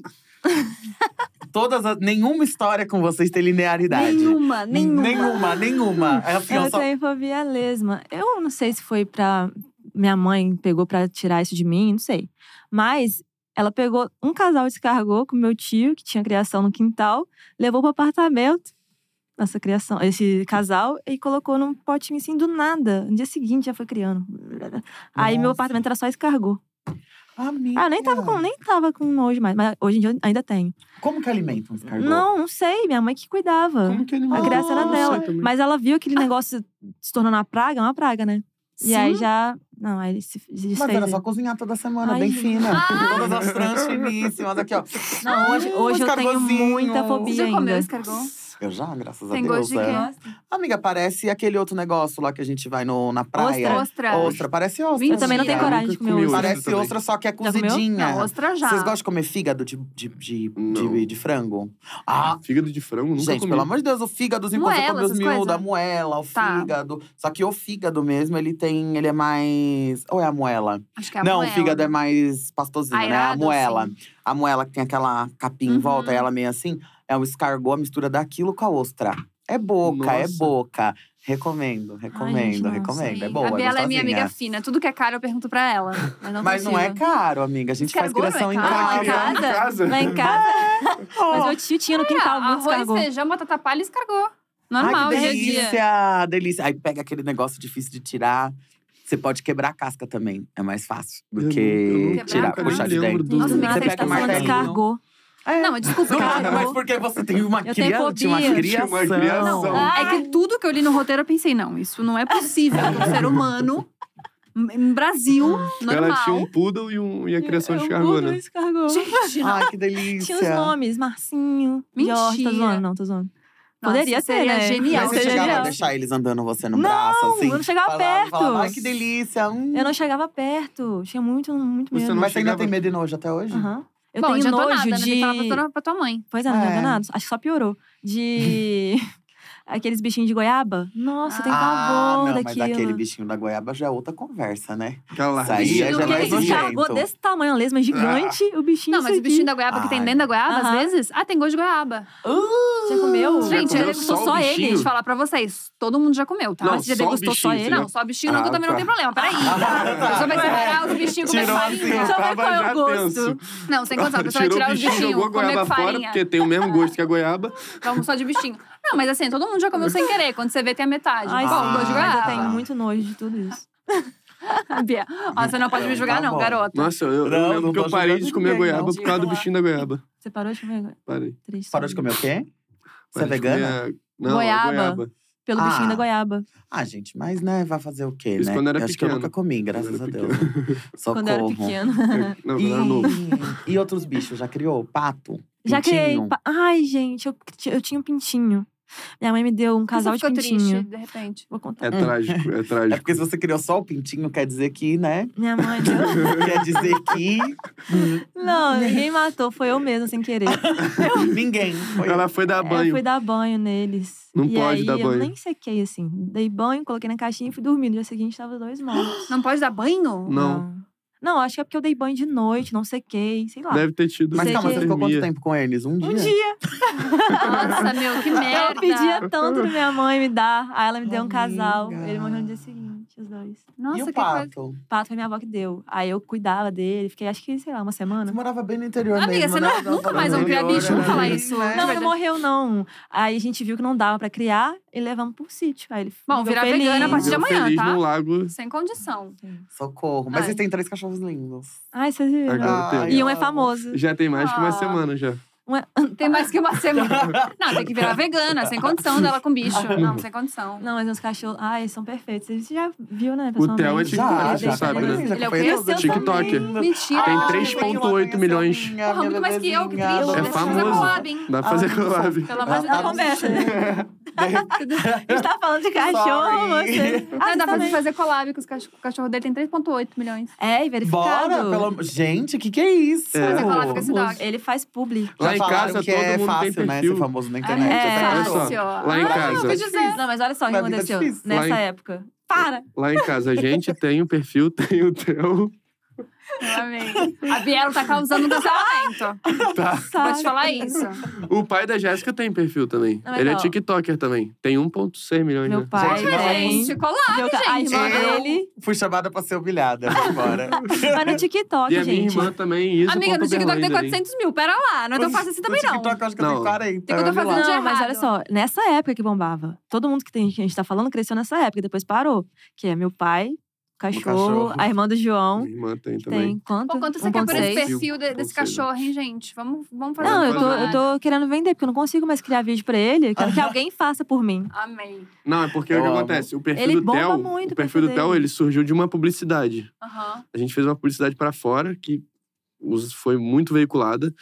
Todas as- nenhuma história com vocês tem linearidade.
Nenhuma, nenhuma.
Nenhuma, nenhuma. É assim,
Eu
eu só-
tenho fobia à tá lesma. Eu não sei se foi pra. Minha mãe pegou pra tirar isso de mim, não sei. Mas ela pegou um casal de escargot com meu tio, que tinha criação no quintal, levou pro apartamento. Nossa criação, esse casal, e colocou num potinho assim do nada. No dia seguinte já foi criando. Aí meu
Nossa.
apartamento era só escargot.
Amiga.
Ah, eu nem tava com, nem tava com nojo mais, mas hoje em dia eu ainda tenho.
Como que alimenta um escargot?
Não, não sei, minha mãe que cuidava.
Como que ele
A graça era
Não
dela.
sei também.
Mas ela viu aquele negócio se tornando uma praga, uma praga, né? E aí
Sim.
já. Não, aí ele se desfez.
Mas era só cozinhar toda semana,
Ai,
bem
gente. Ah!
fina. Todas as franjas finíssimas aqui, ó.
Não, hoje,
Hum,
hoje eu tenho
escargozinho.
muita
Ah, Você
fobia
já comeu
ainda.
escargot?
Eu já, graças
Tem
a Deus.
gosto de
é.
quê?
Amiga, parece aquele outro negócio lá que a gente vai no, na praia.
Ostra.
é. Ostra, parece ostra.
Mentira.
Eu também não tenho
amiga.
coragem de
Nunca
comer
comi
ostra.
ostra.
Parece
também.
ostra, só que é
comeu?
cozidinha.
Não, ostra já.
Vocês gostam de comer fígado de, de, de,
Não.
de- de frango? Ah,
Fígado de frango, nunca
gente,
comi.
pelo amor de Deus, o fígado, assim, quando você
Moela,
come os
essas
miúdos,
coisas?
a moela, o
Tá.
fígado. Só que o fígado mesmo, ele tem. Ele é mais. Ou é a moela?
Acho que é a
Não,
moela.
o fígado é mais pastosinho, né? A
Airado,
moela.
assim.
A moela que tem aquela capinha em
Uhum.
volta, ela meio assim. É um escargot, a mistura daquilo com a ostra. É boca, é
Nossa.
boca. Recomendo, recomendo,
não
recomendo. É
Sim.
boa,
A Bela é minha
gostosinha.
amiga fina. Tudo que é caro eu pergunto pra ela.
[laughs]
Mas não,
Mas não é
consigo.
caro, amiga. A gente
Escargot
faz
não
criação
é
em
caro.
casa.
Ah, em casa? Lá em casa. Mas meu tio tinha no quintal
Ah,
muito
Arroz,
escargot.
feijão, batata palha e escargot.
Ai,
Normal,
que
dia a
delícia,
dia.
delícia. Aí pega aquele negócio difícil de tirar. Você pode quebrar a casca também. É mais fácil do
Eu
que
não- eu não-
tirar,
nunca
puxar de
nem lembro
dentro.
do-
Nossa,
Nossa,
Você
você
pega
tá falando
martelinho.
escargot.
É.
Não, mas desculpa,
Do
cara.
nada, mas porque você tem uma
Eu tenho
criança, tinha uma
fobia.
Tinha
criação.
uma criação.
Não, é que tudo que eu li no roteiro eu pensei, não, isso não é possível. Um ser humano, em Brasil, normal.
Ela tinha um poodle e, um, e a criação de
Eu
escargot,
amo
né?
escargot.
[laughs]
Gente, não.
[laughs]
Ai, que
Tinha os
delícia.
nomes, Marcinho,
Mentira.
Jorge, tá zoando? Não, tá zoando.
Nossa,
Poderia ser,
seria
né?
genial.
Mas
Mas
você
seria
chegava a
genial.
deixar eles andando você no
Não,
braço, assim?
eu não chegava
Falava,
perto.
falava, Ai, que delícia. hum.
Eu não chegava perto. Tinha muito, muito
Você
medo.
não
Mas você ainda
chegava-
tem medo e nojo até hoje?
Aham. Eu
Bom,
tenho
adiantou
nojo
nada, né?
de…
Tem que falar pra tua, pra tua mãe.
Pois é, não
É.
adianta nada. Acho que só piorou.
[laughs]
De aqueles bichinhos de goiaba. Nossa, tem
ah,
pavor
não, mas
daquilo.
aquele bichinho da goiaba já é outra conversa, né?
Aquela
Isso
larvinha.
aí
Bichinho
é
do
já
que
mais
eles
Aquele
nojento. Ah.
escargot desse tamanho, uma lesma gigante, o bichinho
Não, mas o bichinho da goiaba que tem
Ai.
dentro da goiaba, às
Aham.
vezes… Ah, tem gosto de goiaba.
Você comeu?
Já
Gente,
comeu
ele
só
gostou
o
só ele.
bichinho?
Deixa eu falar pra vocês. Todo mundo já comeu, tá?
Não,
Mas
Você
só o
degustou só
bichinho,
ele?
você
não, só o bichinho não, que eu
Ah,
também não
tá.
tenho problema. Peraí. A pessoa vai separar os bichinhos com
Tirou
farinha.
assim,
Só vai
Tava
comer o
já
gosto.
[laughs] tenso.
Não, sem condição. A pessoa vai
Tirou
tirar
o
os
bichinho,
bichinhos,
jogou a
comer
goiaba
com
fora,
farinha.
porque tem o mesmo gosto que a goiaba.
Vamos só de bichinho. Não, mas assim, todo mundo já comeu sem querer. Quando você vê, tem a metade.
Ai,
Bom,
sim,
gosto de
mas eu
goiaba.
tenho muito nojo de tudo isso.
[laughs] Bia, ó, você não pode me julgar,
Tá
não,
bom.
garota.
Nossa, eu, eu
Não,
lembro
não
que eu
tô
parei
julgando
de comer
ninguém,
goiaba
não.
por causa do bichinho da goiaba.
Você parou de comer goiaba?
Parei.
Triste.
Parou de comer o quê? Você é
Parei de
vegana?
comer a- Não, a
Goiaba.
goiaba.
Pelo
Ah.
bichinho da goiaba.
Ah, gente, mas né, vai fazer o quê,
Isso
né?
quando era
eu acho que eu
pequeno.
nunca comi, graças a
era
Deus. Socorro.
Quando eu era pequeno.
É,
[laughs]
Não, quando eu era novo.
E, e outros bichos, já criou? Pato?
[laughs] Já criei.
Pintinho?
pa- Ai, gente, eu, eu tinha um pintinho. Minha mãe me deu um casal
você
de
ficou
pintinho.
triste, de repente.
Vou contar.
É trágico, é
É
trágico.
porque se você criou só o pintinho, quer dizer que,
[laughs]
né?
Minha
[laughs]
mãe deu.
Quer dizer que
Não, ninguém matou, foi eu mesma sem querer.
[laughs] ninguém. Foi
Ela foi dar
É, Eu
banho.
fui dar banho neles.
Não
e
pode
aí,
dar
Eu
banho.
nem sequei assim. Dei banho, coloquei na caixinha e fui dormir. No dia seguinte, tava os dois mortos.
Não pode dar banho?
Não.
Não, acho que é porque eu dei banho de noite, não sequei, sei lá.
Deve ter tido.
Mas
Sei
calma,
que-
você ficou quanto
hipotermia.
tempo com eles? Um dia?
Um dia.
Nossa, meu, que merda.
[laughs] Eu pedia tanto pra minha mãe me dar. Aí ela me deu um
Amiga.
casal. Ele morreu no dia seguinte, os dois.
Nossa,
e o
que
pato?
coisa.
O pato foi minha avó que deu. Aí eu cuidava dele, fiquei acho que, sei lá, uma semana.
Você morava bem no interior
Amiga,
mesmo,
você
né?
não- nunca mais
vão criar bicho,
não
vamos falar
isso, né?
Não,
É
não
verdade.
morreu, não. Aí a gente viu que não dava pra criar e levamos pro sítio. Aí ele
Bom,
viveu
virar
feliz.
vegana a partir de
Viveu
amanhã,
feliz
tá?
num lago.
Sem condição.
Socorro. Mas
Ai.
vocês têm três cachorros lindos.
Ai, vocês viram.
Agora tem.
E um é
amo.
famoso.
Já tem mais que
Ah.
uma semana já.
Um é-
Tem mais que
[laughs]
uma semana. Não, tem que virar vegana, sem condição dela com bicho. Não, sem condição.
Não, mas os cachorros. Ai, eles são perfeitos. Você já viu, né?
O Theo é
pessoalmente?
TikTok,
já,
você sabe,
já.
né?
Ele é o
acompanha
quê?
todos.
Seu
TikTok.
Lindo.
Mentira.
Tem
Ah,
três
gente.
pontos. 3,8 milhões.
É
Porra, muito mais que eu, que triste.
É
Deixa eu fazer
famoso.
collab, hein?
Dá pra fazer
Ai,
collab.
Pelo amor
Ela
de Deus. [laughs]
tá
Dá conversa, né? A gente tava falando de cachorro,
Sorry.
você.
Ah,
Ah,
dá pra
também.
gente fazer collab com os cachorros. O cachorro dele tem 3,8 milhões.
É, e verificado.
Bora! Pelo... Gente, o que, que é isso?
É.
Fazer collab com esse dog.
Ele faz publi.
Já
Lá em
falaram
casa
que
todo
é
mundo tem
fácil, né? tá
perfil.
Ser famoso na
É
internet.
muito
É, olha
fácil.
só, lá em
Ah,
casa.
eu quis dizer.
Não, mas olha só o que
Na vida
aconteceu
difícil.
nessa
Lá em-
época. Para!
Lá em casa a gente tem o perfil, [laughs] tem o teu.
Eu amei. A Bielo tá causando um cancelamento.
Tá.
[laughs] Vou
Sabe?
te falar isso.
O pai da Jéssica tem perfil também.
Não, mas
Ele é
não.
TikToker também. Tem 1,6 milhões.
Meu
né?
pai
Gente, mas,
tem.
Gente, collab,
Meu ca- a
gente.
irmã
Eu-
dele.
Fui chamada pra ser humilhada. Vai
[laughs]
embora.
Mas no TikTok,
E a minha
gente.
irmã também, isso.
Amiga, no TikTok tem 400 mil. Pera lá, não é tão fácil assim também
No
não.
TikTok, eu acho que
Não.
tem 40.
Tem que eu tô
tá
olha lá.
fazendo-
Não,
errado.
mas olha só, nessa época que bombava. Todo mundo que, tem, que a gente tá falando cresceu nessa época, depois parou. Que é meu pai, o cachorro,
cachorro.
a irmã do João.
Minha irmã tem
que
também.
um. Tem quanto?
Pô, quanto você quer por
1,6?
esse
1,6?
perfil de- desse
1,6,
cachorro, hein, gente? Vamos, vamos fazer
Não,
um
eu tô,
collab.
eu tô querendo vender, porque eu não consigo mais criar vídeo pra ele. Eu Quero que alguém faça por mim.
Amei.
Não, é porque o que
Eu amo.
acontece? O perfil
Ele
do
bomba
Theo.
muito
O
o
perfil
perfil
do Theo,
dele.
ele surgiu de uma publicidade.
Aham.
A gente fez uma publicidade pra fora que os- foi muito veiculada.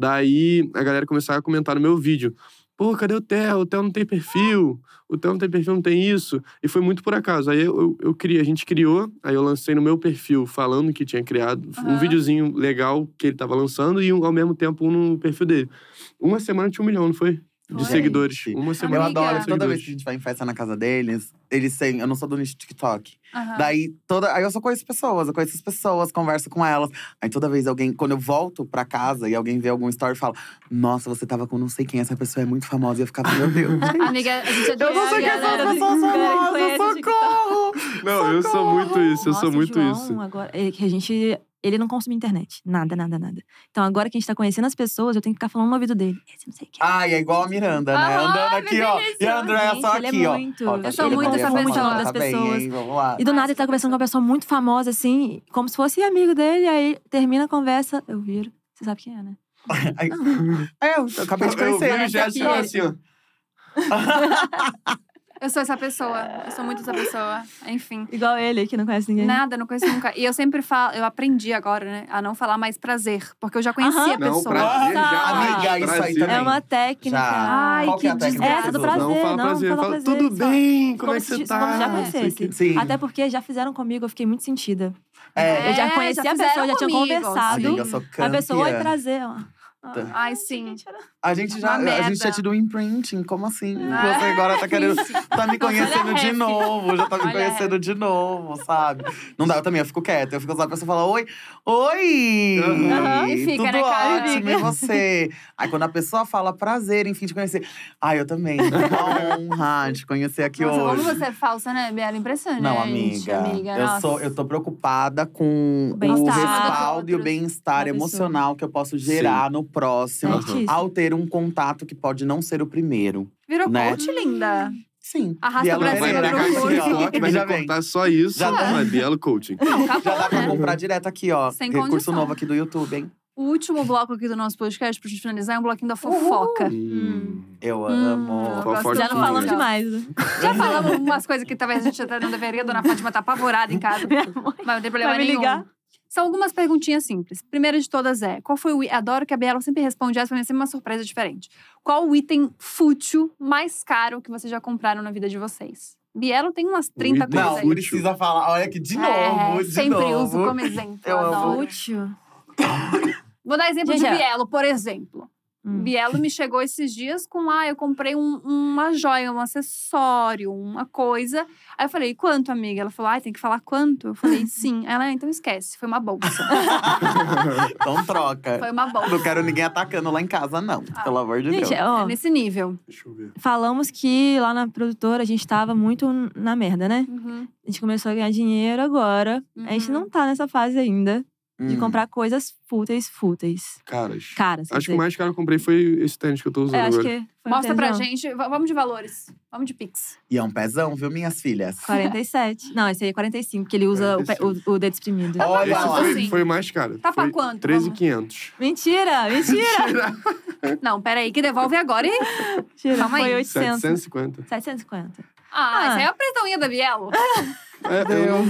Daí a galera começava a comentar no meu vídeo. Pô, cadê o Theo? O Theo não tem perfil. O Theo não tem perfil, não tem isso. E foi muito por acaso. Aí eu, eu, eu criei, a gente criou, aí eu lancei no meu perfil falando que tinha criado um
Aham.
videozinho legal que ele tava lançando e um- ao mesmo tempo um no perfil dele. Uma semana tinha um milhão, não foi? De
Foi.
seguidores. Uma semana.
Eu
Amiga.
adoro, toda vez
Seguidores.
que a gente vai em festa na casa deles, eles têm. Eu não sou do nicho TikTok.
Aham.
Daí, toda. Aí eu só conheço pessoas, eu conheço as pessoas, converso com elas. Aí toda vez alguém. Quando eu volto pra casa e alguém vê algum story fala: Nossa, você tava com não sei quem, essa pessoa é muito famosa. E eu ficava, meu Deus.
[laughs] Amiga, a gente é
Eu não sei
de-
quem é
galera,
essa pessoa famosa,
Conhece
socorro!
Não, eu sou muito isso, eu sou
Nossa,
muito
João,
isso.
Agora, ele, que a gente, ele não consome internet. Nada, nada, nada. Então agora que a gente tá conhecendo as pessoas, eu tenho que ficar falando no ouvido dele. Esse não sei o que.
Ai, é igual a Miranda, né?
Aham,
Andando
que
aqui, ó. E a Andréia
Gente,
só
ele é
aqui, ó.
muito.
Ó,
Eu
sou
tá chegando
muito
ali,
essa
vamos
pessoa.
lá,
das
tá bem,
pessoas.
hein? Vamos lá.
E do
Ah,
nada
essa
ele tá conversando com uma pessoa muito famosa, assim, como se fosse amigo dele, aí termina a conversa, eu viro. Você sabe quem é, né?
Ai, É, eu acabei de
Eu
conhecer.
vi o
essa
gesto
aqui.
falando assim, ó.
Eu sou essa pessoa. Eu sou muito essa pessoa. Enfim.
Igual ele, que não conhece
É.
ninguém.
Nada, não conheço nunca. E eu sempre falo, eu aprendi agora, né? A não falar mais prazer. Porque eu já conhecia
Aham.
a
Não,
pessoa.
prazer, jamais.
Amiga, isso aí
Prazer.
também.
É uma técnica.
Já.
Ai,
Qual que é a
que
técnica?
desgraça.
que
Essa
do
vocês usam?
um prazer.
Não fala
não,
prazer,
fala
fala,
prazer,
tudo
só-
bem, como, é que
se
você
diz- como
tá?
já
Não sei o quê.
conhecesse.
Sim.
Até porque já fizeram comigo, eu fiquei muito sentida.
É,
eu já
É,
conhecia
já
a pessoa,
fizeram
já tinha
comigo. Ah,
conversado.
Amiga, eu sou
a pessoa, é oi,
campeã.
prazer. ó.
Tá.
Ai, sim.
gente, era-
A gente já.
Uma
A
merda.
gente tinha tido um imprinting. Como assim?
Ah.
Você agora tá querendo. Tá
[laughs]
me conhecendo
Olha a
de
ref.
novo. Já tá me
Olha a
conhecendo de novo, sabe? Não dá, eu também, eu fico quieta. Eu fico lá, a pessoa fala: Oi, oi!
Aham.
E fica,
Tudo
né, cara?
ótimo, e você? Aí quando a pessoa fala prazer, enfim, te conhecer. Ai, eu também. Uma honra te conhecer aqui
Nossa,
hoje.
como você é falsa, né, Biela? Impressionante.
Não, amiga.
amiga
eu,
nossa.
sou, eu tô preocupada com
O
o
bem-estar.
respaldo e
Dos
o
outros.
bem-estar
Da pessoa.
emocional que eu posso gerar no
É
próximo.
Certíssimo.
Ao ter um contato que pode não ser o primeiro.
Virou
né?
coach, linda.
Sim.
Arrasta
Bielo
pra
Ela vai
Prazer,
pegar esse
procura.
envelope, vai
Já vem.
recortar só isso.
Já dá.
Uma
[laughs]
Bielo Coaching.
[laughs]
Não, acabou,
Já tá dá pra
né?
comprar direto aqui, ó.
Sem
Recurso
condição.
novo aqui do YouTube, hein?
O último bloco aqui do nosso podcast, pra gente finalizar, é um bloquinho da fofoca.
Hum.
Eu
eu
amo.
Fofoca.
gosto
Já não
muito.
falamos demais. né?
Já falamos umas coisas que talvez a gente até não deveria. Dona Fátima tá apavorada em casa.
[laughs] Minha mãe.
Mas não tem problema
Vai me
nenhum.
ligar?
São algumas perguntinhas simples. Primeira de todas é: qual foi o. i- Adoro que a Biela sempre responde essa, pra mim é sempre uma surpresa diferente. Qual o item fútil mais caro que vocês já compraram na vida de vocês? Bielo tem umas 30
item
coisas
Não,
aí.
fútil.
precisa falar. Olha que de novo,
É,
de
sempre
novo.
uso como exemplo.
Eu amo.
adoro.
Útil.
Vou dar exemplo
Gente,
de
é-
Bielo, por exemplo.
Hum.
Bielo me chegou esses dias com, ah, eu comprei um- uma joia, um acessório, uma coisa. Aí eu falei, quanto, amiga? Ela falou, ah, tem que falar quanto? Eu falei, sim. Ela, "Ah, então esquece, foi uma bolsa.
[laughs] Então troca.
Foi uma
[laughs]
bolsa.
Não quero ninguém atacando lá em casa, não.
Ah.
Pelo amor de Deus.
Gente,
É
ó,
nesse nível.
Deixa eu ver.
falamos que lá na produtora a gente tava muito na merda, né?
Uhum,
A gente começou a ganhar dinheiro agora. A gente
uhum.
não tá nessa fase ainda de
Hum.
comprar coisas fúteis, fúteis.
Caras.
Caras. quer
Acho que o
dizer.
mais caro que eu comprei foi esse tênis que eu tô usando
É, acho
agora.
que foi um
Mostra pra
tesão.
gente. V- vamos de valores. Vamos de Pix.
E é um pezão, viu, minhas filhas?
47. Não, esse aí é 45, que ele usa o pé- O, o dedo exprimido.
Ó. Olha
esse
lá.
foi,
Assim.
foi o mais caro.
Tá pra
foi
quanto?
13,500.
Mentira, mentira!
Não, peraí, que devolve agora e
mentira.
Calma aí.
Foi 800.
750.
750.
Ah,
Ah.
isso aí é a prisãoinha da Bielo.
É, eu-
Deus, eu
Não,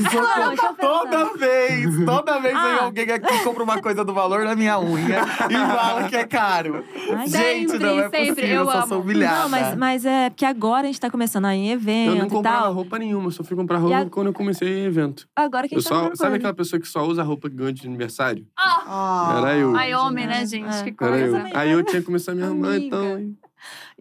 deixa eu pensar.
Toda vez, toda vez vem
Ah.
alguém aqui compra uma coisa do valor da minha unha e fala que é caro.
Ai,
Gente, não é
sempre,
possível,
eu
eu só
amo.
sou humilhada.
Não, mas, mas é porque agora a gente tá começando a ir em
Tá. Eu
evento
não
e
comprava
tal.
roupa nenhuma, eu só fui comprar roupa
E a-
quando eu comecei em evento.
Agora que a
Eu
gente tá
só,
comprando.
sabe aquela pessoa que só usa roupa que ganha de aniversário?
Ah,
Ah,
Era eu.
ai, homem, né,
Ah,
gente?
ah.
Que
Era eu.
coisa. né?
Aí eu tinha que começar a me arrumar,
Amiga.
então. hein?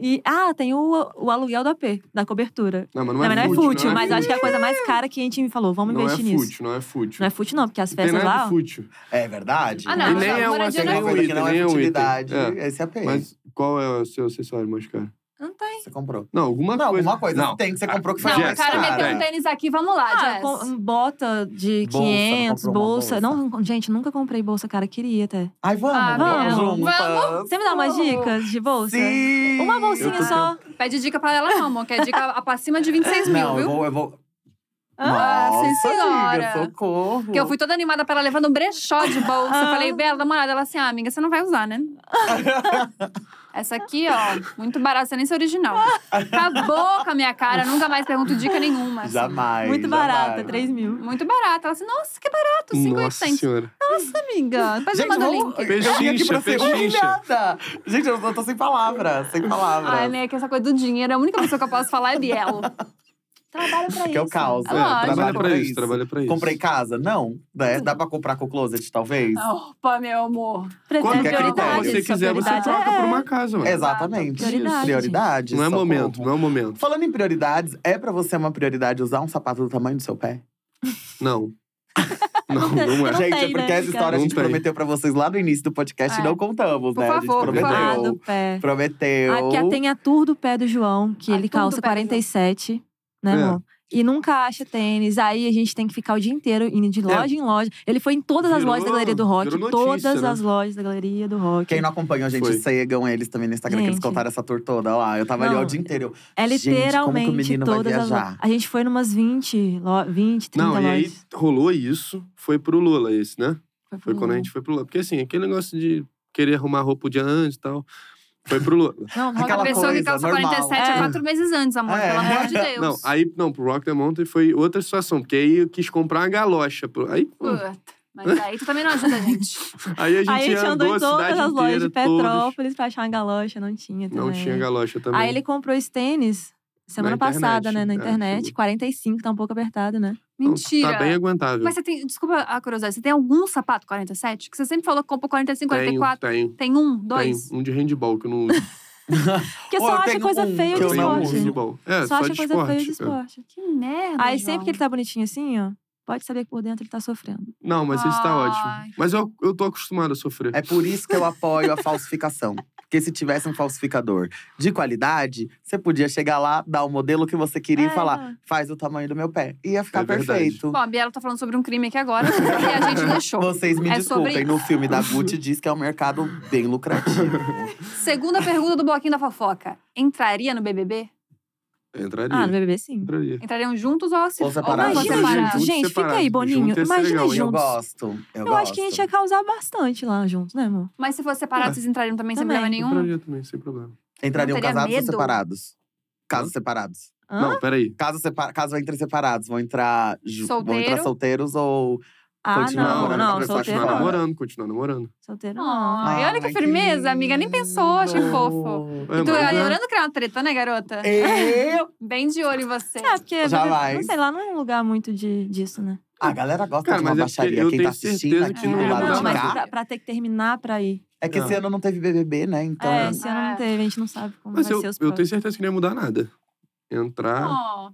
E, ah, tem o, o aluguel do AP, da cobertura.
Não, mas não,
Não, mas não é fútil,
não
mas eu acho que é a coisa mais cara que a gente me falou. Vamos
Não é
investir nisso.
fútil, não é fútil.
Não é fútil, não, porque as
Não tem
festas
nada
lá.
de
ó,
fútil.
É verdade?
Ah, não,
e nem
não,
é
moradia
um
Tem
não
acessório,
é
uma coisa
né?
que não é
nem é um item.
utilidade,
É.
esse AP.
Mas qual é o seu acessório mais caro?
Não tem.
Você comprou.
Não, alguma
Não,
coisa.
alguma coisa
Não.
tem que você comprou que foi
Não,
Jéssica,
tá o cara meteu
cara.
um
né?
tênis aqui, vamos lá,
Ah,
Jess.
com- bota de
Bolsa, não
500,
comprou uma
bolsa. Não, gente, nunca comprei bolsa, cara. Queria até.
Ai, vamos,
Ah,
vamos
vamos.
juntas.
Você me dá umas
Vamos.
dicas de bolsa?
Sim!
Uma
Eu
bolsinha
tô
só.
Pede dica pra ela, não, amor, que é dica acima de 26 mil,
Não,
viu?
eu vou… Eu vou...
Ah,
Nossa,
sim, senhora.
amiga, socorro.
Porque eu fui toda animada pra ela levando um brechó de bolsa. Eu falei, Bela, dá uma olhada. Ela assim, ah, amiga, você não vai usar,
[laughs]
né? Essa aqui, ó, muito barata, essa nem é original. Acabou com a minha cara, nunca mais pergunto dica nenhuma. assim.
Jamais,
Muito barata, 3 mil.
Muito barata. Ela assim, nossa, que barato, 50
Nossa
centos.
senhora.
Tá
Nossa, amiga, depois eu
Gente,
mando o
vamos...
link.
eu vim aqui pra
Pechincha,
ser
pechincha.
humilhada. Gente, eu tô- tô sem palavra, sem palavra.
Ai, né, que essa coisa do dinheiro, a única pessoa que eu posso falar é
[laughs]
Bielo.
Trabalha pra
que é o caos.
Ah,
É,
lógico.
trabalha pra isso, trabalha pra isso.
Comprei casa? Não. Né? Dá pra comprar com o closet, talvez?
Opa, meu amor.
Quando
é
quer comprar
prioridade,
você
sua
quiser, você
prioridade
troca
é-
por uma casa, mano.
Exatamente.
Prioridade.
Prioridades,
Não é
socorro.
momento, não é momento.
Falando em prioridades, é pra você uma prioridade usar um sapato do tamanho do seu pé?
[laughs]
Não. Não, não é.
Não
gente, é
tem,
porque
né,
essa história a
Não
gente
tem.
prometeu pra vocês lá no início do podcast
É.
e não contamos,
Por
né?
favor,
a
por
gente
favor.
Errado,
prometeu.
pé.
Prometeu.
Aqui tem a tour do pé do João, que
A
ele
tour do
calça
pé do
47, né,
É.
amor? E nunca acha tênis. Aí a gente tem que ficar o dia inteiro indo de loja em loja. Ele foi em todas as
É. Virou-
lojas da Galeria do Rock.
virou notícia,
todas
né?
as lojas da Galeria do Rock.
Quem não acompanha a gente,
Foi.
sigam eles também no Instagram, que eles
Gente.
contaram essa tour toda lá. Eu tava ali
Não,
o dia inteiro. eu,
É
Gente, como que o
literalmente
menino vai
todas as
viajar?
lojas. A gente foi numas 20, lo... 20 30
Não, e aí
lojas.
rolou isso, foi pro Lula esse, né?
Foi, pro
Foi quando a
Lula.
gente foi pro Lula. Porque assim, aquele negócio de querer arrumar roupa o dia antes e tal, foi pro Lula.
Não, rock
a
Aquela
pessoa que
coisa,
calça
normal.
47 é.
É.
quatro meses antes, amor,
É.
pelo amor de Deus.
Não, aí, não, pro Rock the Mountain foi outra situação, porque aí eu quis comprar uma galocha. pro- Aí, pô,
Puta, Mas aí tu também não ajuda a gente.
Tá
aí a gente,
Aí a gente andou em
a cidade
todas as
inteira,
lojas de
todos.
Petrópolis pra achar uma galocha, não tinha também.
Não tinha galocha também.
Aí ele comprou esse tênis semana
Na internet,
passada, né? Na
é,
internet.
chegou.
45, tá um pouco apertado, né?
Não,
Mentira.
Tá bem aguentável.
Mas você tem, desculpa a curiosidade, você tem algum sapato 47? Que você sempre falou que compra 45, 44.
Tenho, tenho,
Tem um, dois?
tenho. Um de handball que eu
[laughs]
não uso.
Porque
Ou
só
eu
acha
tenho
coisa
um
feia
que
de
eu não
uso
uso.
esporte.
handball. É,
Só
só,
acha
de
coisa
esporte.
feia de
é.
esporte.
Que merda,
Aí
João.
sempre que ele tá bonitinho assim, ó, pode saber que por dentro ele tá sofrendo.
Não, mas esse tá
Ai.
ótimo. Mas eu, eu tô acostumado a sofrer.
É por isso que eu
[laughs]
apoio a falsificação. Porque se tivesse um falsificador de qualidade, você podia chegar lá, dar o modelo que você queria e
É,
falar,
não.
faz o tamanho do meu pé. Ia ficar
É verdade.
perfeito.
Bom, a Biela tá falando sobre um crime aqui agora, [laughs] e a gente
[laughs]
deixou.
Vocês me
É sobre
desculpem, no filme
[laughs]
da Gucci diz que é um mercado bem lucrativo.
Segunda pergunta do bloquinho da fofoca. Entraria no BBB?
Entraria.
Ah, no Bebê sim.
Entraria.
Entrariam juntos ou se
Ou separado.
Ou
Imagina,
separado?
juntos. gente, fica aí,
separado.
Boninho.
Junto ia ser
Imagina
legal, hein?
eu
juntos.
gosto. Eu,
Eu acho que a gente ia
gosto.
causar bastante lá juntos, né, amor?
Mas se fosse separado,
Ah,
vocês entrariam também, sem
também.
problema nenhum?
Entraria também, sem problema.
Entrariam
Não teria
casados ou
medo?
separados? Casos separados.
Hã?
Não, peraí.
Caso, separa... Caso entre separados, vão entrar, ju- vão
Solteiro?
entrar solteiros ou.
ah,
continuar
não,
namorando
não,
pra
solteiro
Continuar
fora.
não.
namorando, continuar namorando.
Solteiro não.
Ah.
Ai, olha que firmeza, amiga, nem pensou, achei
lindo.
fofo.
É,
Tu
mas, né?
adorando criar uma treta, né, garota?
Eu...
Bem de olho em você.
É, porque
Jamais.
não sei, lá não é um lugar muito de, disso, né?
A galera gosta
Cara,
de uma
mas é porque
baixaria.
eu
Quem tá
tenho
assistindo
certeza
aqui
que
no
não ia
não,
lado de
mas
cá.
pra, pra ter que terminar pra ir.
É que esse
Não.
ano não teve BBB, né? Então.
é, esse ano não
É.
teve, a gente não sabe como
Mas
vai
eu,
ser os
eu tenho
próximos.
certeza que não ia mudar nada. Entrar,
Oh,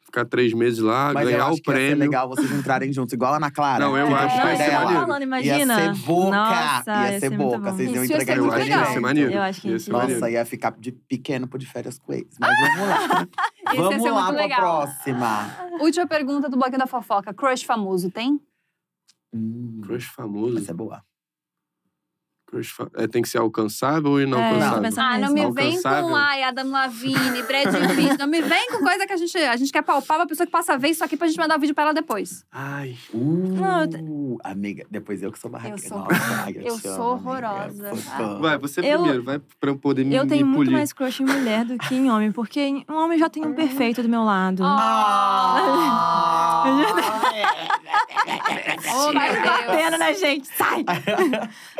ficar três meses lá,
Mas eu
ganhar
acho
o
que ia ser
prêmio.
legal vocês entrarem juntos, igual a Ana Clara.
Não, eu
que
acho
foi
que
não,
vai
isso
ser
que eu
dela.
tô
maneiro.
falando, imagina.
Ia ser boca,
Nossa,
ia ser
muito
boca.
bom.
Vocês
Isso
iam
ia ser
entregar
muito
Eu acho que ia
legal.
ser maneiro.
Eu acho que
ia
sim.
ser maneiro.
Nossa, ia ficar de pequeno pro de férias com eles. Mas vamos lá.
esse ia
vamos
ser
lá
muito
pra
legal.
próxima.
Última pergunta do bloquinho da fofoca. Crush famoso tem?
Hum,
Crush famoso.
essa é boa.
é, tem que ser alcançável ou
É,
inalcançável?
isso
Ah, não
mesmo.
me vem com
Alcançável.
ai, Adam Lavigne, Brad Pitt. Não me vem com coisa que a gente, a gente quer palpar pra pessoa que passa a ver isso aqui pra gente mandar o vídeo pra ela depois.
Ai,
Não, eu
Uh, amiga, depois eu que sou barraqueira.
sou-
Nossa, ai, eu
eu
te amo,
sou
amiga,
horrorosa.
por favor.
vai, você
Eu-
primeiro, vai pra eu poder me,
Eu tenho
me
muito
polir.
mais crush em mulher do que em homem, porque em- um homem já tem um perfeito do meu lado. [laughs]
Ah!
Oh, meu Deus.
Batendo na né, gente,
[laughs]
sai!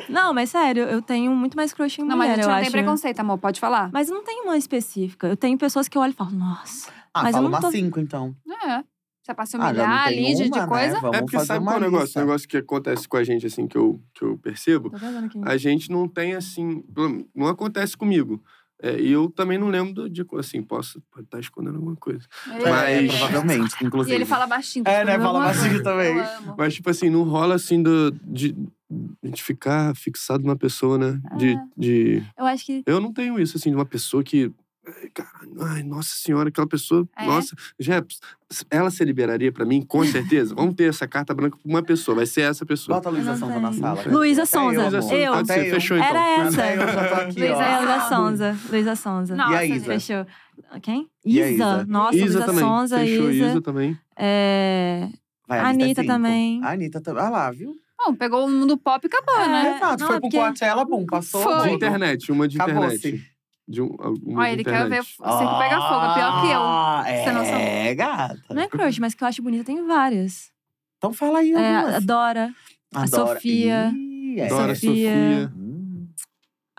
não, mas sério, eu tenho muito mais crush em
Não, mas a
mulher,
gente
eu
não tem
acho.
preconceito, amor. Pode falar.
mas eu não tenho uma específica. Eu tenho pessoas que eu olho e falo, nossa.
Ah,
Mas eu
fala
não
uma
tô-
cinco, então.
É. Você passa a
Ah, já não
humilhar
tem
ali de, de
uma, né?
coisa.
Vamos
é porque
fazer
sabe
uma
qual é o negócio?
lista.
O negócio que acontece com a gente, assim, que eu, que eu percebo,
Tá
Tô vendo aqui.
a gente não tem, assim, pelo- não acontece comigo. É, e eu também não lembro de, assim, posso estar escondendo alguma coisa.
É.
É,
Mas-
provavelmente,
E
inclusive.
ele fala baixinho.
É, né?
escondendo
Fala
alguma coisa.
baixinho também.
Eu amo.
Mas, tipo assim, não rola, assim, do, de, de ficar fixado numa pessoa, né? De,
Ah.
de...
Eu acho que.
Eu não tenho isso, assim, de uma pessoa que... ai, Caralho, ai, nossa senhora, aquela pessoa.
É?
Nossa, Jeps, ela se liberaria pra mim, com certeza. Vamos ter essa carta branca pra uma pessoa, vai ser essa pessoa.
Bota a Luísa
Eu não
Sonza
tenho.
na sala.
Luísa
Até
Sonza,
amor.
Luísa Sonza,
eu.
pode ser,
Até eu.
fechou então.
Era essa.
Até né? eu já tô aqui,
Luísa
ó.
Sonza.
É, Luísa Sonza. Luísa Sonza.
Nossa,
E a Isa?
gente.
Fechou. Quem?
E a
Isa.
Isa?
Nossa, Luísa
também.
Sonza,
Fechou
Isa.
Isa também.
É...
Vai,
Anitta
é cinco.
também.
A Anitta também. Ah lá, viu?
Bom, pegou o mundo pop e acabou, né?
É,
Exato,
não,
foi
é
pro
porque-
Coachella, bum, passou.
Foi.
De
Foi.
internet, uma de
Acabou-se.
internet. De um, uma
Olha,
de
ele quer
internet.
ver o circo pegar fogo. É pior que
Ah.
eu. Você não sabe.
É, gata.
Não é crush, mas que eu acho bonita, tem várias.
Então fala aí
É,
algumas.
a Dora, a
Adora.
Sofia.
Ih, é.
Dora
Sofia.
Sofia.
Hum.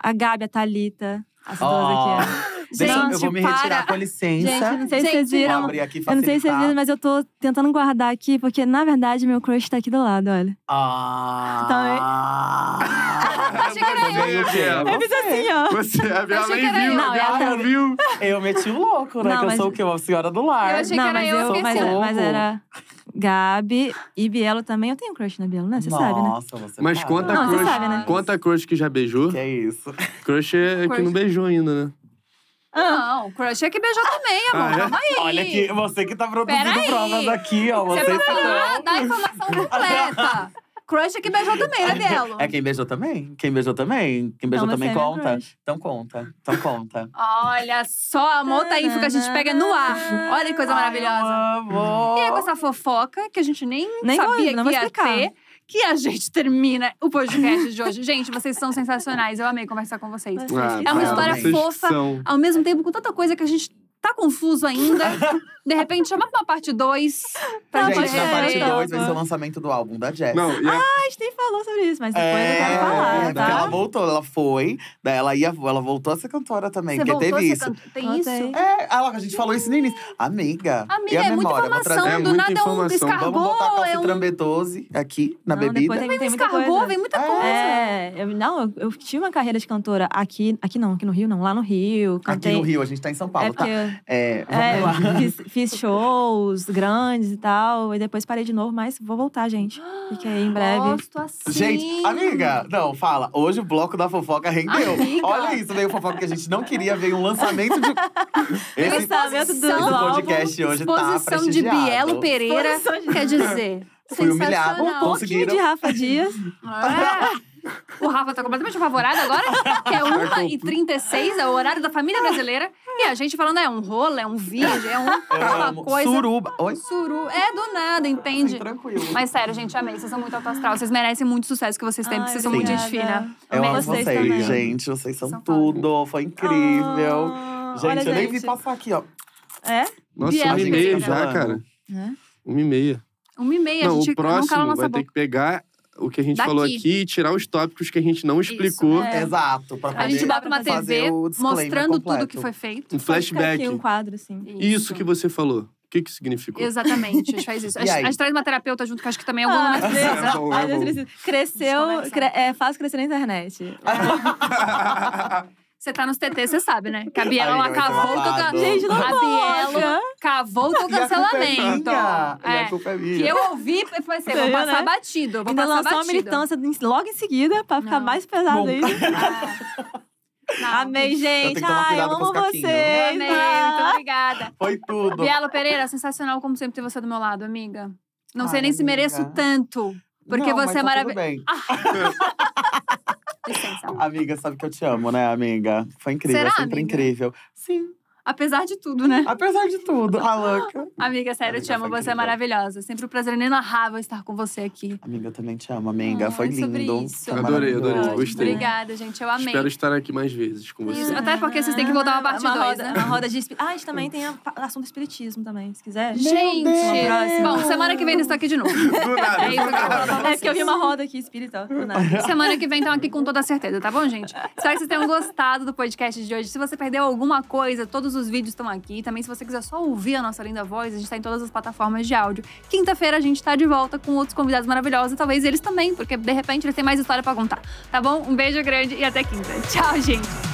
a Gabi, a Thalita. As duas
Ó,
aqui, ó.
Deixa eu- eu vou me retirar,
para.
com
Gente,
licença.
não sei
Gente,
se vocês
Vou
viram.
abrir aqui
Eu não sei se vocês
facilitar.
viram, mas eu tô tentando guardar aqui, porque na verdade meu crush tá aqui do lado, olha. [laughs]
Ah!
Achei que era
eu.
Eu,
Ele assim, ó.
é Você, a Bela
achei que
nem
era eu.
viu, a
Não, é a
Bela não
Tami.
viu.
eu meti o louco, né?
Não,
que eu
mas-
sou o quê? Uma senhora do lar.
Eu achei que
Não,
era
mas
eu, eu
eu, mas,
esqueci.
era- mas era Gabi e Bielo também. Eu tenho crush na Bielo, né? Você sabe, né?
Nossa, você
Mas
sabe.
conta
Não,
a
você
crush.
sabe, né?
Conta a crush que já beijou.
Que é isso.
Crush é que não
Crush.
beijou ainda, né?
Não, o crush é que beijou também, amor.
Ah, é?
Calma aí.
Olha aqui, você que tá produzindo
Peraí.
provas aqui, ó.
Você
Você tá
vai falar, dá a informação completa. Crush é que beijou também, né, Belo?
É quem beijou também? Quem beijou também? Quem beijou
Então você
também
é meu
conta?
crush.
Então conta, então conta.
Olha só, amor, tá aí, que a gente pega no ar. Olha que coisa maravilhosa.
Ai, eu amo.
E é com essa fofoca que a gente nem,
Nem vou-
sabia
não
que
vou
ia
explicar.
ter, que a gente termina o podcast de hoje. Gente, vocês são sensacionais. Eu amei conversar com vocês.
É uma
Bela,
história
Ah, tá. vocês
fofa.
são.
Ao mesmo tempo, com tanta coisa que a gente tá confuso ainda, de repente chama pra uma parte 2. Pra
Tá,
Gente,
pode
na
ser,
parte
tá
2 vai
bom.
ser o lançamento do álbum da Jess.
Não, e é- a-
Ah,
Ah, A gente nem falou sobre isso, mas depois eu
É,
quero falar,
porque ela
tá?
voltou, ela foi, daí ela ia, ela voltou a ser cantora também,
Você
porque
voltou,
teve
você
isso.
cantou- tem
Voltei.
isso?
É, ah, lá, a gente falou isso no início. Amiga, e
Amiga,
a
é muita
memória? Vou
informação.
trazer.
É
do
muita
nada um
informação.
descargou,
Vamos botar
é um
calcitrambê 12 aqui na
Não,
bebida.
depois tem, tem muita
descargou,
coisa.
vem muita
É.
coisa.
É, eu, não, eu, eu tive uma carreira de cantora aqui, aqui não, aqui no Rio não, lá no Rio,
Aqui
cantei.
no Rio, a gente tá em São Paulo,
é
tá?
porque
É,
é,
vamos lá.
[laughs] fiz, fiz shows grandes e tal, e depois parei de novo, mas vou voltar, gente. Fique aí em breve.
Gosto assim.
Gente, amiga, não, fala. Hoje o bloco da fofoca rendeu.
Amiga.
Olha isso, veio fofoca que a gente não queria, veio um
[laughs]
lançamento de. Esse,
Lançamento do-
esse
do
podcast hoje tá
Exposição de
prestigiado.
Bielo Pereira,
Exposição de-
quer dizer,
[laughs] Fui humilhado,
sensacional.
consegui.
Pouquinho de Rafa Dias.
É. O Rafa tá completamente apavorado
[laughs]
agora, que é 1h36, é o horário da família brasileira. E a gente falando, é um rolo, é um vídeo, é um,
Eu
[laughs] uma
amo.
coisa.
Suruba. Oi,
Suru. É do nada, entende?
tranquilo.
Mas sério, gente, amei. Vocês são muito alto astral. Vocês merecem muito sucesso que vocês têm, porque vocês são muito gente fina.
Eu amo
Amei
vocês,
vocês também.
gente. Vocês são,
São foda.
tudo. Foi incrível.
Ah,
gente,
olha,
eu nem vi passar aqui, ó.
É?
Nossa,
Biela,
uma e
gente,
meia
tá
já,
falando.
cara.
Né?
Uma e meia.
Uma e meia,
Não,
a gente não
o
cala a
próximo
nossa
vai
boca.
ter que pegar o que a gente
Daqui.
falou aqui e tirar os tópicos que a gente não explicou.
É.
Exato. Pra
A gente
poder [laughs]
bota uma
fazer
TV
o disclaimer
mostrando tudo
completo.
que foi feito.
Um
Fica
flashback.
Aqui um quadro, assim.
Isso que você falou. O que que significou?
Exatamente, a gente faz isso. A
[laughs] E aí?
gente, a gente traz uma terapeuta junto, que eu acho que também é
um
algum
[laughs]
momento
Deus.
precisa.
É bom, é
Ai, Deus
bom.
precisa. Cresceu,
Desconexão.
cre é fácil crescer na internet.
Você tá nos TT, você sabe, né? Que a Biela,
Amiga,
ela
vai ser
cavou o teu
babado.
ca-
Gente, não
A Biela
coloca.
cavou o teu
E a culpa é
cancelamento.
minha. E a
É.
culpa é
Que
minha.
eu ouvi, eu falei assim, vou
Entendeu,
passar
né?
batido, vou
Ainda
passar
lançou uma
batido.
militância em- logo em seguida, pra ficar
Não.
mais pesado
Bom.
ainda.
[laughs]
[laughs]
Ah, não.
Amei,
tenho que
gente.
tomar
Ai,
cuidado
eu
com
amo
os caquinhos.
Eu
vocês.
amei,
Ah.
muito obrigada.
Foi tudo.
Biela Pereira, sensacional como sempre ter você do meu lado, amiga. Não sei
Ai,
nem se
amiga.
mereço tanto, porque
Não, mas
você é
tá
maravilhosa.
tudo bem.
Licença.
Amiga, sabe que eu te amo, né, amiga? Foi incrível,
Será,
sempre
amiga?
incrível. Sim,
Apesar de tudo, né?
apesar de tudo. A
[gasps]
louca.
Amiga, sério, eu te
Amiga,
amo.
foi
Você é
incrível.
maravilhosa. Sempre um prazer inenarrável estar com você aqui.
Amiga, eu também te amo, amiga.
Ai,
Foi lindo.
sobre isso.
foi
Adorei, adorei,
maravilhoso.
gostei.
Obrigada, gente. Eu amei.
Espero estar aqui mais vezes com você.
Isso, até porque vocês têm que voltar uma parte
uma
2,
roda,
né?
uma roda de espírito. Ah, a gente também tem a, pa- assunto espiritismo também, se quiser.
Gente!
Deus!
Bom, semana que vem eu estou aqui de novo.
[laughs] Do nada,
É isso que eu quero
do nada.
falar pra
É porque eu vi uma roda aqui espírita. do nada.
Semana que vem, então, aqui com toda certeza, tá bom, gente? Espero que vocês tenham gostado do podcast de hoje. Se você perdeu alguma coisa, todos os vídeos estão aqui. Também, se você quiser só ouvir a nossa linda voz, a gente tá em todas as plataformas de áudio. Quinta-feira, a gente tá de volta com outros convidados maravilhosos. E talvez eles também, porque de repente eles têm mais história pra contar. Tá bom? Um beijo grande e até quinta. Tchau, gente!